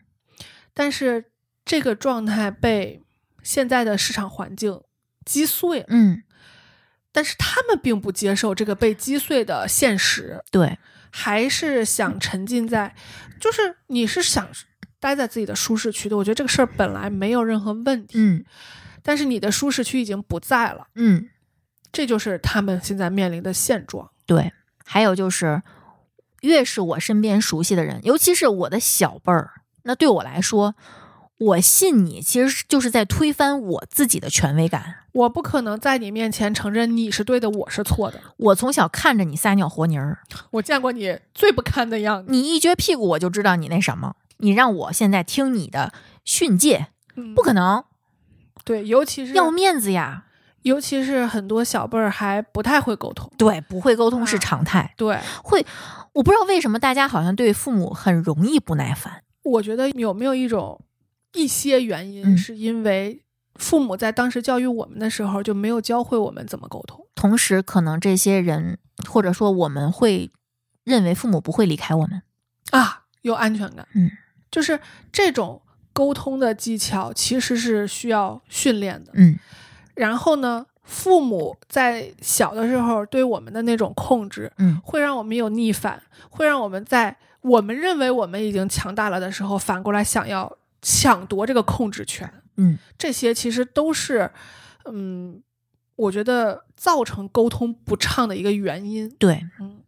Speaker 3: 但是这个状态被现在的市场环境击碎了。
Speaker 2: 嗯，
Speaker 3: 但是他们并不接受这个被击碎的现实，
Speaker 2: 对，
Speaker 3: 还是想
Speaker 2: 嗯
Speaker 3: 沉浸在，就是你是想待在自己的舒适区的。我觉得这个事儿本来没有任何问题，
Speaker 2: 嗯
Speaker 3: 但是你的舒适区已经不在了，
Speaker 2: 嗯
Speaker 3: 这就是他们现在面临的现状。
Speaker 2: 对。还有就是，越是我身边熟悉的人，尤其是我的小辈儿，那对我来说，我信你其实是就是在推翻我自己的权威感。
Speaker 3: 我不可能在你面前承认你是对的，我是错的。
Speaker 2: 我从小看着你撒尿和泥儿，
Speaker 3: 我见过你最不堪的样子，
Speaker 2: 你一撅屁股我就知道你那什么。你让我现在听你的训诫，嗯不可
Speaker 3: 能。
Speaker 2: 能，
Speaker 3: 对，尤其是
Speaker 2: 要面子呀。
Speaker 3: 尤其是很多小辈儿还不太会沟通。
Speaker 2: 对，不会沟通是
Speaker 3: 啊
Speaker 2: 常态。
Speaker 3: 对，
Speaker 2: 会，我不知道为什么大家好像对父母很容易不耐烦。
Speaker 3: 我觉得有没有一种一些原因，
Speaker 2: 嗯
Speaker 3: 是因为父母在当时教育我们的时候就没有教会我们怎么沟通。
Speaker 2: 同时，可能这些人或者说我们会认为父母不会离开我们。
Speaker 3: 啊，有安全感。
Speaker 2: 嗯，
Speaker 3: 就是这种沟通的技巧其实是需要训练的。
Speaker 2: 嗯
Speaker 3: 然后呢，父母在小的时候对我们的那种控制，
Speaker 2: 嗯
Speaker 3: 会让我们有逆反，会让我们在我们认为我们已经强大了的时候，反过来想要抢夺这个控制权。
Speaker 2: 嗯，
Speaker 3: 这些其实都是，嗯，我觉得造成沟通不畅的一个原因。
Speaker 2: 对。
Speaker 3: 嗯，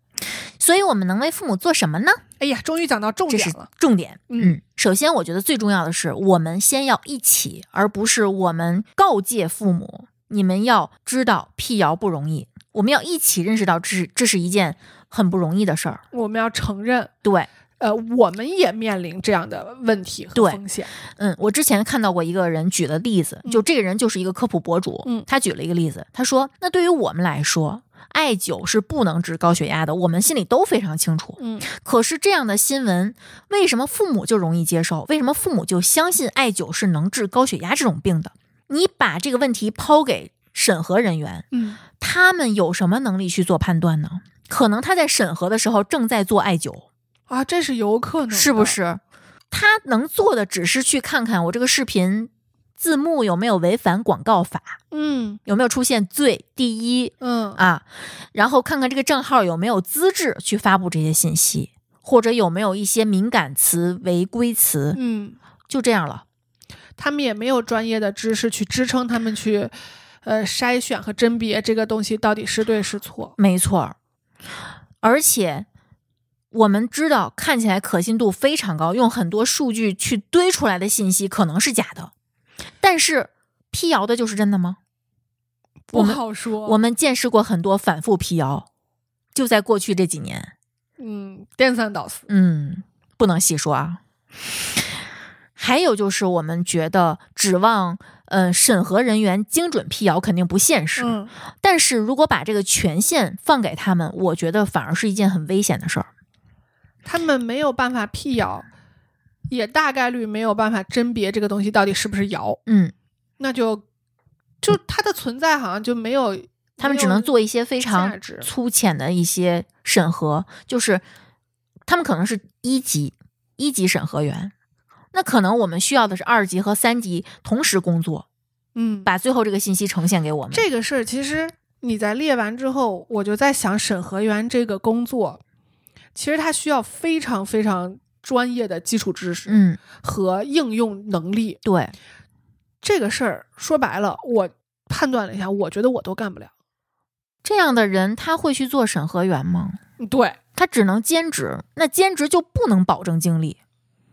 Speaker 2: 所以我们能为父母做什么呢？
Speaker 3: 哎呀，终于讲到重
Speaker 2: 这
Speaker 3: 点
Speaker 2: 是
Speaker 3: 了。
Speaker 2: 重点。
Speaker 3: 嗯，
Speaker 2: 首先我觉得最重要的是，我们先要一起，而不是我们告诫父母，你们要知道辟谣不容易，我们要一起认识到这是这是一件很不容易的事儿。
Speaker 3: 我们要承认，
Speaker 2: 对，
Speaker 3: 呃，我们也面临这样的问题和
Speaker 2: 对
Speaker 3: 风险。
Speaker 2: 嗯，我之前看到过一个人举的例子，
Speaker 3: 嗯
Speaker 2: 就这个人就是一个科普博主，
Speaker 3: 嗯
Speaker 2: 他举了一个例子，他说，那对于我们来说。艾灸是不能治高血压的，我们心里都非常清楚。
Speaker 3: 嗯，
Speaker 2: 可是这样的新闻，为什么父母就容易接受？为什么父母就相信艾灸是能治高血压这种病的？你把这个问题抛给审核人员，
Speaker 3: 嗯，
Speaker 2: 他们有什么能力去做判断呢？可能他在审核的时候正在做艾灸，
Speaker 3: 啊，这是有可能的，
Speaker 2: 是不是？他能做的只是去看看我这个视频字幕有没有违反广告法，
Speaker 3: 嗯？
Speaker 2: 有没有出现最第一
Speaker 3: 嗯嗯，
Speaker 2: 啊，然后看看这个账号有没有资质去发布这些信息，或者有没有一些敏感词、违规词，
Speaker 3: 嗯，
Speaker 2: 就这样了。
Speaker 3: 他们也没有专业的知识去支撑他们去，呃，筛选和甄别这个东西到底是对是错。
Speaker 2: 没错儿，而且我们知道，看起来可信度非常高，用很多数据去堆出来的信息可能是假的，但是辟谣的就是真的吗？我
Speaker 3: 不
Speaker 2: 们
Speaker 3: 好说。
Speaker 2: 我们见识过很多反复辟谣，就在过去这几年。
Speaker 3: 嗯，颠三倒四。
Speaker 2: 嗯，不能细说啊。还有就是，我们觉得指望呃审核人员精准辟谣肯定不现实，
Speaker 3: 嗯，
Speaker 2: 但是如果把这个权限放给他们，我觉得反而是一件很危险的事儿。
Speaker 3: 他们没有办法辟谣，也大概率没有办法甄别这个东西到底是不是谣，
Speaker 2: 嗯，
Speaker 3: 那就就它的存在好像就没有，
Speaker 2: 他们
Speaker 3: 没
Speaker 2: 只
Speaker 3: 有
Speaker 2: 能做一些非
Speaker 3: 价
Speaker 2: 常
Speaker 3: 值
Speaker 2: 粗浅的一些审核，就是他们可能是一级一级审核员，那可能我们需要的是二级和三级同时工作，
Speaker 3: 嗯，
Speaker 2: 把最后这个信息呈现给我们。
Speaker 3: 这个事儿其实你在列完之后，我就在想，审核员这个工作，其实它需要非常非常专业的基础知识
Speaker 2: 嗯，
Speaker 3: 和应用能力。
Speaker 2: 对，
Speaker 3: 这个事儿说白了，我判断了一下，我觉得我都干不了。
Speaker 2: 这样的人他会去做审核员吗？
Speaker 3: 嗯对
Speaker 2: 他只能兼职，那兼职就不能保证精力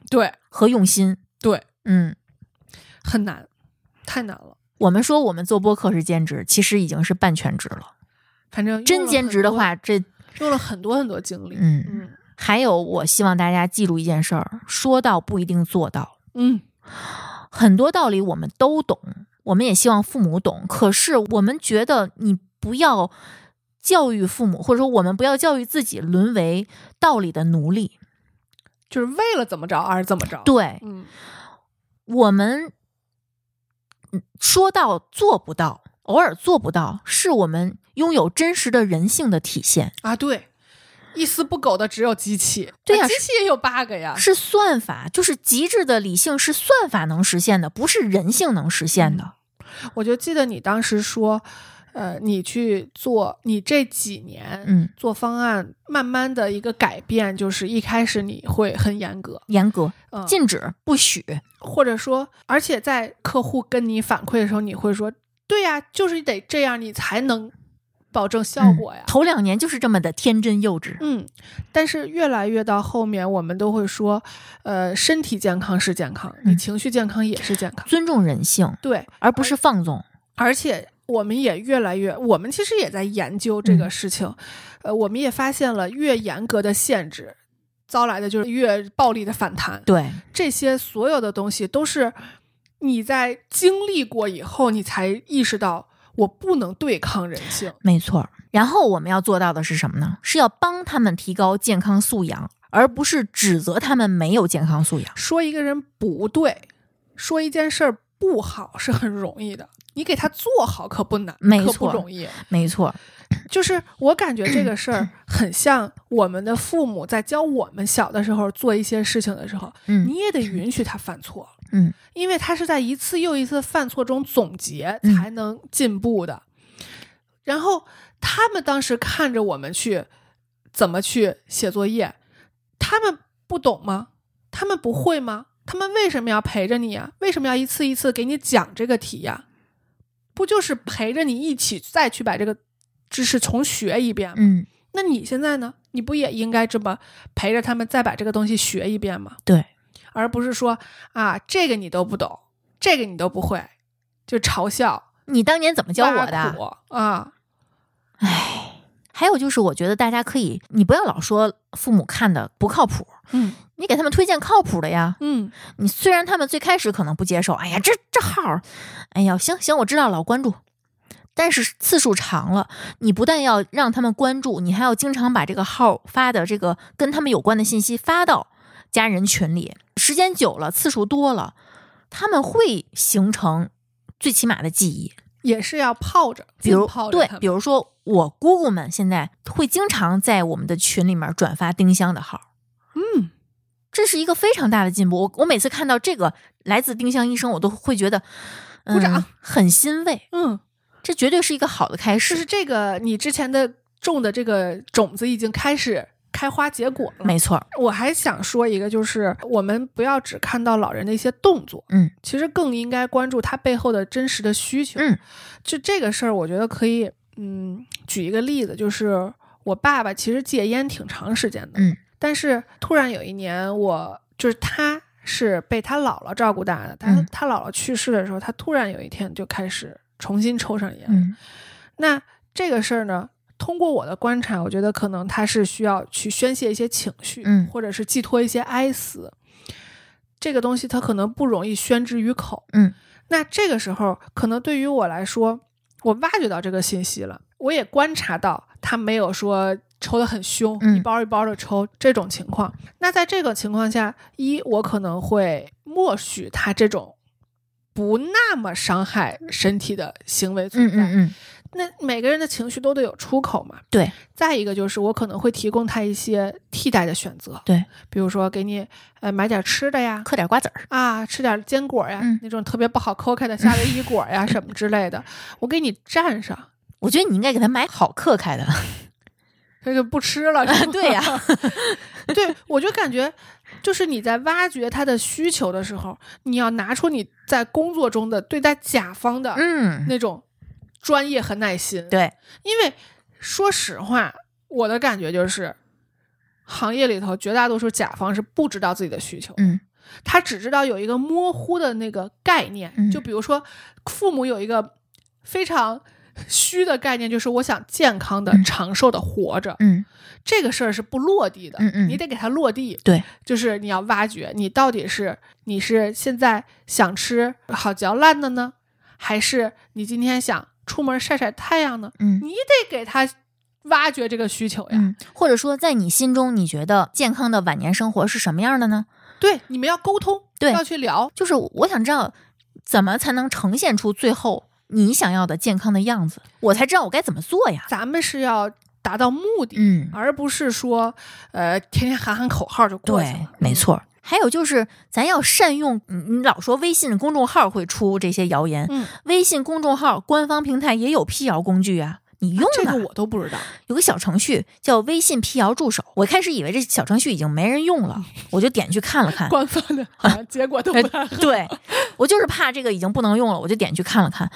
Speaker 3: 对
Speaker 2: 和用心。
Speaker 3: 对，
Speaker 2: 嗯，
Speaker 3: 很难，太难了。
Speaker 2: 我们说我们做播客是兼职，其实已经是半全职了。
Speaker 3: 反正用
Speaker 2: 真
Speaker 3: 了
Speaker 2: 兼
Speaker 3: 很
Speaker 2: 职的
Speaker 3: 多，
Speaker 2: 话，这
Speaker 3: 用了很多很多精力。
Speaker 2: 嗯，
Speaker 3: 嗯
Speaker 2: 还有我希望大家记住一件事儿：说到不一定做到，
Speaker 3: 嗯
Speaker 2: 很多道理我们都懂，我们也希望父母懂，可是我们觉得你不要教育父母，或者说我们不要教育自己沦为道理的奴隶。
Speaker 3: 就是为了怎么着而怎么着。，
Speaker 2: 对
Speaker 3: 嗯，
Speaker 2: 我们嗯说到做不到，偶尔做不到，是我们拥有真实的人性的体现，
Speaker 3: 啊，对，一丝不苟的只有机器，
Speaker 2: 对呀
Speaker 3: 啊机器也有 bug 呀，
Speaker 2: 是算法，就是极致的理性是算法能实现的，不是人性能实现的。
Speaker 3: 我就记得你当时说，呃，你去做，你这几年
Speaker 2: 嗯，
Speaker 3: 做方案，慢慢的一个改变，就是一开始你会很严格，
Speaker 2: 严格
Speaker 3: 嗯，
Speaker 2: 禁止不许，
Speaker 3: 或者说，而且在客户跟你反馈的时候，你会说，对呀、就是得这样，你才能保证效果呀
Speaker 2: 嗯。头两年就是这么的天真幼稚。
Speaker 3: 嗯，但是越来越到后面，我们都会说，呃，身体健康是健康，你
Speaker 2: 嗯
Speaker 3: 情绪健康也是健康。
Speaker 2: 尊重人性，
Speaker 3: 对，
Speaker 2: 而不是放纵。
Speaker 3: 而且我们也越来越，我们其实也在研究这个
Speaker 2: 嗯
Speaker 3: 事情，呃，我们也发现了越严格的限制，招来的就是越暴力的反弹。
Speaker 2: 对，
Speaker 3: 这些所有的东西都是你在经历过以后，你才意识到我不能对抗人性。
Speaker 2: 没错儿。然后我们要做到的是什么呢？是要帮他们提高健康素养，而不是指责他们没有健康素养。
Speaker 3: 说一个人不对，说一件事儿不好是很容易的，你给他做好可不难，
Speaker 2: 没
Speaker 3: 可不
Speaker 2: 错
Speaker 3: 容易。
Speaker 2: 没错儿，
Speaker 3: 就是我感觉这个事儿很像我们的父母在教我们小的时候做一些事情的时候，
Speaker 2: 嗯
Speaker 3: 你也得允许他犯错，
Speaker 2: 嗯，
Speaker 3: 因为他是在一次又一次犯错中总结
Speaker 2: 嗯
Speaker 3: 才能进步的。然后他们当时看着我们去怎么去写作业，他们不懂吗？他们不会吗？他们为什么要陪着你呀、为什么要一次一次给你讲这个题呀、不就是陪着你一起再去把这个知识重学一遍吗？
Speaker 2: 嗯，
Speaker 3: 那你现在呢？你不也应该这么陪着他们再把这个东西学一遍吗？
Speaker 2: 对，
Speaker 3: 而不是说啊，这个你都不懂，这个你都不会，就嘲笑
Speaker 2: 你当年怎么教我
Speaker 3: 挖
Speaker 2: 的？
Speaker 3: 苦啊。
Speaker 2: 还有就是，我觉得大家可以，你不要老说父母看的不靠谱，
Speaker 3: 嗯
Speaker 2: 你给他们推荐靠谱的呀。
Speaker 3: 嗯，
Speaker 2: 你虽然他们最开始可能不接受，哎呀，这这号儿，哎呀，行行，我知道了，我关注。但是次数长了，你不但要让他们关注，你还要经常把这个号发的这个跟他们有关的信息发到家人群里。时间久了，次数多了，他们会形成最起码的记忆。
Speaker 3: 也是要泡着，
Speaker 2: 比如
Speaker 3: 浸泡着
Speaker 2: 对
Speaker 3: 他，们
Speaker 2: 比如说我姑姑们现在会经常在我们的群里面转发丁香的号，
Speaker 3: 嗯，
Speaker 2: 这是一个非常大的进步。我我每次看到这个来自丁香医生，我都会觉得，嗯、
Speaker 3: 鼓掌，
Speaker 2: 很欣慰。
Speaker 3: 嗯，
Speaker 2: 这绝对是一个好的开始，
Speaker 3: 就是这个你之前的种的这个种子已经开始开花结果了。
Speaker 2: 没错儿。
Speaker 3: 我还想说一个，就是我们不要只看到老人的一些动作，
Speaker 2: 嗯，
Speaker 3: 其实更应该关注他背后的真实的需求。
Speaker 2: 嗯，
Speaker 3: 就这个事儿，我觉得可以，嗯，举一个例子，就是我爸爸其实戒烟挺长时间的，
Speaker 2: 嗯，
Speaker 3: 但是突然有一年我就是他。是被他姥姥照顾大的，他、
Speaker 2: 嗯
Speaker 3: 他姥姥去世的时候，他突然有一天就开始重新抽上烟。
Speaker 2: 嗯
Speaker 3: 那这个事儿呢，通过我的观察，我觉得可能他是需要去宣泄一些情绪，
Speaker 2: 嗯
Speaker 3: 或者是寄托一些哀思。这个东西他可能不容易宣之于口，
Speaker 2: 嗯。
Speaker 3: 那这个时候，可能对于我来说，我挖掘到这个信息了，我也观察到他没有说抽得很凶，
Speaker 2: 嗯
Speaker 3: 一包一包的抽这种情况。那在这个情况下，一我可能会默许他这种不那么伤害身体的行为存
Speaker 2: 嗯
Speaker 3: 在。
Speaker 2: 嗯嗯，
Speaker 3: 那每个人的情绪都得有出口嘛。
Speaker 2: 对。
Speaker 3: 再一个就是，我可能会提供他一些替代的选择，
Speaker 2: 对，
Speaker 3: 比如说给你呃买点吃的呀，
Speaker 2: 嗑点瓜子儿，
Speaker 3: 啊吃点坚果呀，
Speaker 2: 嗯
Speaker 3: 那种特别不好抠开的夏威夷果呀什么之类的，我给你蘸上，
Speaker 2: 我觉得你应该给他买好嗑开 的。
Speaker 3: 这就不吃了。是吧
Speaker 2: 对呀
Speaker 3: 对我就感觉。就是你在挖掘他的需求的时候，你要拿出你在工作中的对待甲方的
Speaker 2: 嗯，
Speaker 3: 那种专业和耐心。
Speaker 2: 对，
Speaker 3: 因为说实话，我的感觉就是，行业里头绝大多数甲方是不知道自己的需求，
Speaker 2: 嗯
Speaker 3: 他只知道有一个模糊的那个概念，
Speaker 2: 嗯
Speaker 3: 就比如说父母有一个非常。虚的概念就是我想健康的、
Speaker 2: 嗯
Speaker 3: 长寿的活着，
Speaker 2: 嗯
Speaker 3: 这个事儿是不落地的，
Speaker 2: 嗯嗯
Speaker 3: 你得给它落地。
Speaker 2: 对，
Speaker 3: 就是你要挖掘，你到底是你是现在想吃好嚼烂的呢，还是你今天想出门晒晒太阳呢？
Speaker 2: 嗯
Speaker 3: 你得给他挖掘这个需求呀。
Speaker 2: 嗯，或者说在你心中，你觉得健康的晚年生活是什么样的呢？
Speaker 3: 对，你们要沟通，
Speaker 2: 对
Speaker 3: 要去聊。
Speaker 2: 就是我想知道，怎么才能呈现出最后你想要的健康的样子，我才知道我该怎么做呀。
Speaker 3: 咱们是要达到目的，
Speaker 2: 嗯，
Speaker 3: 而不是说呃天天喊喊口号就过去
Speaker 2: 对
Speaker 3: 了。，嗯
Speaker 2: 没错。还有就是，咱要善用你你老说微信公众号会出这些谣言，
Speaker 3: 嗯，
Speaker 2: 微信公众号官方平台也有辟谣工具啊。你用
Speaker 3: 这
Speaker 2: 呢？
Speaker 3: 个我都不知道。
Speaker 2: 有个小程序叫微信辟谣助手，我开始以为这小程序已经没人用了，我就点去看了 看。
Speaker 3: 官方的好像结果都不太好
Speaker 2: 嗯呃对，我就是怕这个已经不能用了，我就点去看了看，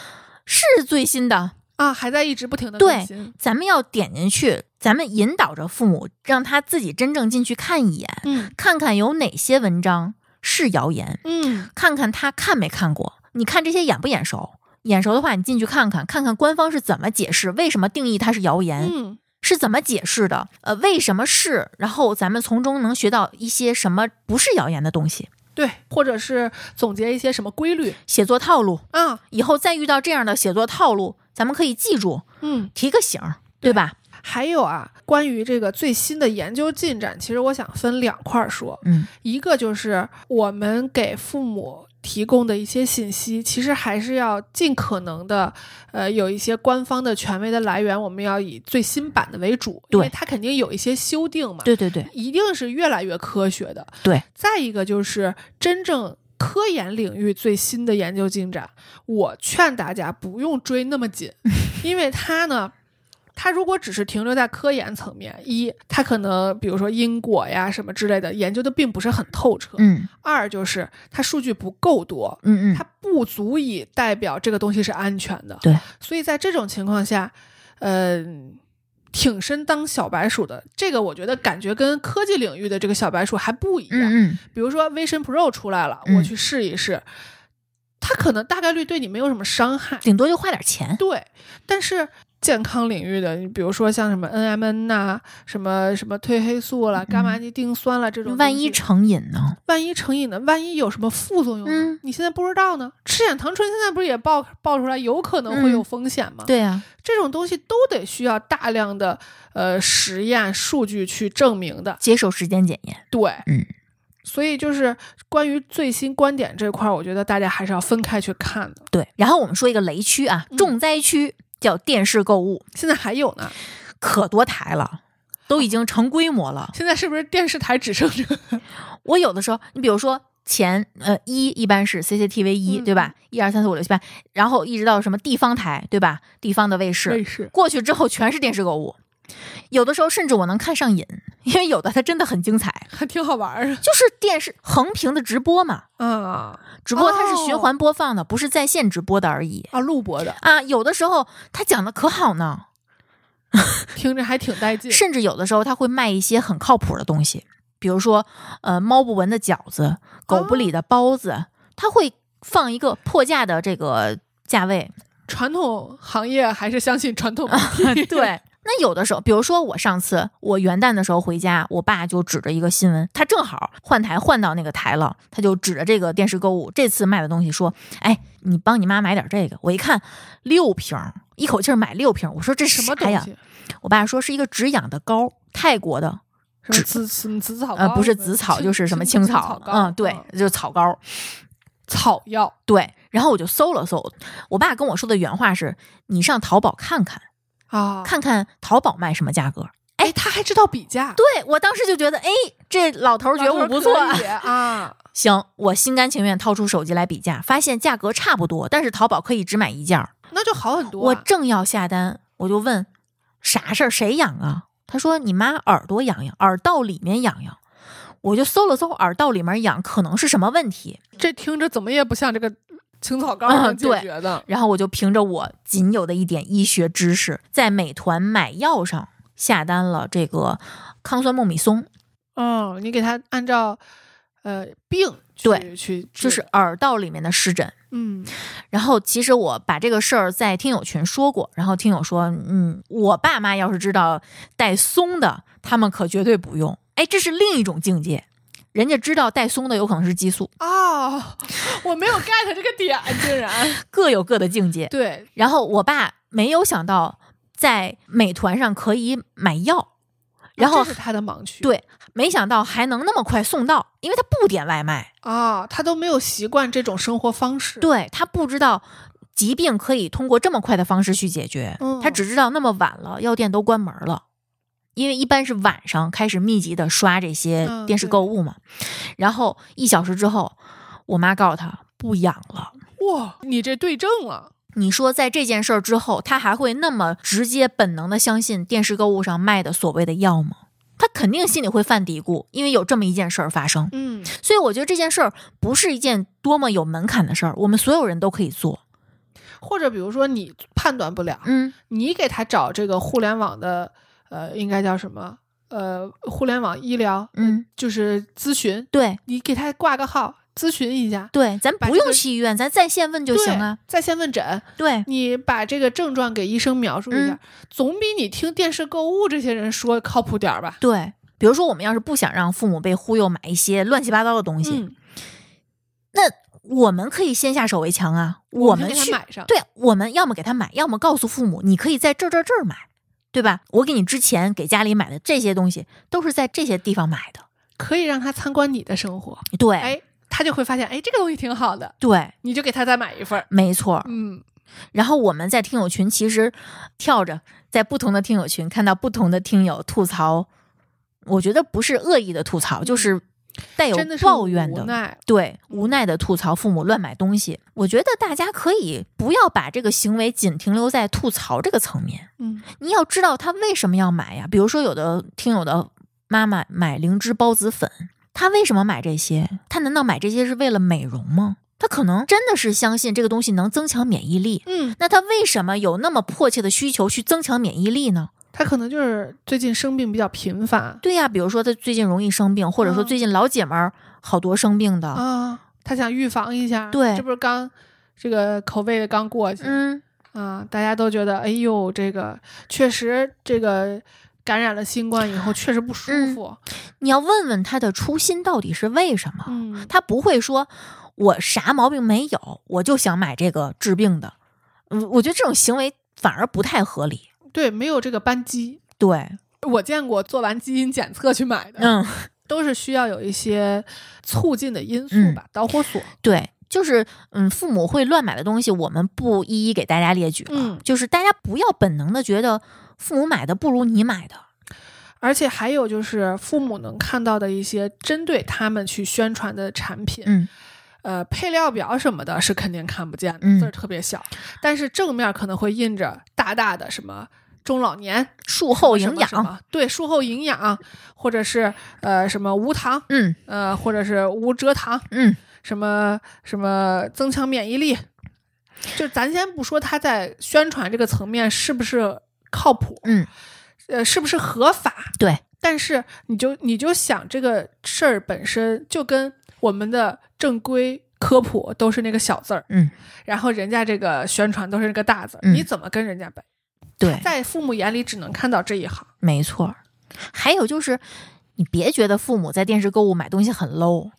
Speaker 2: 是最新的。
Speaker 3: 啊，还在一直不停的
Speaker 2: 对
Speaker 3: 更新。
Speaker 2: 咱们要点进去，咱们引导着父母，让他自己真正进去看一眼，
Speaker 3: 嗯
Speaker 2: 看看有哪些文章是谣言，
Speaker 3: 嗯，
Speaker 2: 看看他看没看过，你看这些眼不眼熟？眼熟的话，你进去看看，看看官方是怎么解释，为什么定义它是谣言，
Speaker 3: 嗯，
Speaker 2: 是怎么解释的？呃，为什么是？然后咱们从中能学到一些什么不是谣言的东西，
Speaker 3: 对，或者是总结一些什么规律
Speaker 2: 写作套路。
Speaker 3: 啊，
Speaker 2: 以后再遇到这样的写作套路，咱们可以记住，
Speaker 3: 嗯，
Speaker 2: 提个醒儿，对吧？
Speaker 3: 还有啊，关于这个最新的研究进展，其实我想分两块儿说，
Speaker 2: 嗯
Speaker 3: 一个就是我们给父母。提供的一些信息，其实还是要尽可能的，呃，有一些官方的权威的来源，我们要以最新版的为主，因为
Speaker 2: 对
Speaker 3: 它肯定有一些修订嘛，
Speaker 2: 对对对
Speaker 3: 一定是越来越科学的。
Speaker 2: 对，
Speaker 3: 再一个就是真正科研领域最新的研究进展，我劝大家不用追那 么紧，因为它呢。它如果只是停留在科研层面，一，它可能比如说因果呀什么之类的研究的并不是很透彻；
Speaker 2: 嗯
Speaker 3: 二就是它数据不够多，
Speaker 2: 嗯嗯
Speaker 3: 它，不足以代表这个东西是安全的。
Speaker 2: 对，
Speaker 3: 所以在这种情况下，嗯、挺身当小白鼠的这个，我觉得感觉跟科技领域的这个小白鼠还不一样。
Speaker 2: 嗯嗯，
Speaker 3: 比如说 Vision Pro 出来了，
Speaker 2: 嗯
Speaker 3: 我去试一试，它可能大概率对你没有什么伤害，
Speaker 2: 顶多就花点钱。
Speaker 3: 对，但是。健康领域的，你比如说像什么 NMN 呐、什么什么褪黑素了、伽马尼丁酸了这种东西，
Speaker 2: 嗯万一成瘾呢？
Speaker 3: 万一成瘾呢？万一有什么副作用呢？
Speaker 2: 嗯
Speaker 3: 你现在不知道呢。吃眼糖醇现在不是也爆爆出来，有可能会有
Speaker 2: 嗯
Speaker 3: 风险吗？
Speaker 2: 对啊，
Speaker 3: 这种东西都得需要大量的呃实验数据去证明的。
Speaker 2: 接受时间检验。
Speaker 3: 对，
Speaker 2: 嗯，
Speaker 3: 所以就是关于最新观点这块儿，我觉得大家还是要分开去看的。
Speaker 2: 对，然后我们说一个雷区啊，
Speaker 3: 嗯
Speaker 2: 重灾区叫电视购物，
Speaker 3: 现在还有呢，
Speaker 2: 可多台了。都已经成规模了。
Speaker 3: 现在是不是电视台只剩这个？
Speaker 2: 我有的时候，你比如说前呃一一般是 CCTV 一、
Speaker 3: 嗯
Speaker 2: 对吧？一二三四五六七八，然后一直到什么地方台对吧？地方的卫视，
Speaker 3: 卫视
Speaker 2: 过去之后全是电视购物，有的时候甚至我能看上瘾，因为有的它真的很精彩，
Speaker 3: 还挺好玩儿
Speaker 2: 就是电视横屏的直播嘛，
Speaker 3: 啊
Speaker 2: 只不过它是
Speaker 3: 哦
Speaker 2: 循环播放的，不是在线直播的而已
Speaker 3: 啊！录播的，
Speaker 2: 啊。有的时候他讲的可好呢，
Speaker 3: 听着还挺带劲。
Speaker 2: 甚至有的时候他会卖一些很靠谱的东西，比如说呃猫不闻的饺子，狗不理的包子，他会放一个破价的这个价位，
Speaker 3: 传统行业还是相信传统媒体。
Speaker 2: 对，那有的时候，比如说我上次我元旦的时候回家，我爸就指着一个新闻，他正好换台换到那个台了，他就指着这个电视购物这次卖的东西说：“哎，你帮你妈买点这个。”我一看六瓶儿，一口气儿买六瓶儿，我说这
Speaker 3: 什么
Speaker 2: 啥
Speaker 3: 东
Speaker 2: 呀？
Speaker 3: 西？
Speaker 2: 我爸说是一个止痒的膏，泰国的，
Speaker 3: 什么紫什么紫草膏？
Speaker 2: 呃，不是紫草就是什么青
Speaker 3: 草
Speaker 2: 草，
Speaker 3: 膏。
Speaker 2: 嗯，对，就是草膏。
Speaker 3: 草药
Speaker 2: 对，然后我就搜了搜，我爸跟我说的原话是：“你上淘宝看看，
Speaker 3: 啊。
Speaker 2: 看看淘宝卖什么价格。”
Speaker 3: 哎，他还知道比价，
Speaker 2: 对我当时就觉得，哎，这老头儿觉悟不错
Speaker 3: 老头
Speaker 2: 啊
Speaker 3: 儿可。以啊。
Speaker 2: 行，我心甘情愿掏出手机来比价，发现价格差不多，但是淘宝可以只买一件儿。
Speaker 3: 那就好很多
Speaker 2: 我
Speaker 3: 啊。
Speaker 2: 正要下单，我就问啥事儿，谁痒啊？他说你妈耳朵痒痒，耳道里面痒痒。我就搜了搜耳道里面痒可能是什么问题，
Speaker 3: 这听着怎么也不像这个青草膏
Speaker 2: 嗯
Speaker 3: 能解
Speaker 2: 对
Speaker 3: 决的。
Speaker 2: 然后我就凭着我仅有的一点医学知识，在美团买药上下单了这个抗酸莫米松，
Speaker 3: 哦，你给他按照呃病去
Speaker 2: 对
Speaker 3: 去治
Speaker 2: 就是耳道里面的湿疹。
Speaker 3: 嗯
Speaker 2: 然后其实我把这个事儿在听友群说过，然后听友说，嗯，我爸妈要是知道带松的，他们可绝对不用。哎，这是另一种境界，人家知道带松的有可能是激素，
Speaker 3: 哦，我没有 get 这个点，竟然
Speaker 2: 各有各的境界。
Speaker 3: 对
Speaker 2: 然后我爸没有想到在美团上可以买药，然后
Speaker 3: 哦这是他的盲区。
Speaker 2: 对，没想到还能那么快送到，因为他不点外卖，
Speaker 3: 啊，他都没有习惯这种生活方式。
Speaker 2: 对他不知道疾病可以通过这么快的方式去解决，
Speaker 3: 嗯
Speaker 2: 他只知道那么晚了，药店都关门了。因为一般是晚上开始密集的刷这些
Speaker 3: 嗯
Speaker 2: 电视
Speaker 3: 对
Speaker 2: 购物嘛，然后一小时之后，我妈告诉他不痒了。
Speaker 3: 哇，你这对症了。
Speaker 2: 你说在这件事儿之后，他还会那么直接本能的相信电视购物上卖的所谓的药吗？他肯定心里会犯嘀咕，因为有这么一件事儿发生。
Speaker 3: 嗯，
Speaker 2: 所以我觉得这件事儿不是一件多么有门槛的事儿，我们所有人都可以做。
Speaker 3: 或者比如说你判断不了，
Speaker 2: 嗯
Speaker 3: 你给他找这个互联网的呃，应该叫什么？呃，互联网医疗
Speaker 2: 嗯，
Speaker 3: 就是咨询，
Speaker 2: 对
Speaker 3: 你给他挂个号咨询一下
Speaker 2: 对，咱
Speaker 3: 把
Speaker 2: 不
Speaker 3: 这个
Speaker 2: 用去医院，咱在线问就行啊。。
Speaker 3: 对在线问诊，
Speaker 2: 对
Speaker 3: 你把这个症状给医生描述一下，
Speaker 2: 嗯
Speaker 3: 总比你听电视购物这些人说靠谱点儿吧？
Speaker 2: 对，比如说我们要是不想让父母被忽悠买一些乱七八糟的东西，
Speaker 3: 嗯，
Speaker 2: 我们可以先下手为强啊，我们
Speaker 3: 给他
Speaker 2: 去
Speaker 3: 买上。
Speaker 2: 对，我们要么给他买，要么告诉父母，你可以在这儿这儿这儿买，对吧？我给你之前给家里买的这些东西，都是在这些地方买的。
Speaker 3: 可以让他参观你的生活，
Speaker 2: 对，
Speaker 3: 哎，他就会发现，哎，这个东西挺好的，
Speaker 2: 对，
Speaker 3: 你就给他再买一份儿。
Speaker 2: 没错儿。
Speaker 3: 嗯，
Speaker 2: 然后我们在听友群其实跳着，在不同的听友群看到不同的听友吐槽，我觉得不是恶意的吐槽，就是带有
Speaker 3: 真的是
Speaker 2: 哎抱怨的
Speaker 3: 无奈。
Speaker 2: 对，无奈的吐槽父母乱买东西，我觉得大家可以不要把这个行为仅停留在吐槽这个层面，
Speaker 3: 嗯，
Speaker 2: 你要知道他为什么要买呀。比如说，有的听友的妈妈买灵芝孢子粉，她为什么买这些？她难道买这些是为了美容吗？她可能真的是相信这个东西能增强免疫力。
Speaker 3: 嗯，
Speaker 2: 那她为什么有那么迫切的需求去增强免疫力呢？
Speaker 3: 他可能就是最近生病比较频繁
Speaker 2: 对呀、比如说她最近容易生病，或者说
Speaker 3: 嗯
Speaker 2: 最近老姐们儿好多生病的，
Speaker 3: 啊，他想预防一下。
Speaker 2: 对
Speaker 3: 这不是刚这个口味的刚过去、
Speaker 2: 嗯，
Speaker 3: 啊，大家都觉得，哎呦，这个确实这个感染了新冠以后确实不舒
Speaker 2: 嗯
Speaker 3: 服。
Speaker 2: 你要问问他的初心到底是为什么，
Speaker 3: 嗯
Speaker 2: 他不会说我啥毛病没有，我就想买这个治病的。嗯，我觉得这种行为反而不太合理。
Speaker 3: 对，没有这个扳机。
Speaker 2: 对，
Speaker 3: 我见过做完基因检测去买的，
Speaker 2: 嗯，
Speaker 3: 都是需要有一些促进的因素
Speaker 2: 嗯
Speaker 3: 吧，导火索。
Speaker 2: 对，就是嗯，父母会乱买的东西，我们不一一给大家列举了。
Speaker 3: 嗯
Speaker 2: 就是大家不要本能的觉得父母买的不如你买的。
Speaker 3: 而且还有就是父母能看到的一些针对他们去宣传的产品，
Speaker 2: 嗯
Speaker 3: 呃，配料表什么的是肯定看不见的，
Speaker 2: 嗯
Speaker 3: 字儿特别小，但是正面可能会印着大大的什么。中老年
Speaker 2: 术后
Speaker 3: 什
Speaker 2: 营
Speaker 3: 么
Speaker 2: 养，
Speaker 3: 什么对术后营养，或者是呃什么无糖，
Speaker 2: 嗯
Speaker 3: 呃或者是无蔗糖，
Speaker 2: 嗯，
Speaker 3: 什么什么增强免疫力，就咱先不说他在宣传这个层面是不是靠谱，
Speaker 2: 嗯，
Speaker 3: 呃，是不是合法？
Speaker 2: 对，
Speaker 3: 但是你就你就想这个事儿本身就跟我们的正规科普都是那个小字儿，
Speaker 2: 嗯，
Speaker 3: 然后人家这个宣传都是那个大字儿，
Speaker 2: 嗯
Speaker 3: 你怎么跟人家掰？
Speaker 2: 对，
Speaker 3: 在父母眼里只能看到这一行，
Speaker 2: 没错儿，还有就是，你别觉得父母在电视购物买东西很 low，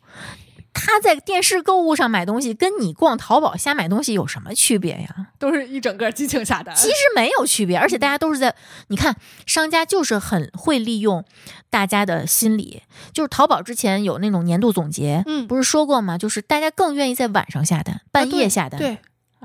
Speaker 2: 他在电视购物上买东西跟你逛淘宝瞎买东西有什么区别呀？
Speaker 3: 都是一整个激情下单。
Speaker 2: 其实没有区别，而且大家都是在你看，商家就是很会利用大家的心理，就是淘宝之前有那种年度总结，
Speaker 3: 嗯啊
Speaker 2: 不是说过吗？就是大家更愿意在晚上下单，半夜下单，
Speaker 3: 对，对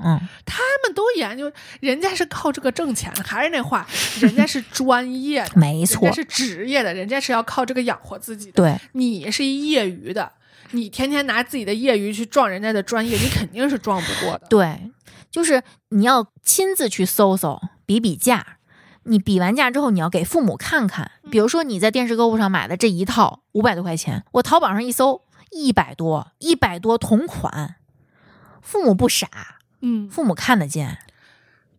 Speaker 2: 嗯，
Speaker 3: 他们都研究，人家是靠这个挣钱，还是那话，人家是专业的，
Speaker 2: 嗯没
Speaker 3: 人
Speaker 2: 错
Speaker 3: 家，是职业的，人家是要靠这个养活自己的。
Speaker 2: 对，
Speaker 3: 你是一业余的，你天天拿自己的业余去撞人家的专业，你肯定是撞不过的。
Speaker 2: 对，就是你要亲自去搜搜，比比价。你比完价之后，你要给父母看看。比
Speaker 3: 嗯
Speaker 2: 如说你在电视购物上买的这一套五百多块钱，我淘宝上一搜一百多，一百多同款，父母不傻，
Speaker 3: 嗯，
Speaker 2: 父母看得见。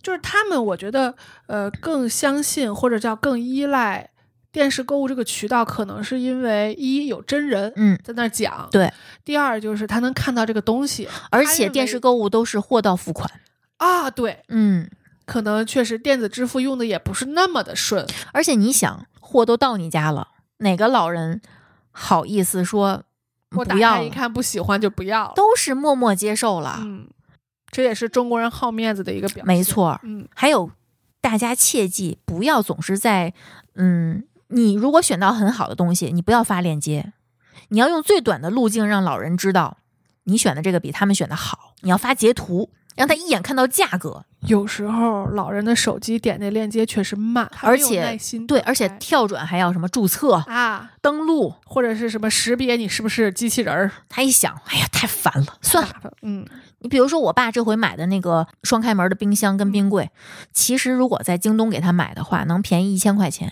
Speaker 3: 就是他们，我觉得，呃，更相信或者叫更依赖电视购物这个渠道，可能是因为一有真人
Speaker 2: 嗯，
Speaker 3: 在那儿讲，
Speaker 2: 对；
Speaker 3: 第二就是他能看到这个东西
Speaker 2: 而
Speaker 3: 他
Speaker 2: 且
Speaker 3: 认
Speaker 2: 电
Speaker 3: 为
Speaker 2: 视购物都是货到付款。
Speaker 3: 啊，对，
Speaker 2: 嗯，
Speaker 3: 可能确实电子支付用的也不是那么的顺，
Speaker 2: 而且你想，货都到你家了，哪个老人好意思说
Speaker 3: 我打
Speaker 2: 不要
Speaker 3: 开
Speaker 2: 了
Speaker 3: 一？看不喜欢就不要了。啊
Speaker 2: 都是默默接受了，
Speaker 3: 嗯，这也是中国人好面子的一个表现。
Speaker 2: 没，错。
Speaker 3: 嗯
Speaker 2: 还有大家切记不要总是在，嗯，你如果选到很好的东西，你不要发链接，你要用最短的路径让老人知道你选的这个比他们选的好，你要发截图，让他一眼看到价格，
Speaker 3: 有时候老人的手机点那链接确实慢，还
Speaker 2: 而
Speaker 3: 没有
Speaker 2: 且
Speaker 3: 耐心
Speaker 2: 对，
Speaker 3: 打
Speaker 2: 而且
Speaker 3: 开
Speaker 2: 跳转还要什么注册、
Speaker 3: 啊，
Speaker 2: 登录，
Speaker 3: 或者是什么识别你是不是机器人儿，
Speaker 2: 他一想，哎呀，太烦了，算了。
Speaker 3: 打发嗯，
Speaker 2: 你比如说，我爸这回买的那个双开门的冰箱跟
Speaker 3: 嗯
Speaker 2: 冰柜，其实如果在京东给他买的话，能便宜一千块钱。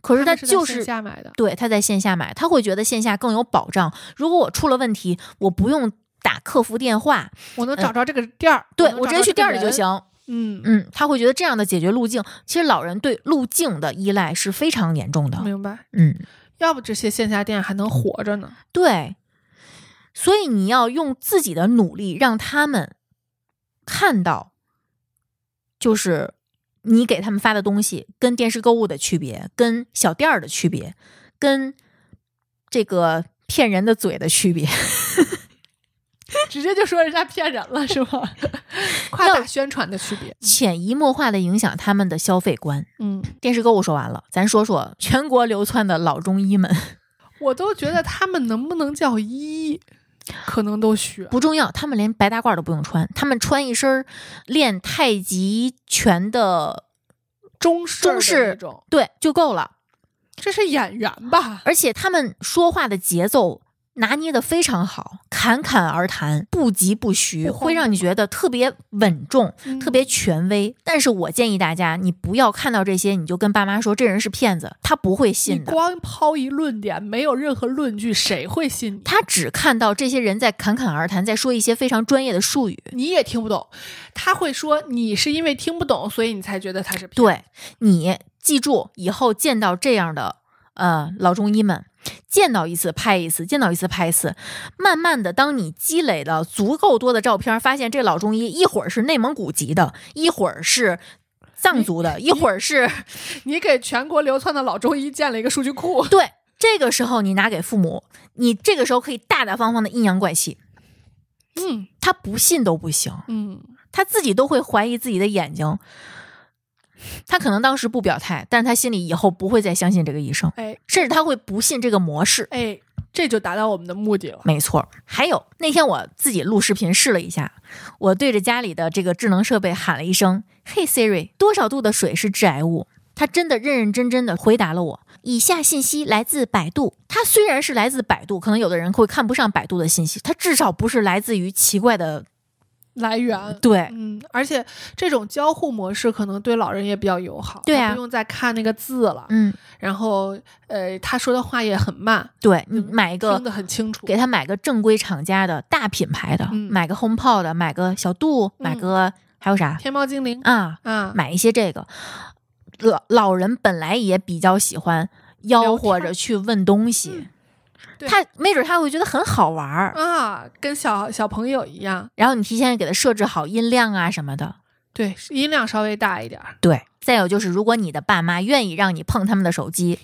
Speaker 2: 可是
Speaker 3: 他们是在
Speaker 2: 就
Speaker 3: 线
Speaker 2: 是
Speaker 3: 下买的，
Speaker 2: 对他在线下买，他会觉得线下更有保障。如果我出了问题，我不用打客服电话，
Speaker 3: 我能找着这个店儿，
Speaker 2: 呃对
Speaker 3: 能
Speaker 2: 我
Speaker 3: 找
Speaker 2: 直接
Speaker 3: 着
Speaker 2: 去
Speaker 3: 这
Speaker 2: 店
Speaker 3: 个
Speaker 2: 里就
Speaker 3: 人。
Speaker 2: 行。
Speaker 3: 嗯，
Speaker 2: 嗯，他会觉得这样的解决路径，其实老人对路径的依赖是非常严重的。
Speaker 3: 明白。
Speaker 2: 嗯，
Speaker 3: 要不这些线下店还能活着呢？
Speaker 2: 对，所以你要用自己的努力让他们看到，就是你给他们发的东西跟电视购物的区别，跟小店儿的区别，跟这个骗人的嘴的区别。
Speaker 3: 直接就说人家骗人了是吧？ 夸大宣传的区别。
Speaker 2: 潜移默化的影响他们的消费观。
Speaker 3: 嗯，
Speaker 2: 电视购物说完了，咱说说全国流窜的老中医们，
Speaker 3: 我都觉得他们能不能叫医，可能都学。
Speaker 2: 不重要，他们连白大褂都不用穿，他们穿一身儿练太极拳的
Speaker 3: 中式
Speaker 2: 中
Speaker 3: 的
Speaker 2: 式
Speaker 3: 那种，
Speaker 2: 对就够了。
Speaker 3: 这是演员吧？
Speaker 2: 而且他们说话的节奏拿捏的非常好，侃侃而谈，不疾不徐，
Speaker 3: 不慌
Speaker 2: 会让你觉得特别稳重、
Speaker 3: 嗯
Speaker 2: 特别权威。但是我建议大家，你不要看到这些你就跟爸妈说这人是骗子，他不会
Speaker 3: 你
Speaker 2: 信的。
Speaker 3: 光抛一论点，没有任何论据，谁会信你？
Speaker 2: 他只看到这些人在侃侃而谈，在说一些非常专业的术语。
Speaker 3: 你也听不懂，他会说你是因为听不懂，所以你才觉得他是骗子。
Speaker 2: 对你记住，以后见到这样的呃老中医们，见到一次拍一次，见到一次拍一次。慢慢的，当你积累了足够多的照片，发现这老中医一会儿是内蒙古籍的，一会儿是藏族的，一会儿是，
Speaker 3: 你给全国流窜的老中医建了一个数据库
Speaker 2: 对。这个时候你拿给父母，你这个时候可以大大方方的阴阳怪气，
Speaker 3: 嗯
Speaker 2: 他不信都不行。
Speaker 3: 嗯，
Speaker 2: 他自己都会怀疑自己的眼睛。他可能当时不表态，但是他心里以后不会再相信这个医生，
Speaker 3: 哎
Speaker 2: 甚至他会不信这个模式。
Speaker 3: 哎，这就达到我们的目的了。
Speaker 2: 没错，还有那天我自己录视频试了一下，我对着家里的这个智能设备喊了一声“嘿 Siri，多少度的水是致癌物？”它真的认认真真的回答了我。以下信息来自百度，它虽然是来自百度，可能有的人会看不上百度的信息，它至少不是来自于奇怪的
Speaker 3: 来源。
Speaker 2: 对
Speaker 3: 嗯，而且这种交互模式可能对老人也比较友好，
Speaker 2: 对啊
Speaker 3: 他不用再看那个字了。
Speaker 2: 嗯
Speaker 3: 然后，呃，他说的话也很慢，
Speaker 2: 对，你买一个
Speaker 3: 听得很清楚。
Speaker 2: 给他买个正规厂家的大品牌的，
Speaker 3: 嗯
Speaker 2: 买个 HomePod 的，买个小度，买个、还有啥
Speaker 3: 天猫精灵
Speaker 2: 啊？
Speaker 3: 啊，
Speaker 2: 买一些这个。老老人本来也比较喜欢吆喝着去问东西
Speaker 3: 嗯，对
Speaker 2: 他没准他会觉得很好玩儿。
Speaker 3: 啊，跟小小朋友一样，
Speaker 2: 然后你提前给他设置好音量啊什么的。
Speaker 3: 对，音量稍微大一点儿。
Speaker 2: 对，再有就是，如果你的爸妈愿意让你碰他们的手机，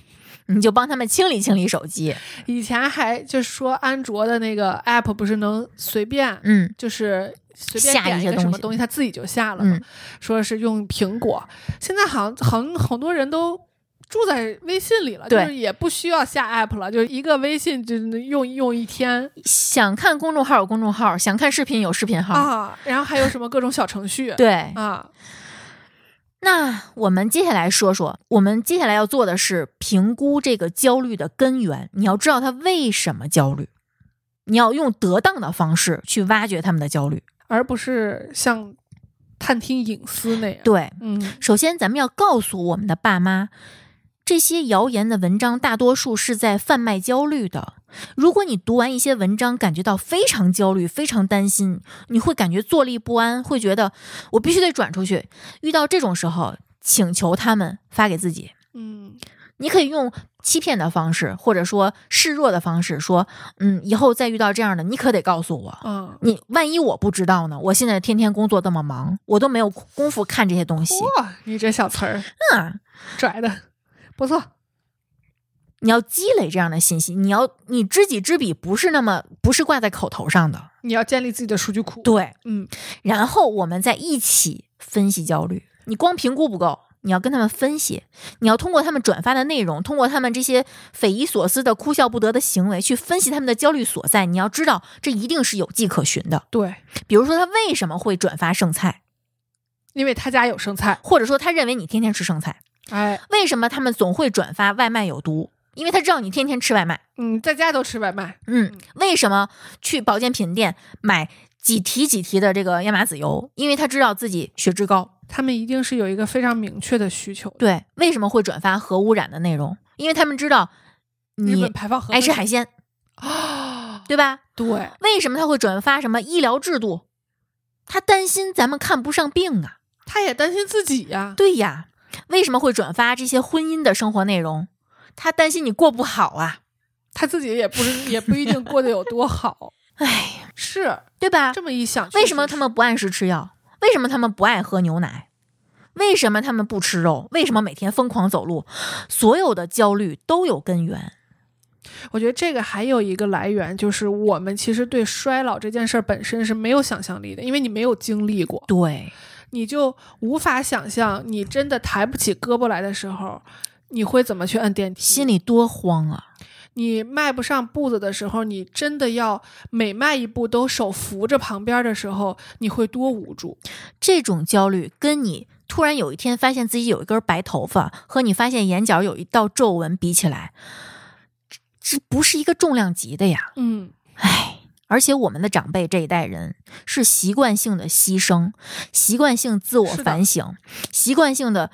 Speaker 2: 你就帮他们清理清理手机。
Speaker 3: 以前还就是说安卓的那个 app 不是能随便，
Speaker 2: 嗯，
Speaker 3: 就是随便
Speaker 2: 下
Speaker 3: 点
Speaker 2: 一
Speaker 3: 一
Speaker 2: 些
Speaker 3: 个什
Speaker 2: 东
Speaker 3: 么
Speaker 2: 西
Speaker 3: 东西，它自己就下了嘛。
Speaker 2: 嗯
Speaker 3: 说是用苹果，现在好像好像好多人都。住在微信里了，就
Speaker 2: 对
Speaker 3: 是也不需要下 app 了，就是一个微信就能用用一天
Speaker 2: 想看公众号有公众号，想看视频有视频号。
Speaker 3: 啊，然后还有什么各种小程序，
Speaker 2: 对，
Speaker 3: 啊，
Speaker 2: 那我们接下来说说，我们接下来要做的是评估这个焦虑的根源。你要知道他为什么焦虑，你要用得当的方式去挖掘他们的焦虑。
Speaker 3: 而不是像探听隐私那样。，
Speaker 2: 对，
Speaker 3: 嗯，
Speaker 2: 首先咱们要告诉我们的爸妈，这些谣言的文章大多数是在贩卖焦虑的。如果你读完一些文章，感觉到非常焦虑、非常担心，你会感觉坐立不安，会觉得我必须得转出去。遇到这种时候，请求他们发给自己。
Speaker 3: 嗯，
Speaker 2: 你可以用欺骗的方式，或者说示弱的方式，说，嗯，以后再遇到这样的，你可得告诉我。
Speaker 3: 啊，
Speaker 2: 你万一我不知道呢？我现在天天工作这么忙，我都没有功夫看这些东西。
Speaker 3: 哇，你这小词儿
Speaker 2: 嗯，
Speaker 3: 拽的不错，
Speaker 2: 你要积累这样的信息，你要你知己知彼，不是那么不是挂在口头上的。
Speaker 3: 你要建立自己的数据库。，
Speaker 2: 对，
Speaker 3: 嗯，
Speaker 2: 然后我们再一起分析焦虑。你光评估不够，你要跟他们分析，你要通过他们转发的内容，通过他们这些匪夷所思的哭笑不得的行为去分析他们的焦虑所在。你要知道，这一定是有迹可循的。
Speaker 3: 对，
Speaker 2: 比如说，他为什么会转发剩菜，
Speaker 3: 因为他家有剩菜，
Speaker 2: 或者说他认为你天天吃剩菜；
Speaker 3: 哎，
Speaker 2: 为什么他们总会转发外卖有毒，因为他知道你天天吃外卖。
Speaker 3: 嗯，在家都吃外卖，
Speaker 2: 嗯，为什么去保健品店买几提几提的这个亚麻籽油？因为他知道自己血脂高。
Speaker 3: 他们一定是有一个非常明确的需求的。
Speaker 2: 对，为什么会转发核污染的内容？因为他们知道
Speaker 3: 日
Speaker 2: 你
Speaker 3: 本排放核
Speaker 2: 爱吃海鲜，
Speaker 3: 啊，
Speaker 2: 对吧？
Speaker 3: 对，
Speaker 2: 为什么他会转发什么医疗制度？他担心咱们看不上病啊。
Speaker 3: 他也担心自己呀、
Speaker 2: 对呀，为什么会转发这些婚姻的生活内容？他担心你过不好啊。
Speaker 3: 他自己也不是也不一定过得有多 好。
Speaker 2: 哎，
Speaker 3: 是
Speaker 2: 对吧？
Speaker 3: 这么一想，
Speaker 2: 为什么
Speaker 3: 确
Speaker 2: 他
Speaker 3: 实
Speaker 2: 们不按时吃药？为什么他们不爱喝牛奶？为什么他们不吃肉？为什么每天疯狂走路？所有的焦虑都有根源。
Speaker 3: 是？我觉得这个还有一个来源，就是我们其实对衰老这件事儿本身是没有想象力的，因为你没有经历过，
Speaker 2: 对，
Speaker 3: 你就无法想象你真的抬不起胳膊来的时候，你会怎么去摁电梯。
Speaker 2: 心里多慌啊！
Speaker 3: 你迈不上步子的时候，你真的要每迈一步都手扶着旁边的时候，你会多无助。
Speaker 2: 这种焦虑跟你突然有一天发现自己有一根白头发，和你发现眼角有一道皱纹比起来，这这不是一个重量级的呀！
Speaker 3: 嗯，
Speaker 2: 唉，而且我们的长辈这一代人是习惯性的牺牲，习惯性自我
Speaker 3: 是的
Speaker 2: 反省，习惯性的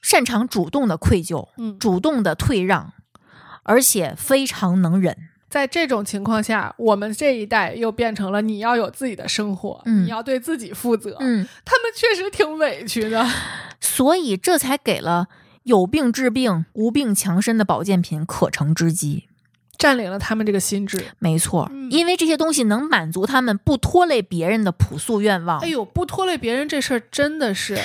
Speaker 2: 擅长主动的愧疚，
Speaker 3: 嗯
Speaker 2: 主动的退让，而且非常能忍。
Speaker 3: 在这种情况下，我们这一代又变成了你要有自己的生活，
Speaker 2: 嗯
Speaker 3: 你要对自己负责。
Speaker 2: 嗯，
Speaker 3: 他们确实挺委 屈的。
Speaker 2: 所以这才给了有病治病、无病强身的保健品可乘之机。
Speaker 3: 占领了他们这个心智。
Speaker 2: 没错，
Speaker 3: 嗯
Speaker 2: 因为这些东西能满足他们不拖累别人的朴素愿望。
Speaker 3: 哎呦，不拖累别人这事儿真的是，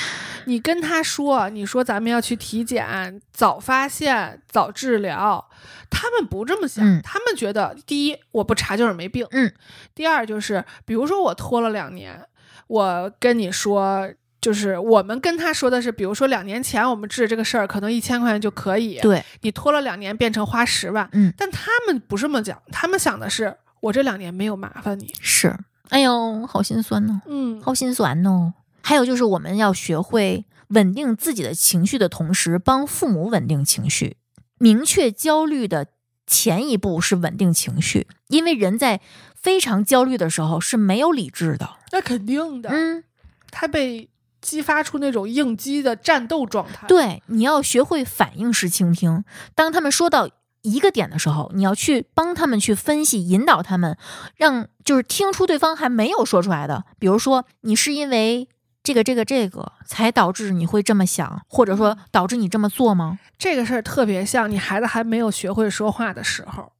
Speaker 3: 你跟他说，你说咱们要去体检，早发现、早治疗，他们不这么想，
Speaker 2: 嗯
Speaker 3: 他们觉得第一我不查就是没病，
Speaker 2: 嗯，
Speaker 3: 第二就是比如说我拖了两年，我跟你说。就是我们跟他说的是，比如说两年前我们治这个事儿，可能一千块钱就可以，
Speaker 2: 对，
Speaker 3: 你拖了两年变成花十万，
Speaker 2: 嗯，
Speaker 3: 但他们不这么讲，他们想的是我这两年没有麻烦你，
Speaker 2: 是。哎呦，好心酸呢、
Speaker 3: 嗯，
Speaker 2: 好心酸哦。还有就是，我们要学会稳定自己的情绪的同时，帮父母稳定情绪。明确焦虑的前一步是稳定情绪，因为人在非常焦虑的时候是没有理智的。
Speaker 3: 那肯定的，
Speaker 2: 嗯，
Speaker 3: 他被激发出那种应激的战斗状态。，
Speaker 2: 对，你要学会反应式倾听。当他们说到一个点的时候，你要去帮他们去分析、引导他们，让就是听出对方还没有说出来的。比如说，你是因为这个、这个、这个才导致你会这么想，或者说导致你这么做吗？
Speaker 3: 这个事儿特别像你孩子还没有学会说话的时候，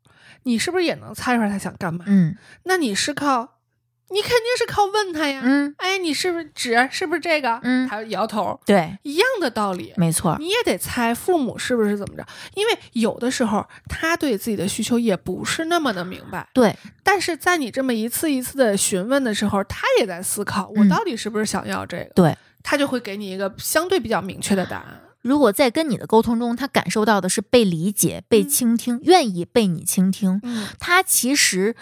Speaker 3: 你是不是也能猜出来他想干嘛？
Speaker 2: 嗯
Speaker 3: 那你是靠，你肯定是靠问他呀。
Speaker 2: 嗯，
Speaker 3: 哎，你是不是指是不是这个？
Speaker 2: 嗯
Speaker 3: 他摇头，
Speaker 2: 对，
Speaker 3: 一样的道理。
Speaker 2: 没错，
Speaker 3: 你也得猜父母是不是怎么着，因为有的时候他对自己的需求也不是那么的明白，
Speaker 2: 对，
Speaker 3: 但是在你这么一次一次的询问的时候，他也在思考，我
Speaker 2: 嗯
Speaker 3: 到底是不是想要这个？
Speaker 2: 对，
Speaker 3: 他就会给你一个相对比较明确的答案。
Speaker 2: 如果在跟你的沟通中，他感受到的是被理解、被
Speaker 3: 嗯
Speaker 2: 倾听，愿意被你倾听，
Speaker 3: 嗯，
Speaker 2: 它其实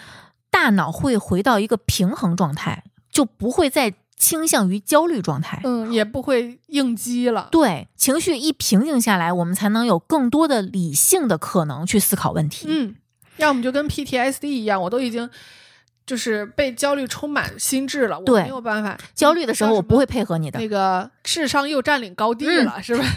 Speaker 2: 大脑会回到一个平衡状态，就不会再倾向于焦虑状态。
Speaker 3: 嗯，也不会应激了。
Speaker 2: 对，情绪一平静下来，我们才能有更多的理性的可能去思考问题。
Speaker 3: 嗯，要么就跟 PTSD 一样，我都已经就是被焦虑充满心智了，我
Speaker 2: 对
Speaker 3: 没有办法。
Speaker 2: 焦虑的时候，我不会嗯
Speaker 3: 叫
Speaker 2: 配合你
Speaker 3: 嗯
Speaker 2: 的。
Speaker 3: 什么那个智商又占领高地了，是吧？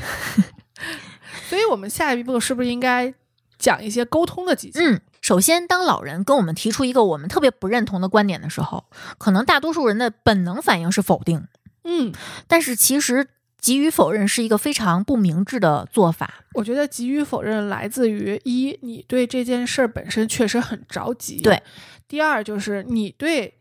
Speaker 3: 所以我们下一步是不是应该讲一些沟通的技巧？
Speaker 2: 嗯，首先，当老人跟我们提出一个我们特别不认同的观点的时候，可能大多数人的本能反应是否定，
Speaker 3: 嗯，
Speaker 2: 但是其实给予否认是一个非常不明智的做法。
Speaker 3: 我觉得给予否认来自于一，你对这件事儿本身确实很着急；
Speaker 2: 对，
Speaker 3: 第二就是你对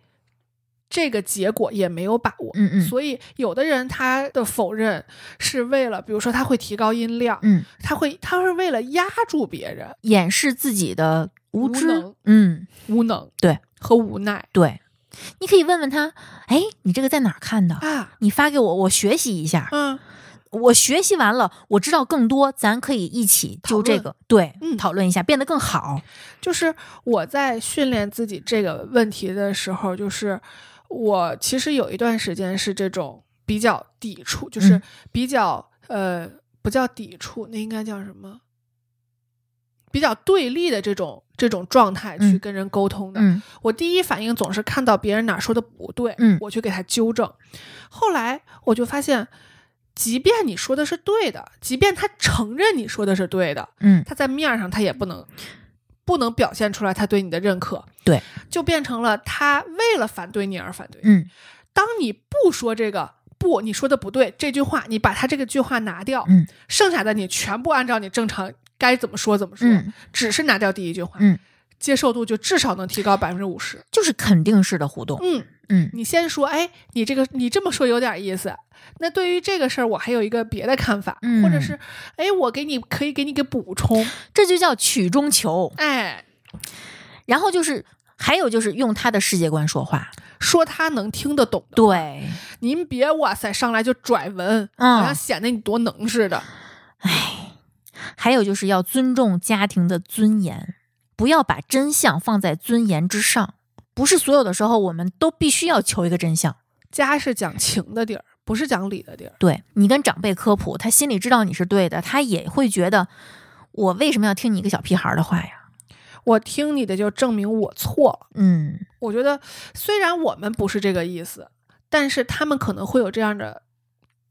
Speaker 3: 这个结果也没有把握。
Speaker 2: 嗯嗯
Speaker 3: 所以有的人他的否认是为了，比如说他会提高音量，
Speaker 2: 嗯，
Speaker 3: 他会他是为了压住别人
Speaker 2: 掩饰自己的无
Speaker 3: 无
Speaker 2: 知。
Speaker 3: 能
Speaker 2: 嗯，
Speaker 3: 无能
Speaker 2: 对
Speaker 3: 和无奈
Speaker 2: 对，你可以问问他，哎，你这个在哪儿看的？
Speaker 3: 啊，
Speaker 2: 你发给我，我学习一下。
Speaker 3: 嗯
Speaker 2: 我学习完了，我知道更多，咱可以一起就这个对、
Speaker 3: 嗯
Speaker 2: 讨论一下，变得更好。
Speaker 3: 就是我在训练自己这个问题的时候，就是我其实有一段时间是这种比较抵触，就是
Speaker 2: 嗯
Speaker 3: 比较、呃不叫抵触，那应该叫什么？比较对立的这种这种状态去
Speaker 2: 嗯
Speaker 3: 跟人沟通的。
Speaker 2: 嗯
Speaker 3: 我第一反应总是看到别人哪说的不对，
Speaker 2: 嗯
Speaker 3: 我去给他纠正。后来我就发现，即便你说的是对的，即便他承认你说的是对的，
Speaker 2: 嗯
Speaker 3: 他在面儿上他也不能不能表现出来他对你的认可，
Speaker 2: 对，
Speaker 3: 就变成了他为了反对你而反对。
Speaker 2: 嗯
Speaker 3: 当你不说这个。不，你说的不对。这句话，你把他这个句话拿掉，
Speaker 2: 嗯
Speaker 3: 剩下的你全部按照你正常该怎么说怎么说，
Speaker 2: 嗯，
Speaker 3: 只是拿掉第一句话，
Speaker 2: 嗯
Speaker 3: 接受度就至少能提高百分之五十。
Speaker 2: 就是肯定式的互动。
Speaker 3: 嗯，
Speaker 2: 嗯
Speaker 3: 你先说，哎，你这个你这么说有点意思。那对于这个事儿，我还有一个别的看法，
Speaker 2: 嗯
Speaker 3: 或者是，哎，我给你可以给你个 补充，
Speaker 2: 这就叫曲中求。
Speaker 3: 哎，
Speaker 2: 然后就是还有就是用他的世界观说话。
Speaker 3: 说他能听得懂的。，
Speaker 2: 对，
Speaker 3: 您别哇塞上来就拽文，
Speaker 2: 嗯
Speaker 3: 好像显得你多能似的。
Speaker 2: 还有就是要尊重家庭的尊严，不要把真相放在尊严之上。不是所有的时候我们都必须要求一个真相。
Speaker 3: 家是讲情的地儿，不是讲理的地儿。
Speaker 2: 对你跟长辈科普，他心里知道你是对的，他也会觉得我为什么要听你一个小屁孩儿的话呀？
Speaker 3: 我听你的就证明我错了。
Speaker 2: 嗯
Speaker 3: 我觉得虽然我们不是这个意思，但是他们可能会有这样的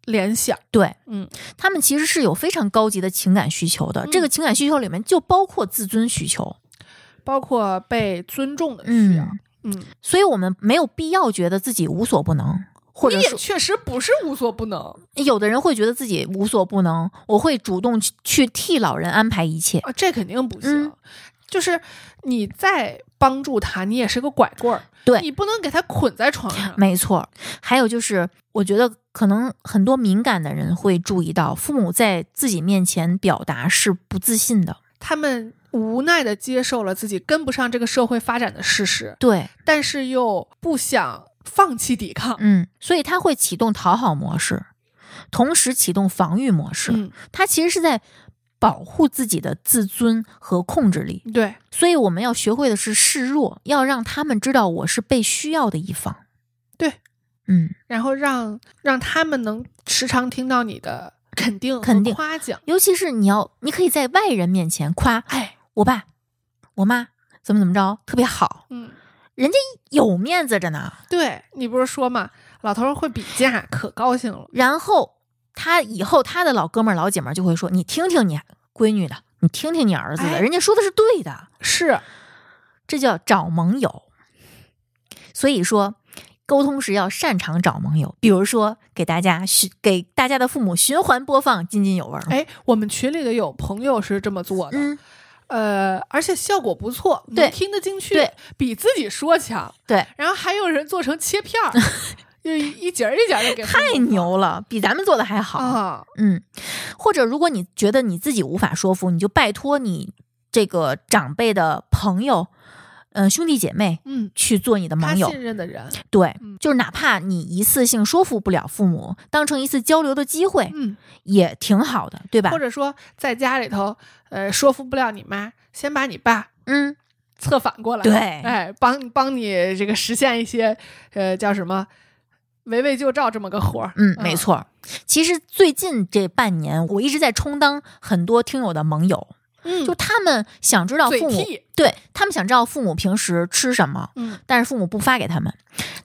Speaker 3: 联想。，
Speaker 2: 对
Speaker 3: 嗯，
Speaker 2: 他们其实是有非常高级的情感需求的，
Speaker 3: 嗯
Speaker 2: 这个情感需求里面就包括自尊需求。
Speaker 3: 包括被尊重的需要。
Speaker 2: 嗯，
Speaker 3: 嗯，
Speaker 2: 所以我们没有必要觉得自己无所不能，或者
Speaker 3: 你也
Speaker 2: 是
Speaker 3: 确实不是无所不能
Speaker 2: 有的人会觉得自己无所不能，我会主动去去替老人安排一切。
Speaker 3: 啊，这肯定不行。
Speaker 2: 嗯
Speaker 3: 就是你再帮助他，你也是个拐棍儿，
Speaker 2: 对
Speaker 3: 你不能给他捆在床 上。
Speaker 2: 没错，还有就是，我觉得可能很多敏感的人会注意到，父母在自己面前表达是不自信的。
Speaker 3: 他们无奈的接受了自己跟不上这个社会发展的事实，
Speaker 2: 对，
Speaker 3: 但是又不想放弃抵抗。
Speaker 2: 嗯，所以他会启动讨好模式，同时启动防御模式。
Speaker 3: 嗯，
Speaker 2: 他其实是在保护自己的自尊和控制力。
Speaker 3: 对，
Speaker 2: 所以我们要学会的是示弱，要让他们知道我是被需要的一方。
Speaker 3: 对，
Speaker 2: 嗯，
Speaker 3: 然后让让他们能时常听到你的肯定、
Speaker 2: 肯定
Speaker 3: 夸奖。
Speaker 2: 尤其是你要，你可以在外人面前夸，哎，我爸、我妈怎么怎么着，特别好，
Speaker 3: 嗯，
Speaker 2: 有面子着呢。
Speaker 3: 对你不是说嘛，老头儿会比价，可高兴了。
Speaker 2: 然后他以后他的老哥们儿、老姐们儿就会说：“你听听你闺女的，你听听你儿子的，
Speaker 3: 哎
Speaker 2: 人家说的是对的。”
Speaker 3: 是，
Speaker 2: 这叫找盟友。所以说，沟通时要擅长找盟友，比如说给大家循给大家的父母循环播放《津津有味》。
Speaker 3: 哎，我们群里的有朋友是这么做的，
Speaker 2: 嗯，
Speaker 3: 呃，而且效果不错，
Speaker 2: 对
Speaker 3: 能听得进去
Speaker 2: 对，
Speaker 3: 比自己说强。
Speaker 2: 对，
Speaker 3: 然后还有人做成切片 儿，就一一节儿一节儿的给
Speaker 2: 太牛了，比咱们做的还好。
Speaker 3: 啊！
Speaker 2: 嗯，或者如果你觉得你自己无法说服，你就拜托你这个长辈的朋友，嗯、兄弟姐妹
Speaker 3: 嗯，
Speaker 2: 去做你的
Speaker 3: 他
Speaker 2: 盟友
Speaker 3: 信。任的人，
Speaker 2: 对
Speaker 3: 嗯，
Speaker 2: 就是哪怕你一次性说服不了父母，当成一次交流的机会
Speaker 3: 嗯，
Speaker 2: 也挺好的，对吧？
Speaker 3: 或者说在家里头，呃，说服不了你妈，先把你爸
Speaker 2: 嗯，
Speaker 3: 策反过来，
Speaker 2: 对
Speaker 3: 哎，帮帮你这个实现一些，呃，叫什么？围魏救赵这么个活儿，
Speaker 2: 嗯，没错儿。其实最近这半年，我一直在充当很多听友的盟友，
Speaker 3: 嗯，
Speaker 2: 就他们想知道
Speaker 3: 嘴
Speaker 2: 父母
Speaker 3: 替，
Speaker 2: 对他们想知道父母平时吃什么，
Speaker 3: 嗯，
Speaker 2: 但是父母不发给他们。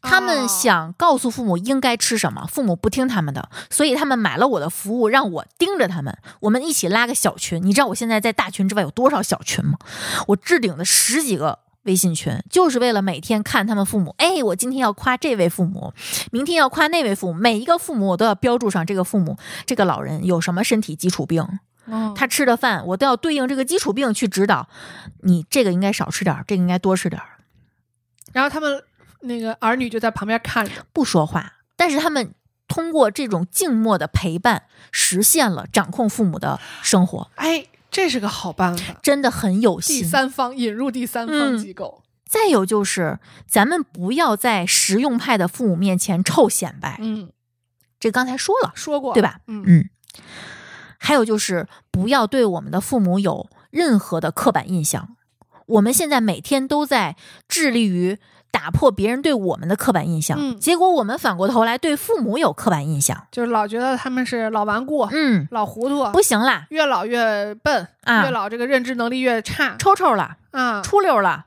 Speaker 2: 他们
Speaker 3: 哦
Speaker 2: 想告诉父母应该吃什么，父母不听他们的，所以他们买了我的服务，让我盯着他们。我们一起拉个小群，你知道我现在在大群之外有多少小群吗？我置顶了十几个。微信群就是为了每天看他们父母，哎，我今天要夸这位父母，明天要夸那位父母，每一个父母我都要标注上这个父母这个老人有什么身体基础病，
Speaker 3: 嗯
Speaker 2: 他吃的饭，我都要对应这个基础病去指导。你这个应该少吃点儿，这个应该多吃点儿。
Speaker 3: 然后他们那个儿女就在旁边看着，
Speaker 2: 不说话，但是他们通过这种静默的陪伴，实现了掌控父母的生活，
Speaker 3: 哎，这是个好办法。
Speaker 2: 真的很有
Speaker 3: 第
Speaker 2: 心。
Speaker 3: 三方引入第三
Speaker 2: 嗯
Speaker 3: 方机构，
Speaker 2: 再有就是，咱们不要在实用派的父母面前臭显摆，
Speaker 3: 嗯，
Speaker 2: 这刚才说了，
Speaker 3: 说过
Speaker 2: 对吧？
Speaker 3: 嗯，
Speaker 2: 嗯，还有就是不要对我们的父母有任何的刻板印象。我们现在每天都在致力于打破别人对我们的刻板印象，
Speaker 3: 嗯
Speaker 2: 结果我们反过头来对父母有刻板印象。
Speaker 3: 就是老觉得他们是老顽固、
Speaker 2: 嗯，
Speaker 3: 老糊涂，
Speaker 2: 不行啦，
Speaker 3: 越老越笨，
Speaker 2: 啊
Speaker 3: 越老这个认知能力越差
Speaker 2: 抽抽了，
Speaker 3: 啊。
Speaker 2: 出溜了。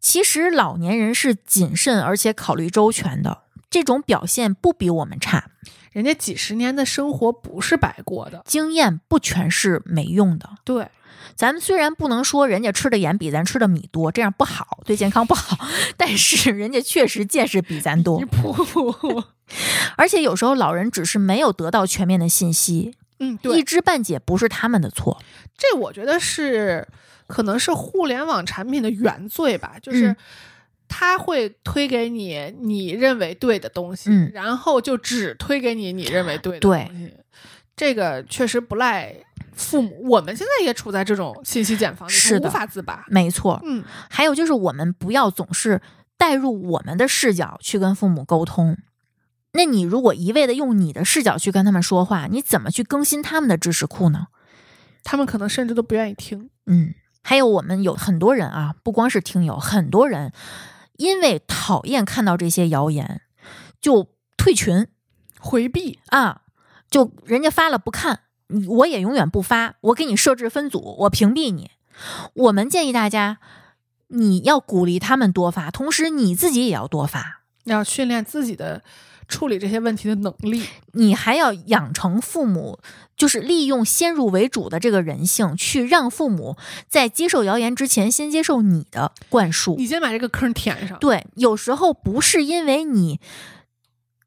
Speaker 2: 其实老年人是谨慎而且考虑周全的，这种表现不比我们差。
Speaker 3: 人家几十年的生活不是白过的，
Speaker 2: 经验不全是没用的。
Speaker 3: 对，
Speaker 2: 咱们虽然不能说人家吃的盐比咱吃的米多，这样不好，对健康不好， 但是人家确实见识比咱多
Speaker 3: 你，谱，
Speaker 2: 而且有时候老人只是没有得到全面的信息，
Speaker 3: 嗯，
Speaker 2: 一
Speaker 3: 对，
Speaker 2: 知半解不是他们的错。
Speaker 3: 这我觉得是可能是互联网产品的原罪吧，就是
Speaker 2: 嗯
Speaker 3: 他会推给你你认为对的东西，
Speaker 2: 嗯
Speaker 3: 然后就只推给你你认为对的
Speaker 2: 对
Speaker 3: 东西，这个确实不赖父母。我们现在也处在这种信息茧房里，
Speaker 2: 是的
Speaker 3: 无法自拔。
Speaker 2: 没错，
Speaker 3: 嗯，
Speaker 2: 还有就是我们不要总是带入我们的视角去跟父母沟通。那你如果一味的用你的视角去跟他们说话，你怎么去更新他们的知识库呢？
Speaker 3: 他们可能甚至都不愿意听。
Speaker 2: 嗯，还有我们有很多人啊，不光是听友，很多人因为讨厌看到这些谣言，就退群
Speaker 3: 回避，
Speaker 2: 啊，就人家发了不看，你我也永远不发，我给你设置分组，我屏蔽你。我们建议大家，你要鼓励他们多发，同时你自己也要多发，
Speaker 3: 要训练自己的处理这些问题的能力。
Speaker 2: 你还要养成父母就是利用先入为主的这个人性，去让父母在接受谣言之前，先接受你的灌输。
Speaker 3: 你先把这个坑填上。
Speaker 2: 对，有时候不是因为你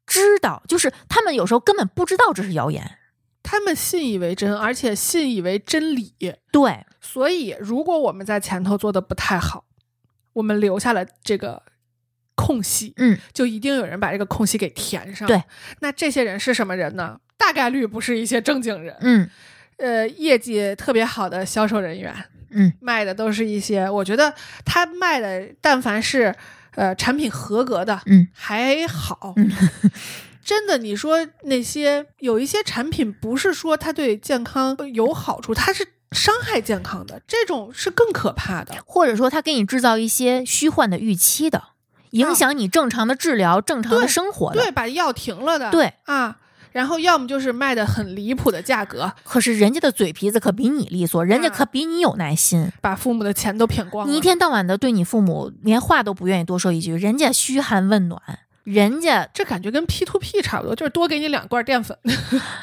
Speaker 2: 知道，就是他们有时候根本不知道这是谣言。
Speaker 3: 他们信以为真，而且信以为真理。
Speaker 2: 对，
Speaker 3: 所以，如果我们在前头做的不太好，我们留下了这个空隙，
Speaker 2: 嗯，
Speaker 3: 就一定有人把这个空隙给填上。
Speaker 2: 对，
Speaker 3: 那这些人是什么人呢？大概率不是一些正经人，
Speaker 2: 嗯
Speaker 3: 呃，业绩特别好的销售人员，
Speaker 2: 嗯，
Speaker 3: 卖的都是一些，我觉得他卖的，但凡是呃产品合格的，
Speaker 2: 嗯，
Speaker 3: 还好。
Speaker 2: 嗯
Speaker 3: 真的，你说那些有一些产品，不是说它对健康有好处，它是伤害健康的，这种是更可怕的。
Speaker 2: 或者说他给你制造一些虚幻的预期的，影
Speaker 3: 啊
Speaker 2: 响你正常的治疗、正常的
Speaker 3: 对
Speaker 2: 生活
Speaker 3: 对，
Speaker 2: 的。
Speaker 3: 把药停了的，
Speaker 2: 对
Speaker 3: 啊，然后要么就是卖的很离谱的价格，
Speaker 2: 可是人家的嘴皮子可比你利索，人家
Speaker 3: 啊
Speaker 2: 可比你有耐心。
Speaker 3: 把父母的钱都骗光了。
Speaker 2: 你一天到晚的对你父母连话都不愿意多说一句，人家嘘寒问暖，人家
Speaker 3: 这感觉跟 P to P 差不多，就是多给你两罐淀粉。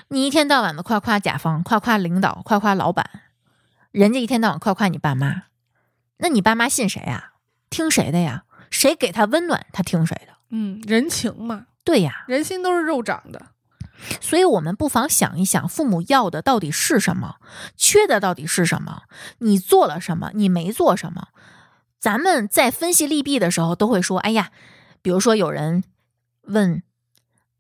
Speaker 2: 你一天到晚的夸夸甲方，夸夸领导，夸夸老板，人家一天到晚夸夸你爸妈，那你爸妈信谁呀？听谁的呀？谁给他温暖，他听谁的？
Speaker 3: 嗯，人情嘛，
Speaker 2: 对呀，
Speaker 3: 人心都是肉长的。
Speaker 2: 所以我们不妨想一想，父母要的到底是什么，缺的到底是什么？你做了什么？你没做什么？咱们在分析利弊的时候，都会说：“哎呀，比如说有人问，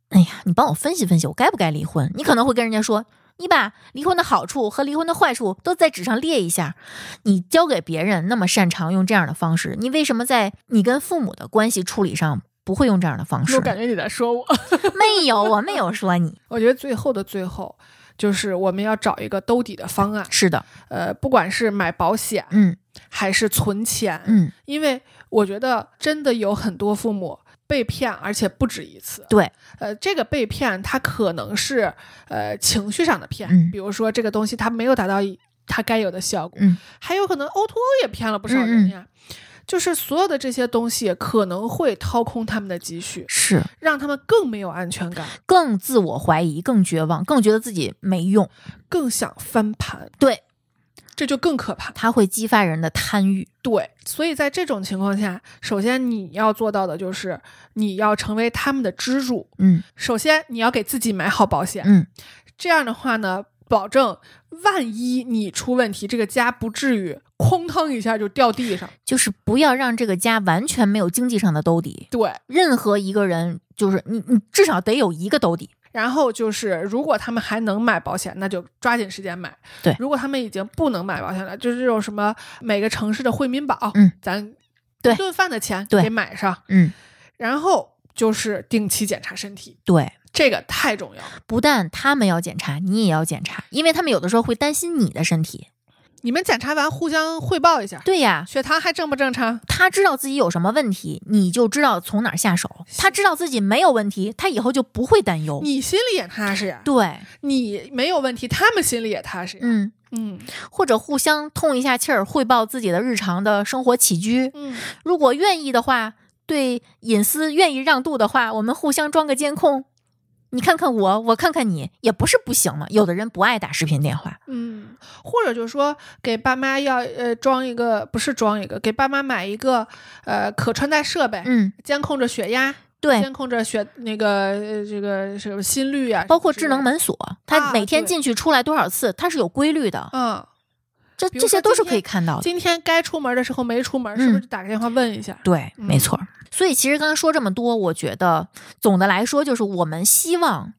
Speaker 2: 哎呀，你帮我分析分析，我该不该离婚？”你可能会跟人家说：“你把离婚的好处和离婚的坏处都在纸上列一下。”你交给别人那么擅长用这样的方式，你为什么在你跟父母的关系处理上不会用这样的方式
Speaker 3: 我
Speaker 2: 呢？
Speaker 3: 感觉你在说我。
Speaker 2: 没有，我没有说你
Speaker 3: 我觉得最后的最后，就是我们要找一个兜底的方案。
Speaker 2: 是的，
Speaker 3: 呃，不管是买保险
Speaker 2: 嗯
Speaker 3: 还是存钱，
Speaker 2: 嗯。
Speaker 3: 因为我觉得真的有很多父母被骗，而且不止一次。
Speaker 2: 对，
Speaker 3: 呃，这个被骗，他可能是呃情绪上的骗，
Speaker 2: 嗯
Speaker 3: 比如说这个东西他没有达到他该有的效果，
Speaker 2: 嗯
Speaker 3: 还有可能 O to O 也骗了不少人呀。就是所有的这些东西可能会掏空他们的积蓄，
Speaker 2: 是
Speaker 3: 让他们更没有安全感，
Speaker 2: 更自我怀疑、更绝望、更觉得自己没用。
Speaker 3: 更想翻盘，
Speaker 2: 对，
Speaker 3: 这就更可怕。
Speaker 2: 它会激发人的贪欲。
Speaker 3: 对，所以在这种情况下，首先你要做到的就是你要成为他们的支柱，
Speaker 2: 嗯
Speaker 3: 首先，你要给自己买好保险，
Speaker 2: 嗯，
Speaker 3: 这样的话呢，保证万一你出问题，这个家不至于哐当一下就掉地上。
Speaker 2: 就是不要让这个家完全没有经济上的兜底。
Speaker 3: 对，
Speaker 2: 任何一个人，就是你，你至少得有一个兜底。
Speaker 3: 然后就是如果他们还能买保险，那就抓紧时间买。
Speaker 2: 对
Speaker 3: 如果他们已经不能买保险了，就是这种什么每个城市的惠民保，
Speaker 2: 嗯，
Speaker 3: 咱
Speaker 2: 对
Speaker 3: 一顿饭的钱
Speaker 2: 对
Speaker 3: 给买上，
Speaker 2: 嗯，
Speaker 3: 然后就是定期检查身体。
Speaker 2: 对，
Speaker 3: 这个太重要了。
Speaker 2: 不但他们要检查，你也要检查，因为他们有的时候会担心你的身体。
Speaker 3: 你们检查完互相汇报一下，
Speaker 2: 对呀，
Speaker 3: 血糖还正不正常？
Speaker 2: 他知道自己有什么问题，你就知道从哪儿下手。他知道自己没有问题，他以后就不会担忧。
Speaker 3: 你心里也踏实呀，
Speaker 2: 对，
Speaker 3: 你没有问题，他们心里也踏实呀。
Speaker 2: 嗯，
Speaker 3: 嗯
Speaker 2: 或者互相通一下气儿，汇报自己的日常的生活起居。
Speaker 3: 嗯，
Speaker 2: 如果愿意的话，对隐私愿意让渡的话，我们互相装个监控，你看看我，我看看你，也不是不行嘛。有的人不爱打视频电话，
Speaker 3: 嗯，或者就是说给爸妈要呃装一个，不是装一个，给爸妈买一个呃可穿戴设备，
Speaker 2: 嗯，
Speaker 3: 监控着血压，
Speaker 2: 对，
Speaker 3: 监控着血那个呃这个什么心率啊，
Speaker 2: 包括
Speaker 3: 什
Speaker 2: 智
Speaker 3: 么
Speaker 2: 能
Speaker 3: 之类的。
Speaker 2: 门锁，它
Speaker 3: 啊
Speaker 2: 每天
Speaker 3: 对
Speaker 2: 进去出来多少次，它是有规律的，
Speaker 3: 嗯，
Speaker 2: 这
Speaker 3: 比如
Speaker 2: 这些
Speaker 3: 说
Speaker 2: 都是
Speaker 3: 今
Speaker 2: 可以
Speaker 3: 天
Speaker 2: 看到的。
Speaker 3: 今天该出门的时候没出门，是不是
Speaker 2: 嗯
Speaker 3: 打个电话问一下？
Speaker 2: 对，没
Speaker 3: 嗯
Speaker 2: 错儿。所以其实刚刚说这么多，我觉得总的来说就是我们希望，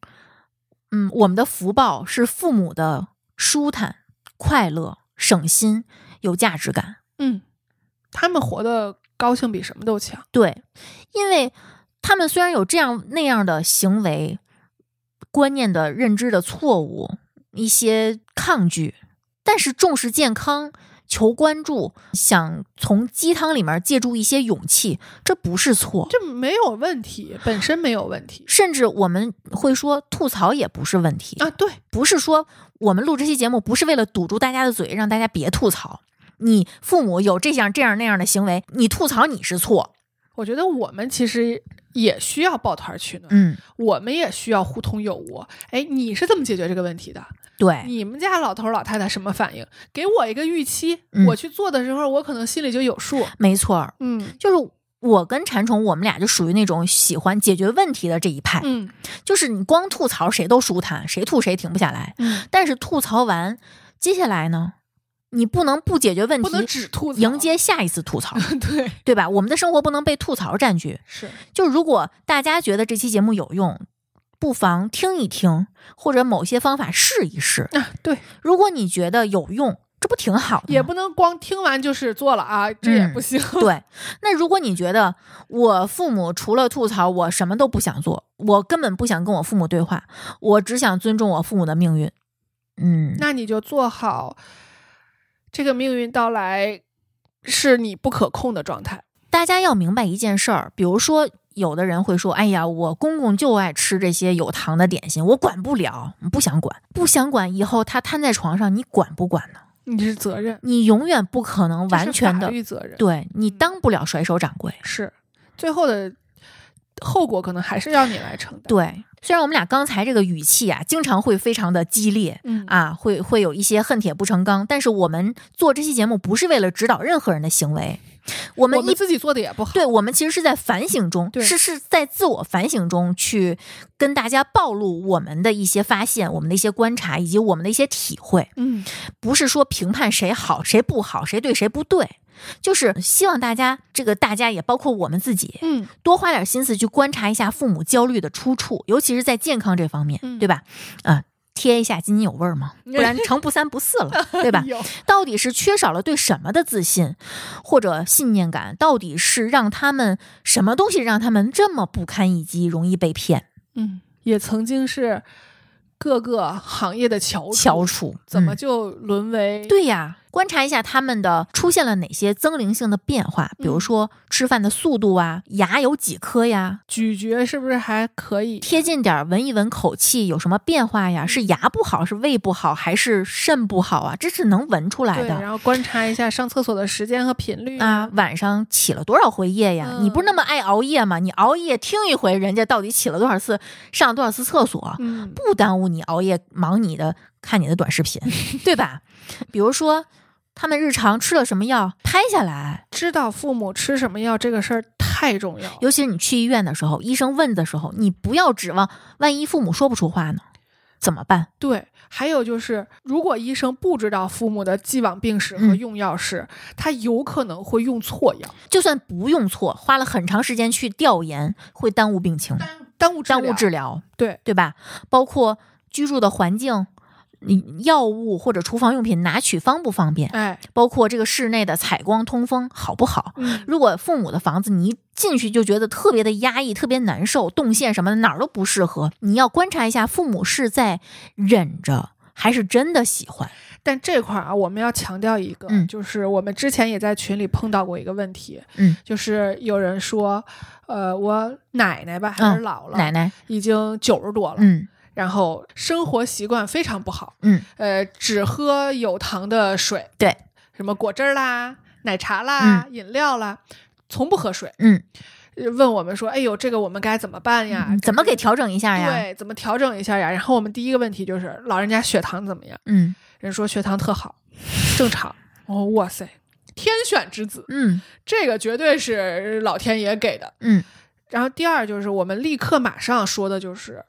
Speaker 2: 嗯，我们的福报是父母的舒坦、快乐、省心、有价值感。
Speaker 3: 嗯，他们活得高兴比什么都强。
Speaker 2: 对，因为他们虽然有这样那样的行为、观念的认知的错误、一些抗拒，但是重视健康、求关注，想从鸡汤里面借助一些勇气，这不是错。
Speaker 3: 这没有问题，本身没有问题
Speaker 2: 甚至我们会说，吐槽也不是问题，
Speaker 3: 啊。对，
Speaker 2: 不是说我们录这期节目不是为了堵住大家的嘴，让大家别吐槽。你父母有这样这样那样的行为，你吐槽你是错，
Speaker 3: 我觉得我们其实也需要抱团取暖，
Speaker 2: 嗯，
Speaker 3: 我们也需要互通有无。哎，你是怎么解决这个问题的？
Speaker 2: 对，
Speaker 3: 你们家老头老太太什么反应？给我一个预期，
Speaker 2: 嗯
Speaker 3: 我去做的时候，我可能心里就有数。
Speaker 2: 没错儿，
Speaker 3: 嗯
Speaker 2: 就是。我跟馋虫，我们俩就属于那种喜欢解决问题的这一派，
Speaker 3: 嗯
Speaker 2: 就是你光吐槽谁都舒坦，谁吐谁停不下来。
Speaker 3: 嗯，
Speaker 2: 但是吐槽完，接下来呢，你不能不解决问
Speaker 3: 不能
Speaker 2: 题，
Speaker 3: 只吐槽，
Speaker 2: 迎接下一次吐槽，
Speaker 3: 嗯 对
Speaker 2: 对吧？我们的生活不能被吐槽占据，
Speaker 3: 是
Speaker 2: 就如果大家觉得这期节目有用，不妨听一听，或者某些方法试一试。
Speaker 3: 啊，对，
Speaker 2: 如果你觉得有用，这不挺好的吗？
Speaker 3: 也不能光听完就是做了啊，这也
Speaker 2: 嗯
Speaker 3: 不行。
Speaker 2: 对。 那如果你觉得我父母除了吐槽，我什么都不想做，我根本不想跟我父母对话，我只想尊重我父母的命运。嗯，
Speaker 3: 那你就做好这个命运到来是你不可控的状态。
Speaker 2: 大家要明白一件事儿，比如说，有的人会说：“哎呀，我公公就爱吃这些有糖的点心，我管不了，不想管，不想管。以后他瘫在床上，你管不管呢？”
Speaker 3: 你是责任，
Speaker 2: 你永远不可能
Speaker 3: 这是
Speaker 2: 完全
Speaker 3: 法
Speaker 2: 的，
Speaker 3: 律责任，
Speaker 2: 对你
Speaker 3: 嗯
Speaker 2: 当不了甩手掌柜。
Speaker 3: 是最后的后果可能还是要你来承担。，
Speaker 2: 对，虽然我们俩刚才这个语气啊，经常会非常的激烈
Speaker 3: 嗯啊，
Speaker 2: 啊，会会有一些恨铁不成钢，但是我们做这期节目不是为了指导任何人的行为，我们
Speaker 3: 我们
Speaker 2: 一。
Speaker 3: 自己做的也不好。
Speaker 2: 对，我们其实是在反省中，
Speaker 3: 对
Speaker 2: 是是在自我反省中去跟大家暴露我们的一些发现、我们的一些观察以及我们的一些体会。
Speaker 3: 嗯，
Speaker 2: 不是说评判谁好谁不好，谁对谁不对，就是希望大家这个大家也包括我们自己，
Speaker 3: 嗯
Speaker 2: 多花点心思去观察一下父母焦虑的出处，尤其是在健康这方面，
Speaker 3: 嗯
Speaker 2: 对吧？啊、贴一下津津有味儿嘛，不然成不三不四 了，对吧？
Speaker 3: 有
Speaker 2: 到底是缺少了对什么的自信，或者信念感？到底是让他们什么东西让他们这么不堪一击，容易被骗、
Speaker 3: 嗯，也曾经是各个行业的翘楚，
Speaker 2: 翘楚？
Speaker 3: 怎么
Speaker 2: 嗯
Speaker 3: 就沦为、
Speaker 2: 对呀，观察一下他们的出现了哪些增龄性的变化，比如
Speaker 3: 嗯
Speaker 2: 说吃饭的速度啊，牙有几颗呀，
Speaker 3: 咀嚼是不是还可以？
Speaker 2: 贴近点儿闻一闻口气有什么变化呀？
Speaker 3: 嗯
Speaker 2: 是牙不好，是胃不好，还是肾不好啊？这是能闻出来
Speaker 3: 对，然
Speaker 2: 的。
Speaker 3: 后观察一下上厕所的时间和频率
Speaker 2: 啊，晚上起了多少回夜呀？你不是那
Speaker 3: 嗯
Speaker 2: 么爱熬夜吗？你熬夜听一回，人家到底起了多少次，上了多少次厕所？
Speaker 3: 嗯，
Speaker 2: 不耽误你熬夜忙你的看你的短 视频，对吧？比如说他们日常吃了什么药，拍下来。
Speaker 3: 知道父母吃什么药这个事儿太重要了。
Speaker 2: 尤其是你去医院的时候，医生问的时候，你不要指望万一父母说不出话呢，怎么办？
Speaker 3: 对，还有就是，如果医生不知道父母的既往病史和
Speaker 2: 嗯
Speaker 3: 用药史，他有可能会用错药，
Speaker 2: 就算不用错，花了很长时间去调研，会耽误病情，
Speaker 3: 耽误
Speaker 2: 耽误
Speaker 3: 疗
Speaker 2: 治疗，
Speaker 3: 对，
Speaker 2: 对吧？包括居住的环境、药物或者厨房用品拿取方不方便，
Speaker 3: 哎，
Speaker 2: 包括这个室内的采光、通风好不好。
Speaker 3: 嗯
Speaker 2: 如果父母的房子你一进去就觉得特别的压抑、特别难受，动线什么的哪儿都不适合，你要观察一下父母是在忍着，还是真的喜欢。
Speaker 3: 但这块儿啊，我们要强调一个，
Speaker 2: 嗯
Speaker 3: 就是我们之前也在群里碰到过一个问题，
Speaker 2: 嗯，
Speaker 3: 就是有人说，呃，我奶奶吧还是
Speaker 2: 嗯
Speaker 3: 姥姥，
Speaker 2: 奶奶，
Speaker 3: 已经九十多了，
Speaker 2: 嗯
Speaker 3: 然后生活习惯非常不好，
Speaker 2: 嗯
Speaker 3: 呃，只喝有糖的水，
Speaker 2: 对，
Speaker 3: 什么果汁儿啦、奶茶啦、饮料啦，从不喝水。
Speaker 2: 嗯
Speaker 3: 呃问我们说，哎呦，这个我们该怎么办呀？
Speaker 2: 嗯，怎么给调整一下呀？
Speaker 3: 啊对，怎么调整一下呀？然后我们第一个问题就是，老人家血糖怎么样？
Speaker 2: 嗯
Speaker 3: 人说血糖 特好，正常。哦，哇塞，天选之子，
Speaker 2: 嗯
Speaker 3: 这个绝对是老天爷给的。
Speaker 2: 嗯
Speaker 3: 然后第二就是我们立刻马上说的就是，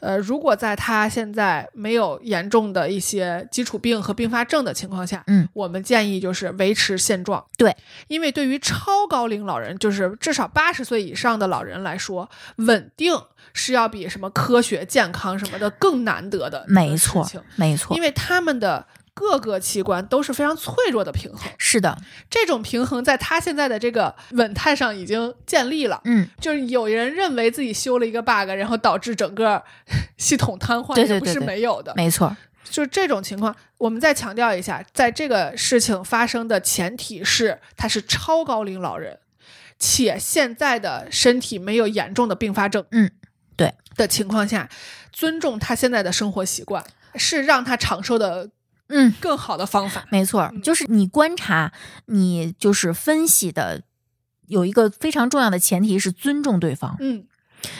Speaker 3: 呃，如果在他现在没有严重的一些基础病和并发症的情况下，
Speaker 2: 嗯，
Speaker 3: 我们建议就是维持现状。
Speaker 2: 对，
Speaker 3: 因为对于超高龄老人，就是至少八十岁以上的老人来说，稳定是要比什么科学健康什么的更难得的一个
Speaker 2: 没错
Speaker 3: 事情，
Speaker 2: 没错
Speaker 3: 因，为他们的。各个器官都是非常脆弱的平衡，
Speaker 2: 是的，
Speaker 3: 这种平衡在他现在的这个稳态上已经建立了。
Speaker 2: 嗯，
Speaker 3: 就是有人认为自己修了一个 bug，然后导致整个 系统瘫痪，
Speaker 2: 对对
Speaker 3: 也不
Speaker 2: 对
Speaker 3: 是
Speaker 2: 对
Speaker 3: 没有的。
Speaker 2: 没错，
Speaker 3: 就是这种情况，我们再强调一下，在这个事情发生的前提是他是超高龄老人，且现在的身体没有严重的并发症，
Speaker 2: 嗯，对
Speaker 3: 的情况下，尊重他现在的生活习惯是让他长寿的
Speaker 2: 嗯。
Speaker 3: 更好的方法。
Speaker 2: 没错儿，就是你观察，你就是分析的，有一个非常重要的前提是尊重对方，
Speaker 3: 嗯，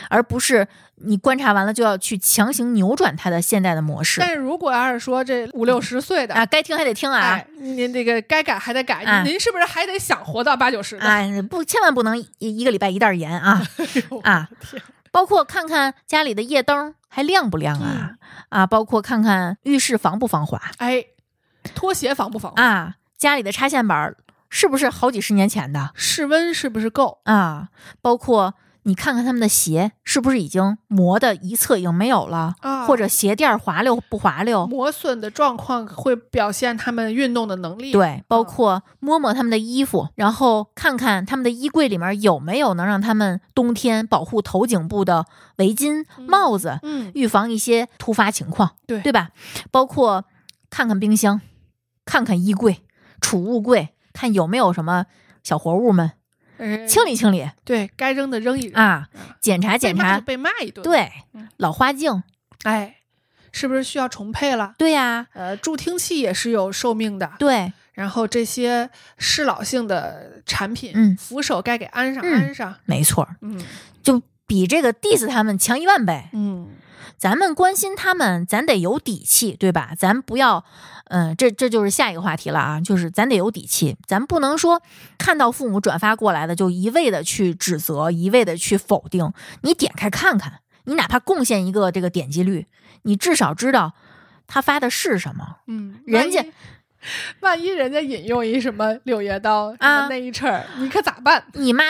Speaker 2: 而不是你观察完了就要去强行扭转他的现在的模式
Speaker 3: 但。是如果要是说这五六十岁的，
Speaker 2: 啊，该听还得听啊
Speaker 3: 哎，，您这个该改还得改，
Speaker 2: 啊
Speaker 3: 您是不是还得想活到八九十呢？
Speaker 2: 啊，不，千万不能一一个礼拜一袋儿盐啊
Speaker 3: 哎
Speaker 2: 啊！包括看看家里的夜灯还亮不亮啊、啊，包括看看浴室防不防滑
Speaker 3: 哎，拖鞋防不防滑？
Speaker 2: 啊，家里的插线板儿是不是好几十年前的？
Speaker 3: 室温是不是够？
Speaker 2: 啊，包括你看看他们的鞋是不是已经磨的一侧已经没有了，
Speaker 3: 啊
Speaker 2: 或者鞋垫儿滑溜不滑溜？
Speaker 3: 磨损的状况会表现他们运动的能力。，
Speaker 2: 对，包
Speaker 3: 啊
Speaker 2: 括摸摸他们的衣服，然后看看他们的衣柜里面有没有能让他们冬天保护头颈部的围巾、帽子，
Speaker 3: 嗯，
Speaker 2: 预防一些突发情况，
Speaker 3: 对
Speaker 2: 对吧？包括看看冰箱，看看衣柜、储物柜，看有没有什么小活物们，
Speaker 3: 呃
Speaker 2: 嗯清理清理
Speaker 3: 对该扔的扔一扔，
Speaker 2: 啊，检查
Speaker 3: 被
Speaker 2: 检
Speaker 3: 骂
Speaker 2: 查
Speaker 3: 就，被骂一顿。，
Speaker 2: 对
Speaker 3: 嗯，
Speaker 2: 老花镜，
Speaker 3: 哎，是不是需要重配了？
Speaker 2: 对呀、
Speaker 3: 呃，助听器也是有寿命的，
Speaker 2: 对，
Speaker 3: 然后这些适老性的产品，
Speaker 2: 嗯
Speaker 3: 扶手该给安上，
Speaker 2: 嗯
Speaker 3: 安上，
Speaker 2: 没错儿，
Speaker 3: 嗯
Speaker 2: 就比这个 diss 他们强一万倍。
Speaker 3: 嗯，
Speaker 2: 咱们关心他们，咱得有底气，对吧？咱不要，嗯、这这就是下一个话题了啊，就是咱得有底气，咱不能说看到父母转发过来的就一味的去指责，一味的去否定。你点开看看，你哪怕贡献一个这个点击率，你至少知道他发的是什么。
Speaker 3: 嗯，
Speaker 2: 人
Speaker 3: 万
Speaker 2: 家
Speaker 3: 一万一人家引用一什么柳叶刀什
Speaker 2: 啊
Speaker 3: 么那一阵儿，你可咋办？
Speaker 2: 你妈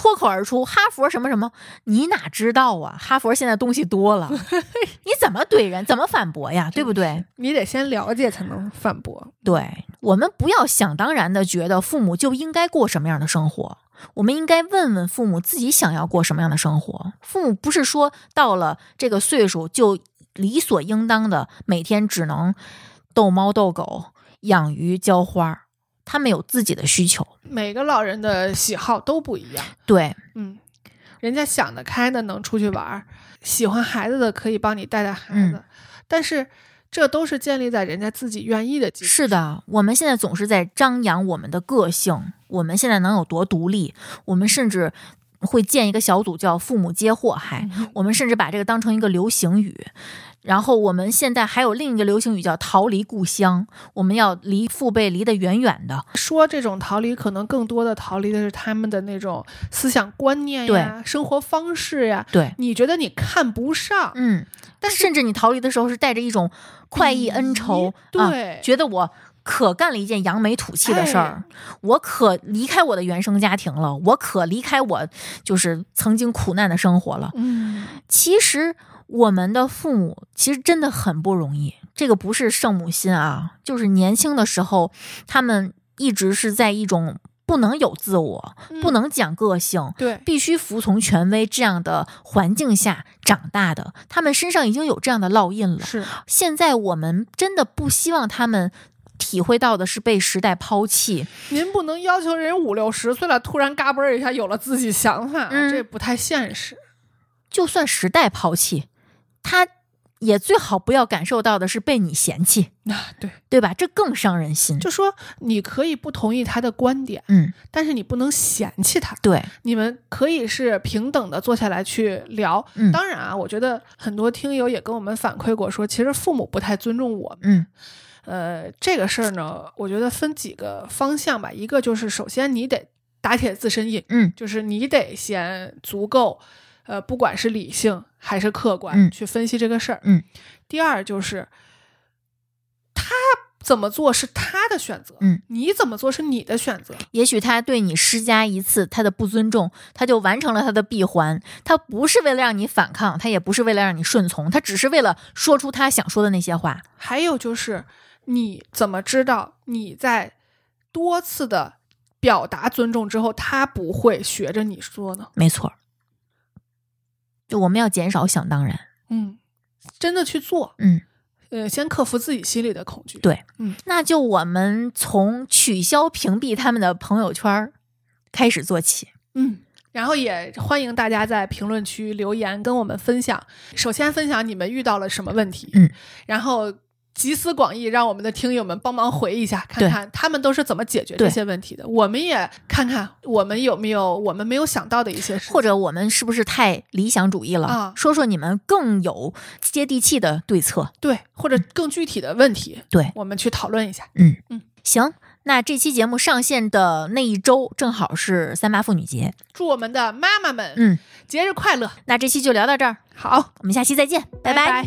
Speaker 2: 脱口而出哈佛什么什么，你哪知道啊？哈佛现在东西多了，你怎么怼人，怎么反驳呀？对不对？
Speaker 3: 你得先了解才能反驳。
Speaker 2: 对我们不要想当然的觉得父母就应该过什么样的生活，我们应该问问父母自己想要过什么样的生活。父母不是说到了这个岁数就理所应当的每天只能逗猫逗狗、养鱼浇花儿，他们有自己的需求。
Speaker 3: 每个老人的喜好都不一样，
Speaker 2: 对，
Speaker 3: 嗯，人家想得开的能出去玩儿，喜欢孩子的可以帮你带带孩子，
Speaker 2: 嗯
Speaker 3: 但是这都是建立在人家自己愿意的基础。
Speaker 2: 是的，我们现在总是在张扬我们的个性，我们现在能有多独立？我们甚至会建一个小组叫“父母皆祸
Speaker 3: 哎
Speaker 2: 害”，我们甚至把这个当成一个流行语。然后我们现在还有另一个流行语叫“逃离故乡”，我们要离父辈离得远远的。
Speaker 3: 说这种逃离，可能更多的逃离的是他们的那种思想观念呀、生活方式呀。
Speaker 2: 对，
Speaker 3: 你觉得你看不上，
Speaker 2: 嗯，
Speaker 3: 但是
Speaker 2: 甚至你逃离的时候是带着一种快意恩仇，
Speaker 3: 鄙
Speaker 2: 啊
Speaker 3: 对
Speaker 2: 觉得我可干了一件扬眉吐气的事儿，
Speaker 3: 哎
Speaker 2: 我可离开我的原生家庭了，我可离开我就是曾经苦难的生活了。
Speaker 3: 嗯，
Speaker 2: 其实我们的父母其实真的很不容易，这个不是圣母心啊，就是年轻的时候他们一直是在一种不能有自我、
Speaker 3: 嗯
Speaker 2: 不能讲个性、
Speaker 3: 对，
Speaker 2: 必须服从权威这样的环境下长大的，他们身上已经有这样的烙印了。
Speaker 3: 是
Speaker 2: 现在我们真的不希望他们体会到的是被时代抛弃，
Speaker 3: 您不能要求人五六十岁了突然嘎嘣儿一下有了自己想法，
Speaker 2: 嗯
Speaker 3: 这不太现实。
Speaker 2: 就算时代抛弃，他也最好不要感受到的是被你嫌弃，
Speaker 3: 啊，对，
Speaker 2: 对吧？这更伤人心。
Speaker 3: 就说你可以不同意他的观点，
Speaker 2: 嗯，
Speaker 3: 但是你不能嫌弃他。
Speaker 2: 对，
Speaker 3: 你们可以是平等的坐下来去聊。
Speaker 2: 嗯
Speaker 3: 当然啊，我觉得很多听友也跟我们反馈过说，其实父母不太尊重我们。
Speaker 2: 嗯
Speaker 3: 呃，这个事儿呢，我觉得分几个方向吧。一个就是，首先你得打铁自身硬，
Speaker 2: 嗯
Speaker 3: 就是你得先足够，呃，不管是理性还是客观、
Speaker 2: 嗯
Speaker 3: 去分析这个事儿。
Speaker 2: 嗯。
Speaker 3: 第二就是，他怎么做是他的选择，
Speaker 2: 嗯，
Speaker 3: 你怎么做是你的选择，
Speaker 2: 也许他对你施加一次他的不尊重，他就完成了他的闭环。他不是为了让你反抗，他也不是为了让你顺从，他只是为了说出他想说的那些话。
Speaker 3: 还有就是，你怎么知道你在多次的表达尊重之后，他不会学着你说呢？
Speaker 2: 没错儿，就我们要减少想当然。
Speaker 3: 嗯，真的去做，
Speaker 2: 嗯，
Speaker 3: 呃，先克服自己心里的恐惧。
Speaker 2: 对
Speaker 3: 嗯，
Speaker 2: 那就我们从取消屏蔽他们的朋友圈儿开始做起。
Speaker 3: 嗯。然后也欢迎大家在评论区留言跟我们分享。首先分享你们遇到了什么问题，
Speaker 2: 嗯，
Speaker 3: 然后集思广益，让我们的听友们帮忙回忆一下，看
Speaker 2: 对
Speaker 3: 看他们都是怎么解决这
Speaker 2: 对
Speaker 3: 些问题的。我们也看看我们有没有我们没有想到的一些事情，
Speaker 2: 或者我们是不是太理想主义了？
Speaker 3: 啊
Speaker 2: 说说你们更有接地气的对策。
Speaker 3: 对，或者更具体的问题，
Speaker 2: 对，
Speaker 3: 我们去讨论一下。
Speaker 2: 行，那这期节目上线的那一周正好是三八妇女节。
Speaker 3: 祝我们的妈妈们
Speaker 2: 嗯，
Speaker 3: 节日快乐！
Speaker 2: 那这期就聊到这儿，
Speaker 3: 好，
Speaker 2: 我们下期再见，拜
Speaker 3: 拜